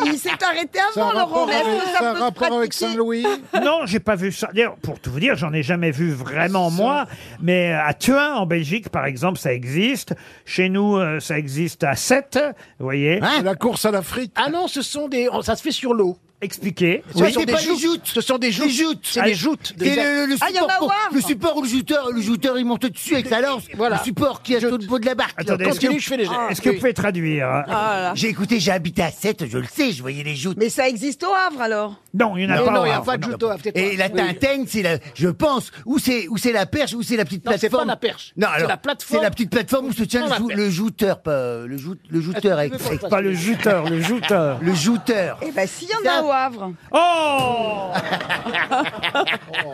E: il s'est arrêté
H: Ah
E: avant, Laurent. Est-ce que ça peut se pratiquer
B: Non, j'ai pas vu ça. D'ailleurs, pour tout vous dire, j'en ai jamais vu vraiment moi. Mais euh, à Thuin, en Belgique, par exemple, ça existe. Chez nous, euh, ça existe à 7, vous voyez. Hein la course à la frite.
H: Ah non, ce sont des. oh, Ça se fait sur l'eau.
B: Expliquez.
H: Ce sont des joutes. Ce sont des joutes. C'est des joutes.
F: Et le, le
H: Ah, il y en a
F: support,
H: au Havre.
F: le support où le jouteur, le jouteur il monte dessus avec sa lance.
H: Voilà.
F: Le support qui a tout le bout de la barque.
B: Attendez, est-ce que- Ah, Est-ce
H: Ah,
B: que vous pouvez traduire
F: Ah,
B: hein
F: J'ai écouté, j'ai habité à 7, je le sais, je voyais les joutes.
E: Mais ça existe au Havre alors
B: Non,
E: il y en a pas au Havre, non.
F: Et la
E: Oui.
F: tintaine, c'est la, je pense, où c'est, où c'est la perche, où c'est la petite
H: Non, c'est
F: plateforme.
H: pas la perche.
F: Non,
H: C'est
F: alors,
H: la plateforme.
F: C'est la petite plateforme où se
H: Non,
F: tient le,
H: la
F: jou-
H: perche.
F: le jouteur, pas, euh, le, jout- le jouteur.
H: Est-ce que tu veux qu'on le fasse
B: Pas le jouteur, le jouteur.
F: Le jouteur.
E: Eh ben, s'il y en a au Havre.
B: Oh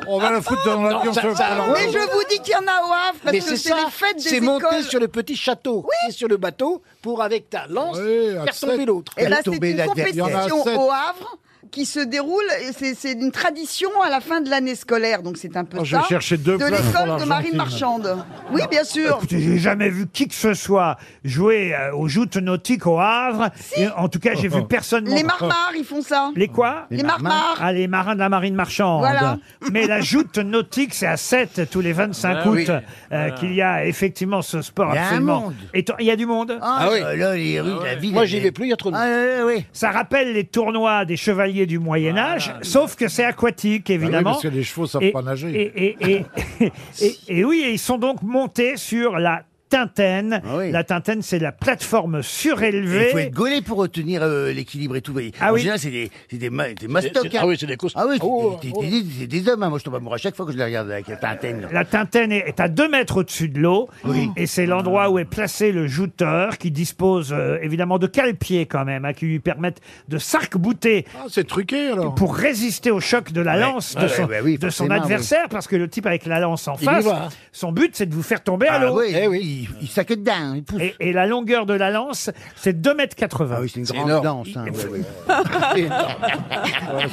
C: On va la foutre
F: Ah,
C: dans l'avion. sur le ballon.
E: Mais je vous dis qu'il y en a au Havre parce
H: Mais
E: que
H: c'est
E: c'est
H: ça,
E: les fêtes des
H: c'est
E: écoles.
H: monter sur le petit château, et sur le bateau, pour avec ta lance
C: à
H: faire
C: sept.
H: tomber l'autre.
E: Et là, Eh ben, c'est
F: tomber
E: une
F: la dernière. Il y en a
E: compétition
F: sept.
E: au Havre qui se déroule, et c'est c'est une tradition à la fin de l'année scolaire, donc c'est un peu
B: Oh, je
E: ça,
B: vais chercher
E: de
B: deux places pour
E: l'école de Marine
B: l'Argentine.
E: Marchande. Oui, bien sûr.
B: Écoutez, j'ai jamais vu qui que ce soit jouer euh, aux joutes nautiques au Havre. Et en tout cas, j'ai vu personne.
E: Les
B: mon-
E: marmars, ils font ça.
B: Les quoi
E: Les Les marmars. marmars.
B: Ah, les marins de la marine marchande.
E: Voilà.
B: Mais la joute nautique, c'est à 7 tous les 25
F: Ah
B: août
F: oui.
B: euh,
F: Voilà.
B: qu'il y a effectivement ce sport
F: Il y a un
B: absolument.
F: monde.
B: éto- Il y a du monde.
F: Ah, oui. là, les rues de la ville. Ah,
B: Moi,
F: j'y vais plus,
H: il y a trop
F: de monde.
B: Ça rappelle les tournois des chevaliers du Moyen Âge, sauf que c'est aquatique,
F: Ah
B: évidemment.
C: parce que les chevaux savent
B: Et-
C: pas nager.
B: Et, et- et- et- et oui, et ils sont donc montés sur la Tintaine. La Tintaine, c'est la plateforme surélevée.
F: Ah Il faut être gaulé pour retenir euh, l'équilibre et tout. voyez.
B: Ah
F: en
B: oui.
F: général, c'est des, c'est des, ma- des mastocs.
B: c'est- ah oui, c'est des costauds.
F: Ah oui, c'est
B: Oh,
F: des,
B: oh.
F: des- des- des- des hommes. hein. Moi, je tombe amoureux à chaque fois que je les regarde avec la tintaine.
B: La Tintaine est à 2 mètres au-dessus de l'eau. Et c'est l'endroit où est placé le jouteur qui dispose euh, évidemment de cale-pieds quand même, hein, qui lui permettent de s'arc-bouter.
C: Ah, c'est truqué alors.
B: Pour résister au choc de la
C: Ouais.
B: lance de
C: Ouais,
B: son,
C: ouais, ouais, oui,
B: de son
C: forcément,
B: adversaire, parce que le type avec la lance en
C: Il y
B: face,
C: va.
B: son but c'est de vous faire tomber à
F: Ah
B: l'eau.
F: oui, oui, il, il sac dedans, il pousse.
B: Et, et la longueur de la lance, c'est 2,80 mètres. Ah oui,
F: c'est une grande danse. hein, ouais, ouais.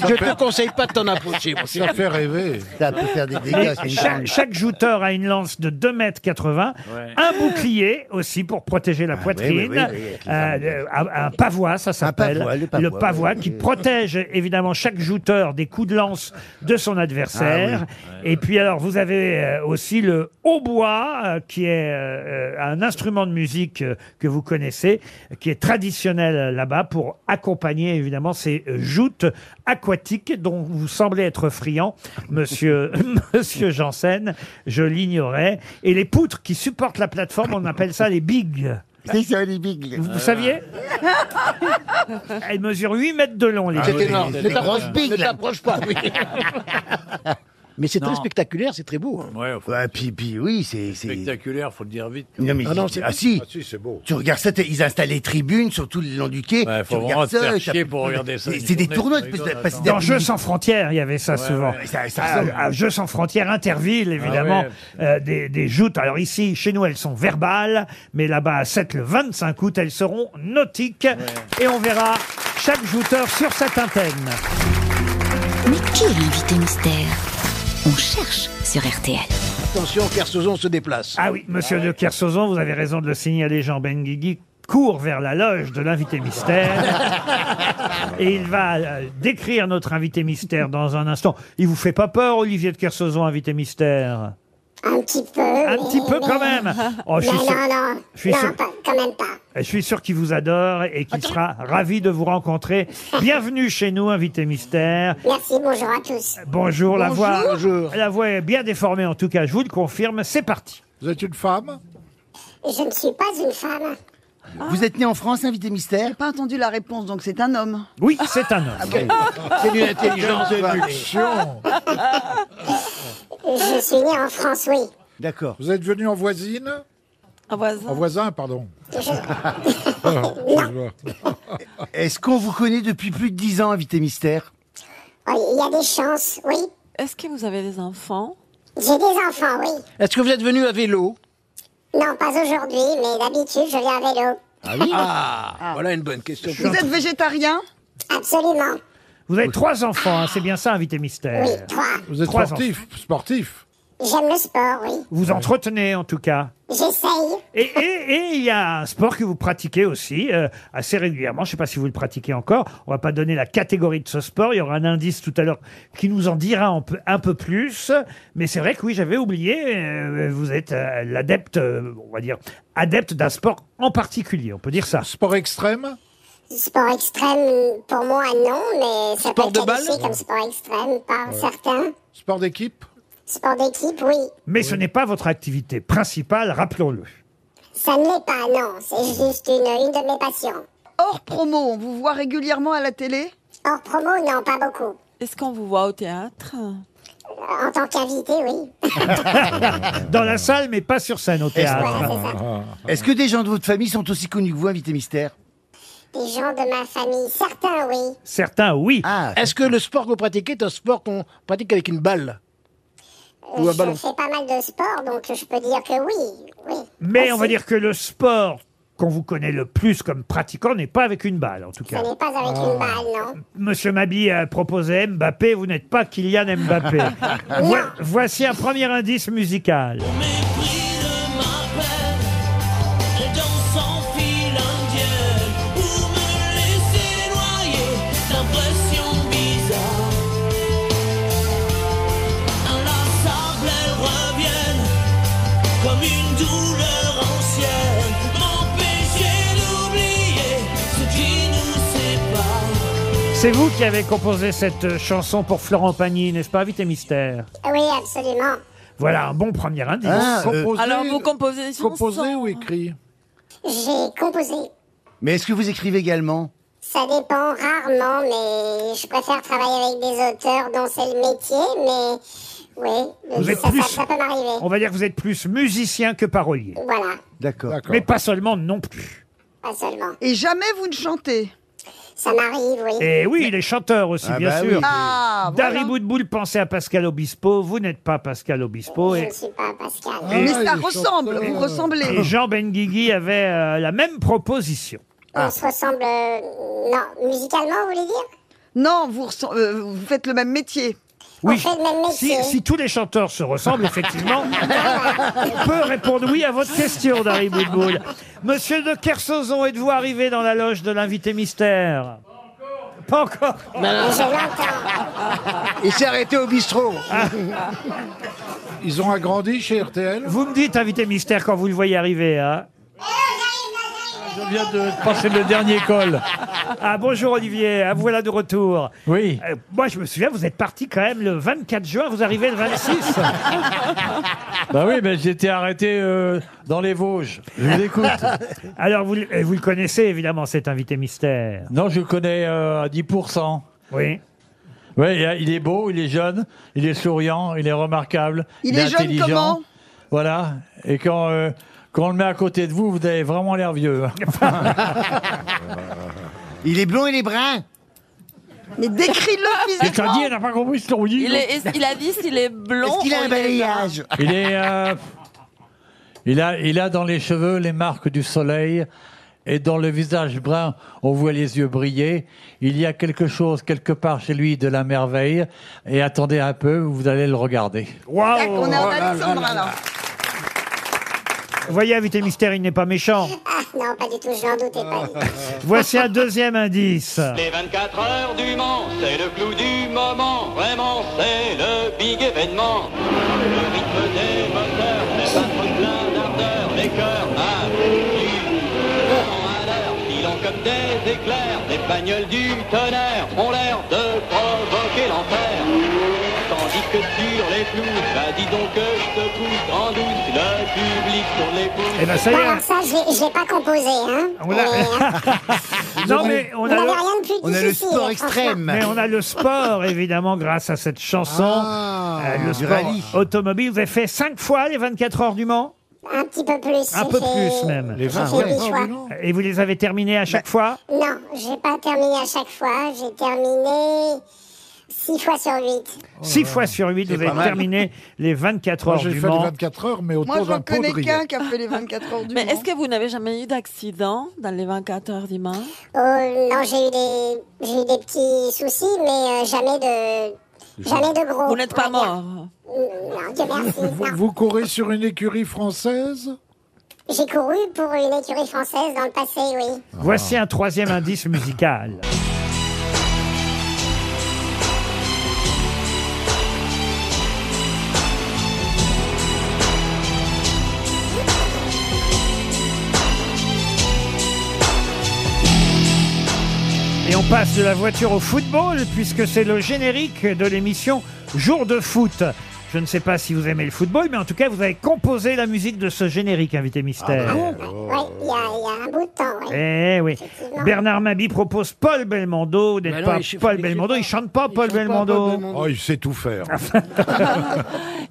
H: Je te conseille pas de t'en approcher. mon cher.
C: rêver.
F: Ça peut faire des
B: Mais
F: dégâts. c'est une
B: chaque,
F: dingue.
B: chaque jouteur a une lance de 2 mètres 80,
F: Ouais.
B: un bouclier aussi pour protéger la poitrine,
F: Ah, oui, oui, oui, avec les
B: euh, euh, un, un pavois, ça s'appelle,
F: pavois, le pavois,
B: le pavois
F: oui,
B: qui
F: oui.
B: protège évidemment chaque jouteur des coups de lance de son
F: Ah
B: adversaire. Et puis alors vous avez euh, aussi le hautbois euh, qui est euh, euh, un instrument de musique euh, que vous connaissez, qui est traditionnel euh, là-bas pour accompagner évidemment ces euh, joutes aquatiques dont vous semblez être friand, monsieur, monsieur Janssen, je l'ignorais. Et les poutres qui supportent la plateforme, on appelle ça les bigs.
F: C'est ça, les bigs.
B: Vous, vous saviez Elles mesurent 8 mètres de long, les
H: C'est
B: bigs.
H: énorme. Ne t'approche- ne t'approche pas. oui. Mais c'est
N: Non.
H: très spectaculaire, c'est très beau. hein.
N: Ouais,
F: Ouais, puis, puis oui, c'est. c'est-
N: spectaculaire, faut le dire vite.
F: Non, mais
N: Ah non,
F: c'est-
N: c'est-
F: ah, si.
N: Ah, si, c'est beau.
F: Tu regardes ça, t'es- ils installent les tribunes sur tout le long du
N: faut
F: quai. tu regardes
N: vraiment te
F: ça,
N: faire
F: ça-
N: chier pour regarder ça
F: C'est
N: une
F: c'est des
N: journée,
F: tournois
N: tu
F: de
N: rigoles,
F: parce-
B: Dans Jeux sans frontières, il y avait ça
F: Ouais,
B: souvent.
F: ouais, ça- ça
B: Ah,
F: ressemble.
B: à Jeux sans frontières, Interville, évidemment, euh, des, des joutes. Alors ici, chez nous, elles sont verbales, mais là-bas, à 7, le 25 août, elles seront nautiques. Et on verra chaque jouteur sur sa antenne.
I: Mais qui est l'invité mystère On cherche sur RTL.
H: Attention, Kersozon se déplace.
B: Ah oui, monsieur de Kersauzon, vous avez raison de le signaler, Jean Benguigui court vers la loge de l'invité mystère. Et il va euh, décrire notre invité mystère dans un instant. Il vous fait pas peur, Olivier de Kersauzon, invité mystère
P: Un petit peu. Un
B: petit peu quand même. Oh, je suis
P: Euh, non,
B: sûr-
P: non, non.
B: je suis
P: non,
B: sûr-
P: pas- quand même pas.
B: Et Je suis sûr qu'il vous adore et qu'il sera ravi de vous rencontrer. Bienvenue chez nous, invité mystère.
P: Merci, bonjour à tous.
B: Bonjour, la voix. La voix est bien déformée en tout cas, je vous le confirme. C'est parti. Vous êtes une femme
P: Je ne suis pas une femme.
E: Vous êtes né en France, invité mystère J'ai pas entendu la réponse, donc c'est un homme.
B: Oui, c'est un homme.
F: Ah
P: C'est d'une intelligence
C: Ah,
E: de
Q: Séduction.
P: Je suis née en France, oui.
Q: D'accord. Vous êtes venu en voisine
G: En voisin.
Q: En voisin, pardon.
F: Est-ce qu'on vous connaît depuis plus de 10 ans, invité mystère Ah,
P: Oui, Il y a des chances, oui.
G: Est-ce que vous avez des enfants
P: J'ai des enfants, oui.
C: Est-ce que vous êtes venu à vélo
P: Non, pas aujourd'hui, mais d'habitude, je viens à vélo.
C: Ah, voilà une bonne question.
E: Vous êtes végétarien
P: Absolument.
B: Vous avez trois enfants, hein, c'est bien ça, invité mystère.
P: Oui, trois.
Q: Vous êtes
B: Trois
Q: sportif, sportif.
P: J'aime le sport, oui.
B: Vous entretenez en tout cas.
P: J'essaye.
B: Et, et- et il y a un sport que vous pratiquez aussi euh, assez régulièrement. Je ne sais pas si vous le pratiquez encore. On va pas donner la catégorie de ce sport. Il y aura un indice tout à l'heure qui nous en dira un peu, un peu plus. Mais c'est vrai que oui, j'avais oublié. euh, vous êtes euh, l'adepte, euh, on va dire, adepte d'un sport en particulier. On peut dire ça. Sport extrême.
P: Sport extrême, pour moi, non, mais ça
B: Sport
P: peut
B: de
P: être qualifié
B: balle
P: comme sport extrême par
B: Ouais.
P: certains.
Q: Sport d'équipe
P: Sport d'équipe, oui.
B: Mais ce n'est pas votre activité principale, rappelons-le.
P: Ça ne l'est pas, non. C'est juste une, une de mes passions.
E: Hors promo, on vous voit régulièrement à la télé
P: Hors promo, non, pas beaucoup. Euh,
G: Est-ce qu'on vous voit au théâtre
P: En tant qu'invité, oui.
B: Dans la salle, mais pas sur scène au
F: théâtre. Est-ce que des gens de votre famille sont aussi connus que vous, invité mystère
P: Des gens de ma famille, certains, oui.
B: Certains, oui.
F: Ah,
C: Est-ce que le sport que vous pratiquez est un sport qu'on pratique avec une balle Ou un
P: Euh, Je
C: ballon
P: fais pas mal de sport, donc je peux dire que oui. oui.
B: Mais on va dire que le sport qu'on vous connaît le plus comme pratiquant n'est pas avec une balle, en tout
P: Ce
B: cas.
P: n'est pas avec
B: Ah.
P: une balle, non.
B: Monsieur Mabi a proposé Mbappé, vous n'êtes pas Kylian Mbappé. Vo- voici un premier indice musical.
R: Les dents s'enfilent indiennes pour me laisser noyer d'impressions bizarres. Inlassable, elles reviennent comme une douleur ancienne. M'empêcher d'oublier ce qui nous sépare.
B: C'est vous qui avez composé cette chanson pour Florent Pagny, n'est-ce pas, Vite et Mystère
P: Oui, absolument.
B: Voilà un bon premier indice.
G: Alors vous composez des chansons
Q: Composé ou écrit
P: J'ai composé.
F: Mais est-ce que vous écrivez également
P: Ça dépend rarement, mais je préfère travailler avec des auteurs dont c'est le métier, mais oui,
B: Vous
P: ça,
B: êtes
P: ça-
B: plus-
P: ça peut m'arriver.
B: On va dire que vous êtes plus musicien que parolier.
P: Voilà,
F: D'accord.
B: Mais pas seulement non plus.
P: pas seulement.
E: Et jamais vous ne chantez
P: Ça m'arrive, oui.
B: Et Eh oui, il est chanteur aussi,
P: Oh, Ah
B: bien
P: bah
B: sûr.
P: oui. Ah,
B: Dari
P: voilà.
B: Boudboul, pensez à Pascal Obispo. Vous n'êtes pas Pascal Obispo.
P: Je
B: et-
P: ne suis pas Pascal.
E: Mais
B: Ah,
E: ça ressemble, vous ressemblez.
B: Et Jean Benguigui avait euh, la même proposition. Ah.
P: On se ressemble... euh, non, musicalement, vous voulez dire
E: Non, vous, ressem- euh, vous faites le même métier.
B: Oui,
P: fait le même
B: si,
P: métier.
B: si tous les chanteurs se ressemblent, effectivement, on peut répondre oui à votre question, Dari Boudboul. Monsieur de Kersozon, êtes-vous arrivé dans la loge de l'invité mystère Pas encore.
C: Il s'est arrêté au bistrot.
B: Ils ont agrandi chez RTL Vous me dites invité mystère quand vous le voyez arriver, hein je viens de passer le dernier col. Ah bonjour Olivier, ah, vous voilà de retour. Oui. moi je me souviens, vous êtes parti quand même le 24 juin, vous arrivez le 26.
D: Bah oui, mais j'étais arrêté euh, dans les Vosges. Je vous écoute.
B: Alors, vous, le- euh, vous le connaissez évidemment, cet invité mystère.
D: Non, je le connais euh, à 10%.
B: Oui.
D: Oui, il a- il est beau, il est jeune, il est souriant, il est remarquable.
E: Il est jeune
D: intelligent.
E: comment
D: Voilà. Et quand, euh, quand on le met à côté de vous, vous avez vraiment l'air vieux. hein.
F: il est blond, il est brun.
E: Mais décris-le
D: C'est
E: physiquement.
D: t'as dit, elle n'a pas compris ce qu'on dit.
G: il, est- est- il a dit s'il est blond.
F: Est-ce qu'il a
G: ou
F: un
G: il est brun.
F: balayage
D: Il est. euh, il, a, il a dans les cheveux les marques du soleil et dans le visage brun, on voit les yeux briller. Il y a quelque chose quelque part chez lui de la merveille. Et attendez
B: Ah,
D: un peu, vous allez le regarder.
B: Waouh
E: On est en Alexandre là.
B: Vous voyez, invité mystère, il n'est pas méchant.
P: Ah non, pas du tout, je n'en doutais pas.
B: Ah. Voici un Eh deuxième indice.
R: Les 24 heures du Mans, c'est le clou du moment. Vraiment, c'est le big événement. Le rythme des moteurs fait battre plein d'ardeur. Les cœurs à mille cent à l'heure, filant comme des éclairs. Les bagnoles du tonnerre ont l'air de provoquer l'enfer. Tandis que sur les clous, bah dis donc que je te pousse en douce. Le public sur les pouces.
B: Eh ben, ça y est. Ah,
P: Alors ça, je l'ai- je l'ai pas composé, hein.
B: On l'a- non, mais on a,
P: n'avez
B: le-
P: rien de plus
S: on a le
P: difficile, hein,
S: sport
P: franchement.
S: extrême.
B: Mais on a le sport, évidemment, grâce à cette chanson. Euh, le
S: Ah, du
B: sport
S: rallye.
B: automobile. Vous avez fait cinq fois les 24 heures du Mans
P: Un petit peu plus.
B: Un
P: j'ai
B: peu
P: fait-
B: plus, même.
P: j'ai fait dix fois. Bah.
B: Et vous les avez terminées à chaque fois
P: Non, j'ai pas terminé à chaque fois. J'ai terminé 6 fois sur 8.
C: Oh
B: Six fois sur huit, vous
C: pas
B: avez
C: mal.
B: terminé les 24
C: Moi,
B: heures
C: j'ai
B: du
C: fait les
B: Mans.
C: 24 heures, mais autour
G: Moi, j'en
C: d'un pot de
G: connais
C: riz.
G: qu'un.
E: Qui a fait les 24 heures du
G: Mais
E: Mans.
G: est-ce que vous n'avez jamais eu d'accident dans les 24 heures du Mans
P: Oh non, j'ai eu des, j'ai eu des petits soucis, mais euh, jamais de, jamais de gros. Mm,
G: Vous n'êtes pas mort.
P: Non, Dieu merci.
C: Vous,
P: non.
C: vous courez sur une écurie française
P: J'ai couru pour une écurie française dans le passé, oui.
B: Ah. Voici un troisième indice musical. Et on passe de la voiture au football, puisque c'est le générique de l'émission Jour de foot. Je ne sais pas si vous aimez le football, mais en tout cas, vous avez composé la musique de ce générique, invité mystère.
P: Ah, bah Oui, il y, a- il y a un bout de temps, oui.
B: Eh oui. Bernard Mabi propose Paul Belmondo. Vous n'êtes
P: Bah non,
B: pas
P: il chante-
B: Paul
P: il
B: Belmondo. Il chante pas Paul Belmondo.
C: Oh, il sait tout faire.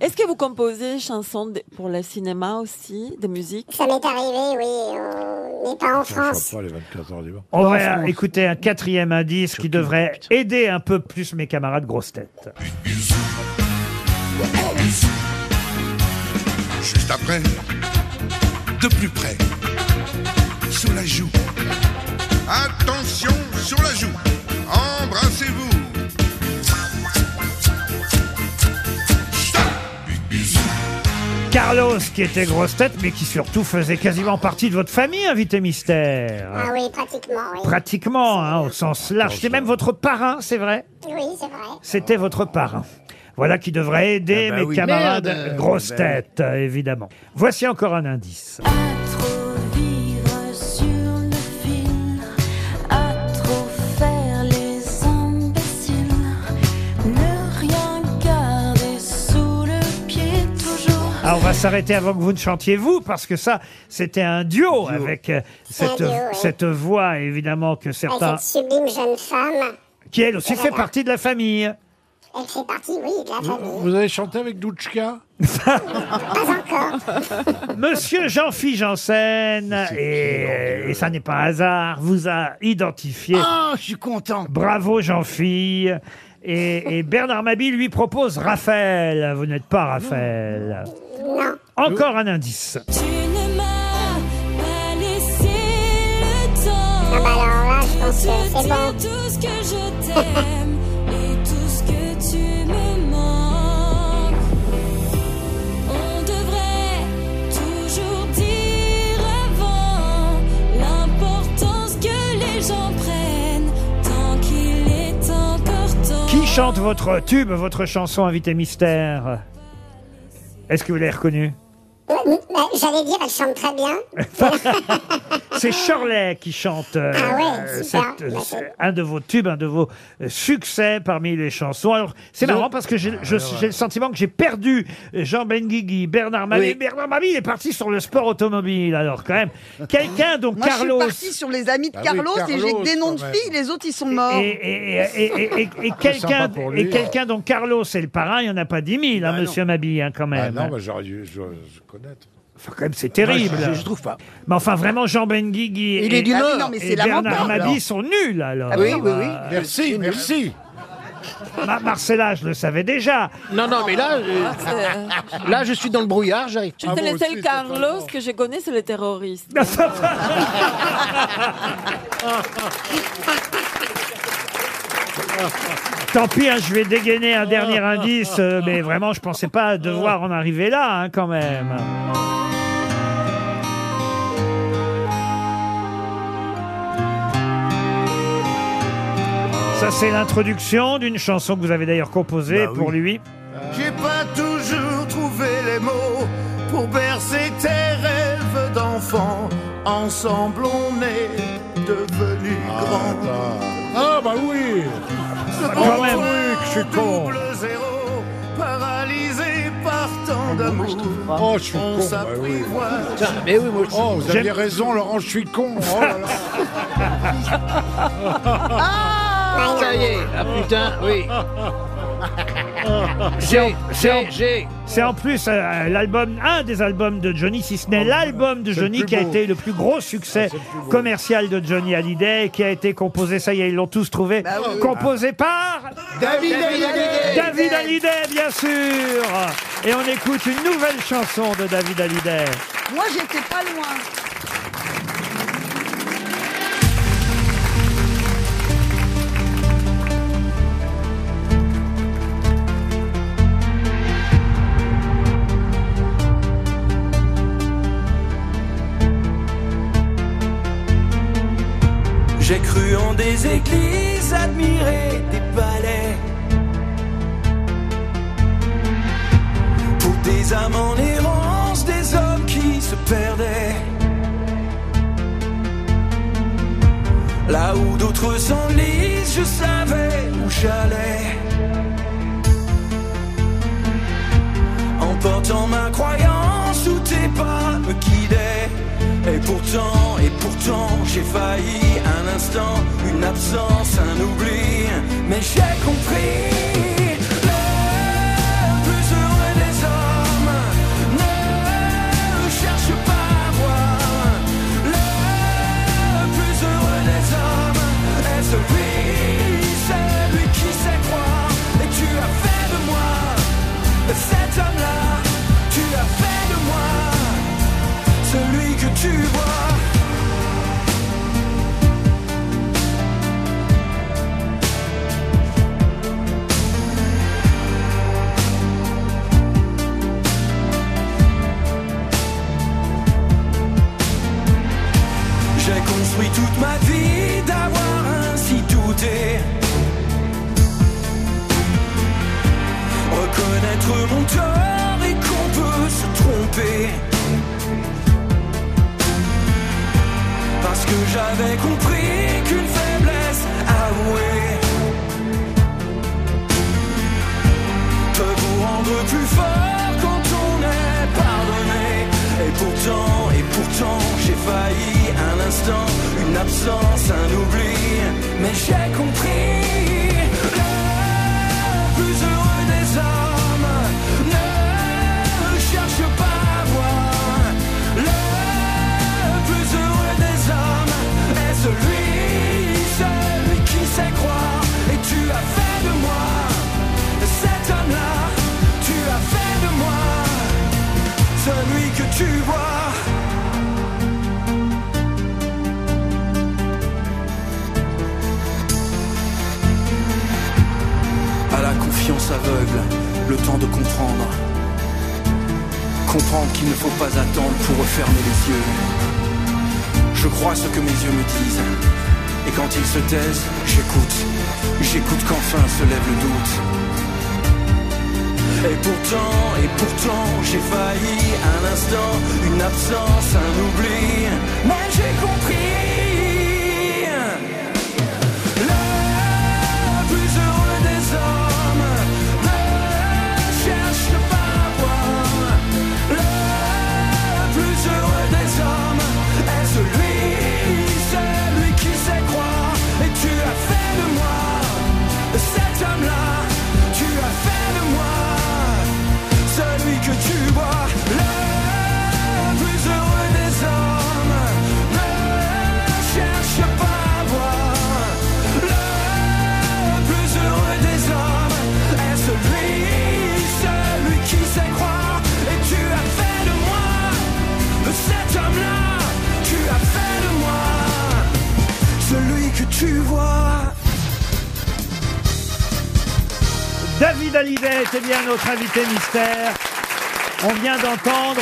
G: Est-ce que vous composez chansons de- pour le cinéma aussi, de musique
P: Ça m'est arrivé, oui, euh, mais pas en France.
C: Ah, les 24 heures du Mans.
B: On va écouter un quatrième indice qui devrait aider un peu plus mes camarades grosses têtes.
T: Juste après, de plus près, sur la joue. Attention sur la joue. Embrassez-vous.
B: Carlos, qui était grosse tête, mais qui surtout faisait quasiment partie de votre famille, invité mystère.
P: Ah oui, pratiquement, oui.
B: Pratiquement, hein, au sens large. C'était même votre parrain, c'est vrai
P: Oui, c'est vrai.
B: C'était votre parrain. Voilà qui devrait aider
R: Ah bah
B: mes
R: oui.
B: camarades
R: Merde.
B: grosses
R: Bah oui.
B: têtes, euh, évidemment. Voici encore un indice.
R: Vivre sur le fil, à trop faire les imbéciles, ne rien garder sous le pied toujours.
B: Alors, Ah, on va s'arrêter avant que vous ne chantiez vous, parce que ça, c'était un duo, avec euh,
P: un
B: cette,
P: duo, ouais.
B: cette voix, évidemment, que certains...
P: Avec cette sublime jeune femme,
B: Qui, elle aussi, fait
P: Voilà.
B: partie de la famille.
P: elle fait partie, oui,
B: Mm.
P: de la famille.
C: Vous avez chanté avec Douchka
B: Monsieur Jean-Philippe Janssen, et, et ça n'est pas un hasard, vous a identifié.
S: Oh, je suis content.
B: Bravo Jean-Philippe. Et, et Bernard Mabille lui propose Raphaël. Vous n'êtes pas Raphaël. Encore un indice.
R: Tu ne m'as pas laissé le temps. Ah
P: bah alors là, je pense que c'est bon.
R: tout ce que je t'aime et tout ce que tu me manques. On devrait toujours dire avant l'importance que les gens prennent tant qu'il est encore temps.
B: Qui chante votre tube, votre chanson Invité Mystère Est-ce que vous l'avez reconnu
P: Ouais, bah, J'allais dire, elle chante très bien.
B: C'est Shirley qui chante euh,
P: Ah ouais,
B: euh,
P: super.
B: cette,
E: Bah,
B: euh, c'est un de vos tubes, un de vos euh, succès parmi les chansons. Alors, c'est marrant parce que j'ai
C: Ah,
B: je- j'ai le sentiment que j'ai perdu euh, Jean Benguigui, Bernard Mabille.
E: Oui.
B: Bernard Mabille est parti sur le sport automobile. Alors, quand même, quelqu'un, donc
E: Moi,
B: Carlos.
E: je suis partie sur les amis de
B: Bah oui,
E: Carlos, et
B: Carlos,
E: j'ai des noms de
B: quand même.
E: filles, les autres, ils sont morts.
B: Et, et- et- et- et- et quelqu'un
C: sympa pour lui.
B: et quelqu'un dont Carlos est le parrain, il n'y en a pas 10 000, hein, monsieur Mabille, hein, quand
C: Ah
B: même.
C: non, bah, j'aurais dû je, je connaître.
B: Enfin, quand même, c'est terrible.
C: Moi, je- je- je trouve pas.
B: Mais enfin, vraiment, Jean Benguigui
C: Il
B: et,
C: est du
B: et
C: Nord. Ah oui, non, mais c'est
B: Bernard
C: lamentable, alors.
B: Mabille sont nuls, alors.
C: Ah oui, oui, oui.
B: Euh,
C: Merci, merci.
B: Ma- Marcella, je le savais déjà.
U: Non, non, mais là,
G: Ah, c'est-
U: je, là, je suis dans le brouillard, j'arrive. Ah
G: Je sais, le seul Carlos que je connais, c'est le terroriste.
U: Ah.
R: Ah,
B: Tant pis, hein, je vais dégainer un dernier indice, euh, mais vraiment, je pensais pas devoir en arriver là, hein, quand même. Ça, c'est l'introduction d'une chanson que vous avez d'ailleurs composée
R: Bah oui.
B: pour lui.
R: J'ai pas toujours trouvé les mots pour bercer tes rêves d'enfant. Ensemble, on est devenus grands. Ah, bah oui! Ce
C: Ah,
R: bon
C: quand même.
R: truc,
C: je suis con.
R: double zéro, paralysé par tant d'amour.
C: Oh, je suis
R: on
C: con. bah oui.
R: s'apprivoise.
C: mais oui, moi Oh, vous aviez
R: J'aime-
C: raison, Laurent, je suis con. Oh là là.
R: Ah,
H: Ça y est, ah putain, oui.
B: C'est en- c'est en-
H: j'ai.
B: c'est en plus euh, l'album, un des albums de Johnny, si ce n'est l'album de
N: c'est le
B: Johnny
N: plus
B: qui a
N: beau.
B: été le plus gros succès commercial de Johnny Hallyday, qui a été composé, ça y est, ils l'ont tous trouvé,
R: oui.
B: composé par
R: David Hallyday.
B: David Hallyday, bien sûr. Et on écoute une nouvelle chanson de David Hallyday.
E: Moi, j'étais pas loin.
R: J'ai cru en des églises, admiré des palais. Pour des âmes en errance, des hommes qui se perdaient. Là où d'autres s'enlisent, je savais où j'allais. En portant ma croyance où tes pas me guidaient. Et pourtant, et pourtant, j'ai failli un instant, une absence, un oubli. Mais j'ai compris. Le plus heureux des hommes ne cherche pas à voir. Le plus heureux des hommes est celui, celui qui sait croire. Et tu as fait de moi, de cet homme-là, tu as fait de moi celui que tu vois. J'ai construit toute ma vie d'avoir ainsi douté. Reconnaître mon tort et qu'on peut se tromper. Parce que j'avais compris qu'une faiblesse avouée peut vous rendre plus fort quand on est pardonné. Et pourtant, et pourtant, j'ai failli un instant, une absence, un oubli. Mais j'ai compris. Le plus heureux des hommes ne cherche pas à voir. Le plus heureux des hommes est celui, celui qui sait croire. Et tu as fait de moi cet homme-là, tu as fait de moi celui que tu vois. À la confiance aveugle, le temps de comprendre. Comprendre qu'il ne faut pas attendre pour refermer les yeux. Je crois ce que mes yeux me disent. Et quand ils se taisent, j'écoute. J'écoute qu'enfin se lève le doute. Et pourtant, et pourtant, j'ai failli un instant, une absence, un oubli. Mais j'ai compris. Le plus heureux des hommes ne cherche pas à voir. Le plus heureux des hommes est celui, celui qui sait croire. Et tu as fait de moi cet homme-là. Tu as fait de moi celui que tu vois. Le plus heureux des hommes ne cherche pas à voir. Le plus heureux des hommes est celui, celui qui sait croire. Et tu as fait de moi cet homme-là. Tu as fait de moi celui que tu vois.
B: David Hallyday était bien notre invité mystère. On vient d'entendre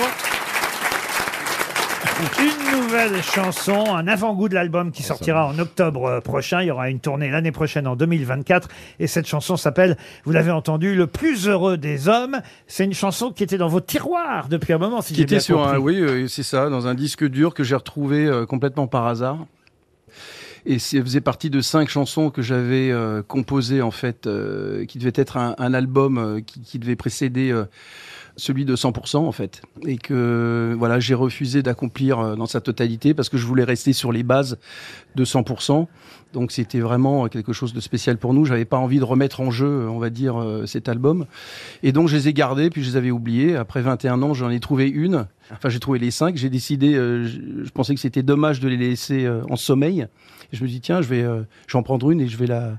B: Une nouvelle chanson, un avant-goût de l'album
V: Ah,
B: qui sortira en octobre euh, prochain. Il y aura une tournée l'année prochaine en 2024. Et cette chanson s'appelle, vous l'avez entendu, Le plus heureux des hommes. C'est une chanson qui était dans vos tiroirs depuis un moment, si
V: qui
B: j'ai
V: était
B: bien
V: sur un,
B: compris.
V: oui, euh, c'est ça, dans un disque dur que j'ai retrouvé euh, complètement par hasard. Et ça faisait partie de cinq chansons que j'avais euh, composées, en fait, euh, qui devait être un, un album euh, qui, qui devait précéder euh, celui de 100%, en fait. Et que, voilà, j'ai refusé d'accomplir euh, dans sa totalité parce que je voulais rester sur les bases de 100%. Donc c'était vraiment quelque chose de spécial pour nous. J'avais pas envie de remettre en jeu, on va dire, euh, cet album. Et donc je les ai gardés, puis je les avais oubliés. Après 21 ans, j'en ai trouvé une. Enfin, j'ai trouvé les cinq. J'ai décidé, euh, je, je pensais que c'était dommage de les laisser euh, en sommeil. Et je me dis tiens, je vais, euh, je vais en prendre une et je vais la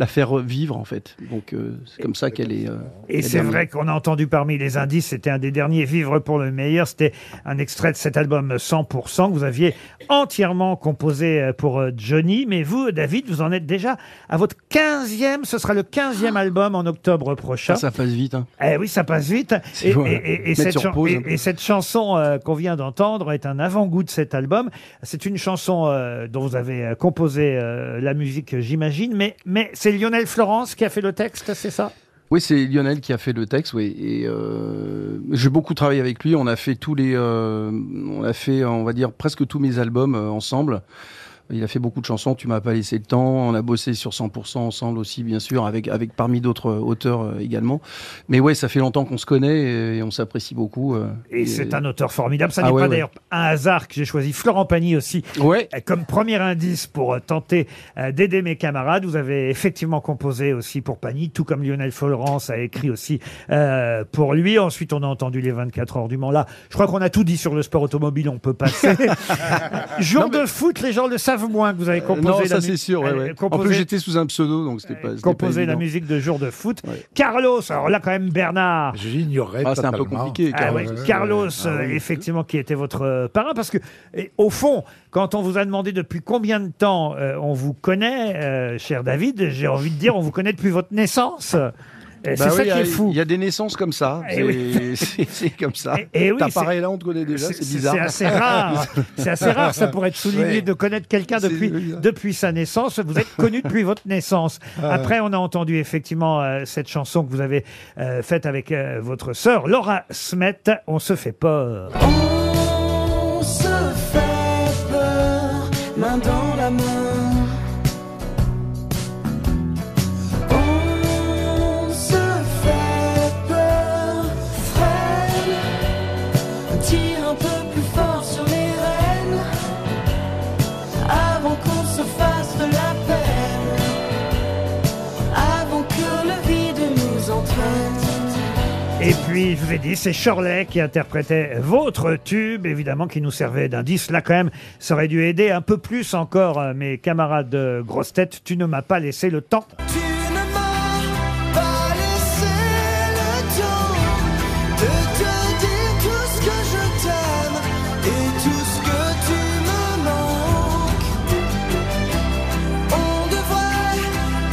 V: la faire vivre en fait. Donc euh, c'est comme ça qu'elle est. euh,
B: Et
V: elle
B: c'est
V: est-
B: vrai qu'on a entendu parmi les indices, c'était un des derniers Vivre pour le meilleur. C'était un extrait de cet album 100% que vous aviez entièrement composé euh, pour euh, Johnny. Mais vous, David, vous en êtes déjà à votre 15e. Ce sera le 15e album en octobre prochain.
V: Ah, ça passe vite. hein.
B: Eh oui, ça passe vite.
V: C'est
B: Et,
V: vrai.
B: et- et- et
V: Mettre
B: cette,
V: sur
B: chan-
V: pause
B: et-
V: un peu.
B: et cette chanson euh, qu'on vient d'entendre est un avant-goût de cet album. C'est une chanson euh, dont vous avez euh, composé euh, la musique, j'imagine. Mais, mais c'est Lionel Florence qui a fait le texte, c'est ça
V: Oui, c'est Lionel qui a fait le texte. Oui, et euh, j'ai beaucoup travaillé avec lui. On a fait tous les, euh, on a fait, on va dire presque tous mes albums euh, ensemble. Il a fait beaucoup de chansons. Tu m'as pas laissé le temps. On a bossé sur 100% ensemble aussi, bien sûr, avec avec parmi d'autres euh, auteurs euh, également. Mais ouais, ça fait longtemps qu'on se connaît et, et on s'apprécie beaucoup. euh,
B: Et c'est un auteur formidable. Ça
V: Ah
B: n'est
V: ouais,
B: pas
V: ouais.
B: d'ailleurs un hasard que j'ai choisi Florent Pagny aussi euh, comme premier indice pour euh, tenter euh, d'aider mes camarades. Vous avez effectivement composé aussi pour Pagny, tout comme Lionel Florence a écrit aussi euh, pour lui. Ensuite, on a entendu les 24 heures du Mans. Là, je crois qu'on a tout dit sur le sport automobile. On peut passer. Jour de foot, les gens le savent moins que vous avez composé.
V: Euh, non, ça
B: la mu-
V: c'est sûr. ouais,
B: euh,
V: ouais. En
B: composé-
V: plus, j'étais sous un pseudo, donc c'était pas. c'était pas
B: composer la
V: évident.
B: musique de jour de foot. Carlos, alors là quand même Bernard.
C: J'ignorais
V: Ah, c'est un peu totalement. compliqué,
B: Ah
V: Carlos.
B: ouais,
V: Ouais, ouais,
B: Carlos,
V: ouais. Ah
B: euh,
V: oui.
B: effectivement, qui était votre euh, parrain, parce que et, au fond, quand on vous a demandé depuis combien de temps euh, on vous connaît, euh, cher David, j'ai envie de dire on vous connaît depuis votre naissance. Et
V: Bah
B: c'est ça
V: oui,
B: qui est
V: il y a-
B: fou.
V: Il y a des naissances comme ça.
B: Eh
V: C'est
B: oui.
V: c'est- c'est comme ça.
B: Eh oui,
V: T'apparais
B: c'est-
V: là, on te connaît déjà.
B: c'est-
V: C'est bizarre.
B: C'est assez rare. C'est assez rare, ça pourrait être souligné
V: Ouais.
B: de connaître quelqu'un depuis, depuis sa naissance. Vous êtes connu depuis votre naissance.
V: Ah.
B: Après, on a entendu effectivement euh, cette chanson que vous avez euh, faite avec euh, votre sœur, Laura Smet. On se fait peur.
R: On se fait peur, main dans la main. On se fait peur, freine. Tire un peu plus fort sur les rênes. Avant qu'on se fasse de la peine. Avant que le vide nous entraîne.
B: Et puis, je vous ai dit, c'est Shirley qui interprétait votre tube, évidemment, qui nous servait d'indice. Là, quand même, ça aurait dû aider un peu plus encore euh, mes camarades de grosse tête. Tu ne m'as pas laissé le temps.
R: Tu ne m'as pas laissé le temps de te dire tout ce que je t'aime et tout ce que tu me manques. On devrait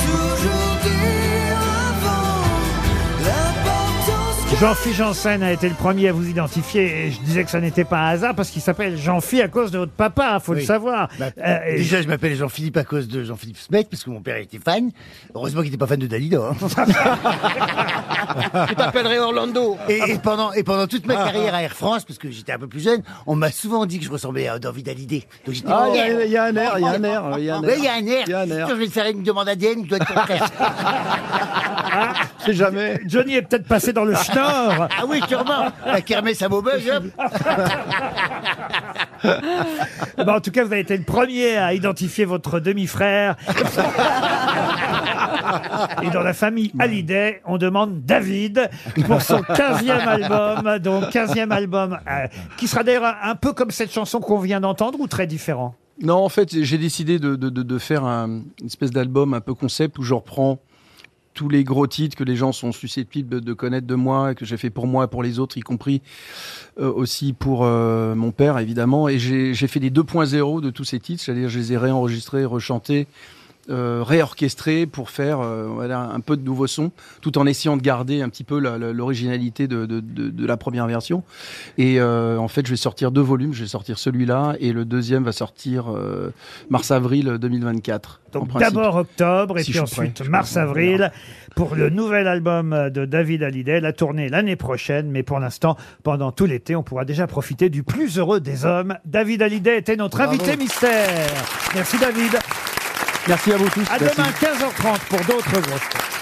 R: toujours dire avant l'importance que
B: Jean-Phi Janssen a été le premier à vous identifier. Et je disais que ça n'était pas un hasard parce qu'il s'appelle Jean-Phi à cause de votre papa, faut le
F: Oui.
B: savoir.
F: Bah,
B: Euh, et-
F: déjà, je m'appelle Jean-Philippe à cause de Jean-Philippe Smet, parce que mon père était fan. Heureusement qu'il n'était pas fan de Dalida. hein.
H: Tu t'appellerais Orlando.
F: Et, et pendant, et pendant toute ma carrière à Air France, parce que j'étais un peu plus jeune, on m'a souvent dit que je ressemblais à David Hallyday. Donc j'étais
V: Ah, il y a-
F: fier.
V: il y a un air, il y a un air, il y a un air.
F: Ouais, il y a un air.
V: Il y a un air.
F: Quand je vais te faire une demande ADN, tu dois être ton frère.
V: C'est jamais.
B: Johnny est peut-être passé dans le schnorr.
F: Ah oui, sûrement. La kermesse à Maubeuge, hop.
B: Bah, en tout cas, vous avez été le premier à identifier votre demi-frère. Et dans la famille Hallyday, on demande David pour son 15e album. Donc, 15e album, euh, qui sera d'ailleurs un- un peu comme cette chanson qu'on vient d'entendre ou très différent
V: Non, en fait, j'ai décidé de, de- de- de faire un- une espèce d'album un peu concept où je reprends tous les gros titres que les gens sont susceptibles de, de connaître de moi, et que j'ai fait pour moi, pour les autres, y compris euh, aussi pour euh, mon père, évidemment. Et j'ai j'ai fait des 2.0 de tous ces titres, c'est-à-dire je les ai réenregistrés, rechantés, euh, réorchestré pour faire euh, voilà, un peu de nouveaux sons, tout en essayant de garder un petit peu la- la- l'originalité de, de- de- de la première version. Et euh, en fait, je vais sortir deux volumes. Je vais sortir celui-là et le deuxième va sortir euh, mars-avril 2024. en
B: Donc
V: principe.
B: d'abord octobre et
V: Si
B: puis
V: je suis prêt,
B: ensuite
V: je pense.
B: mars-avril pour le nouvel album de David Hallyday, la tournée l'année prochaine. Mais pour l'instant, pendant tout l'été, on pourra déjà profiter du plus heureux des hommes. David Hallyday était notre
R: Bravo.
B: invité mystère. Merci David.
V: Merci à vous tous.
B: À
R: Merci.
B: demain 15h30 pour d'autres grosses têtes.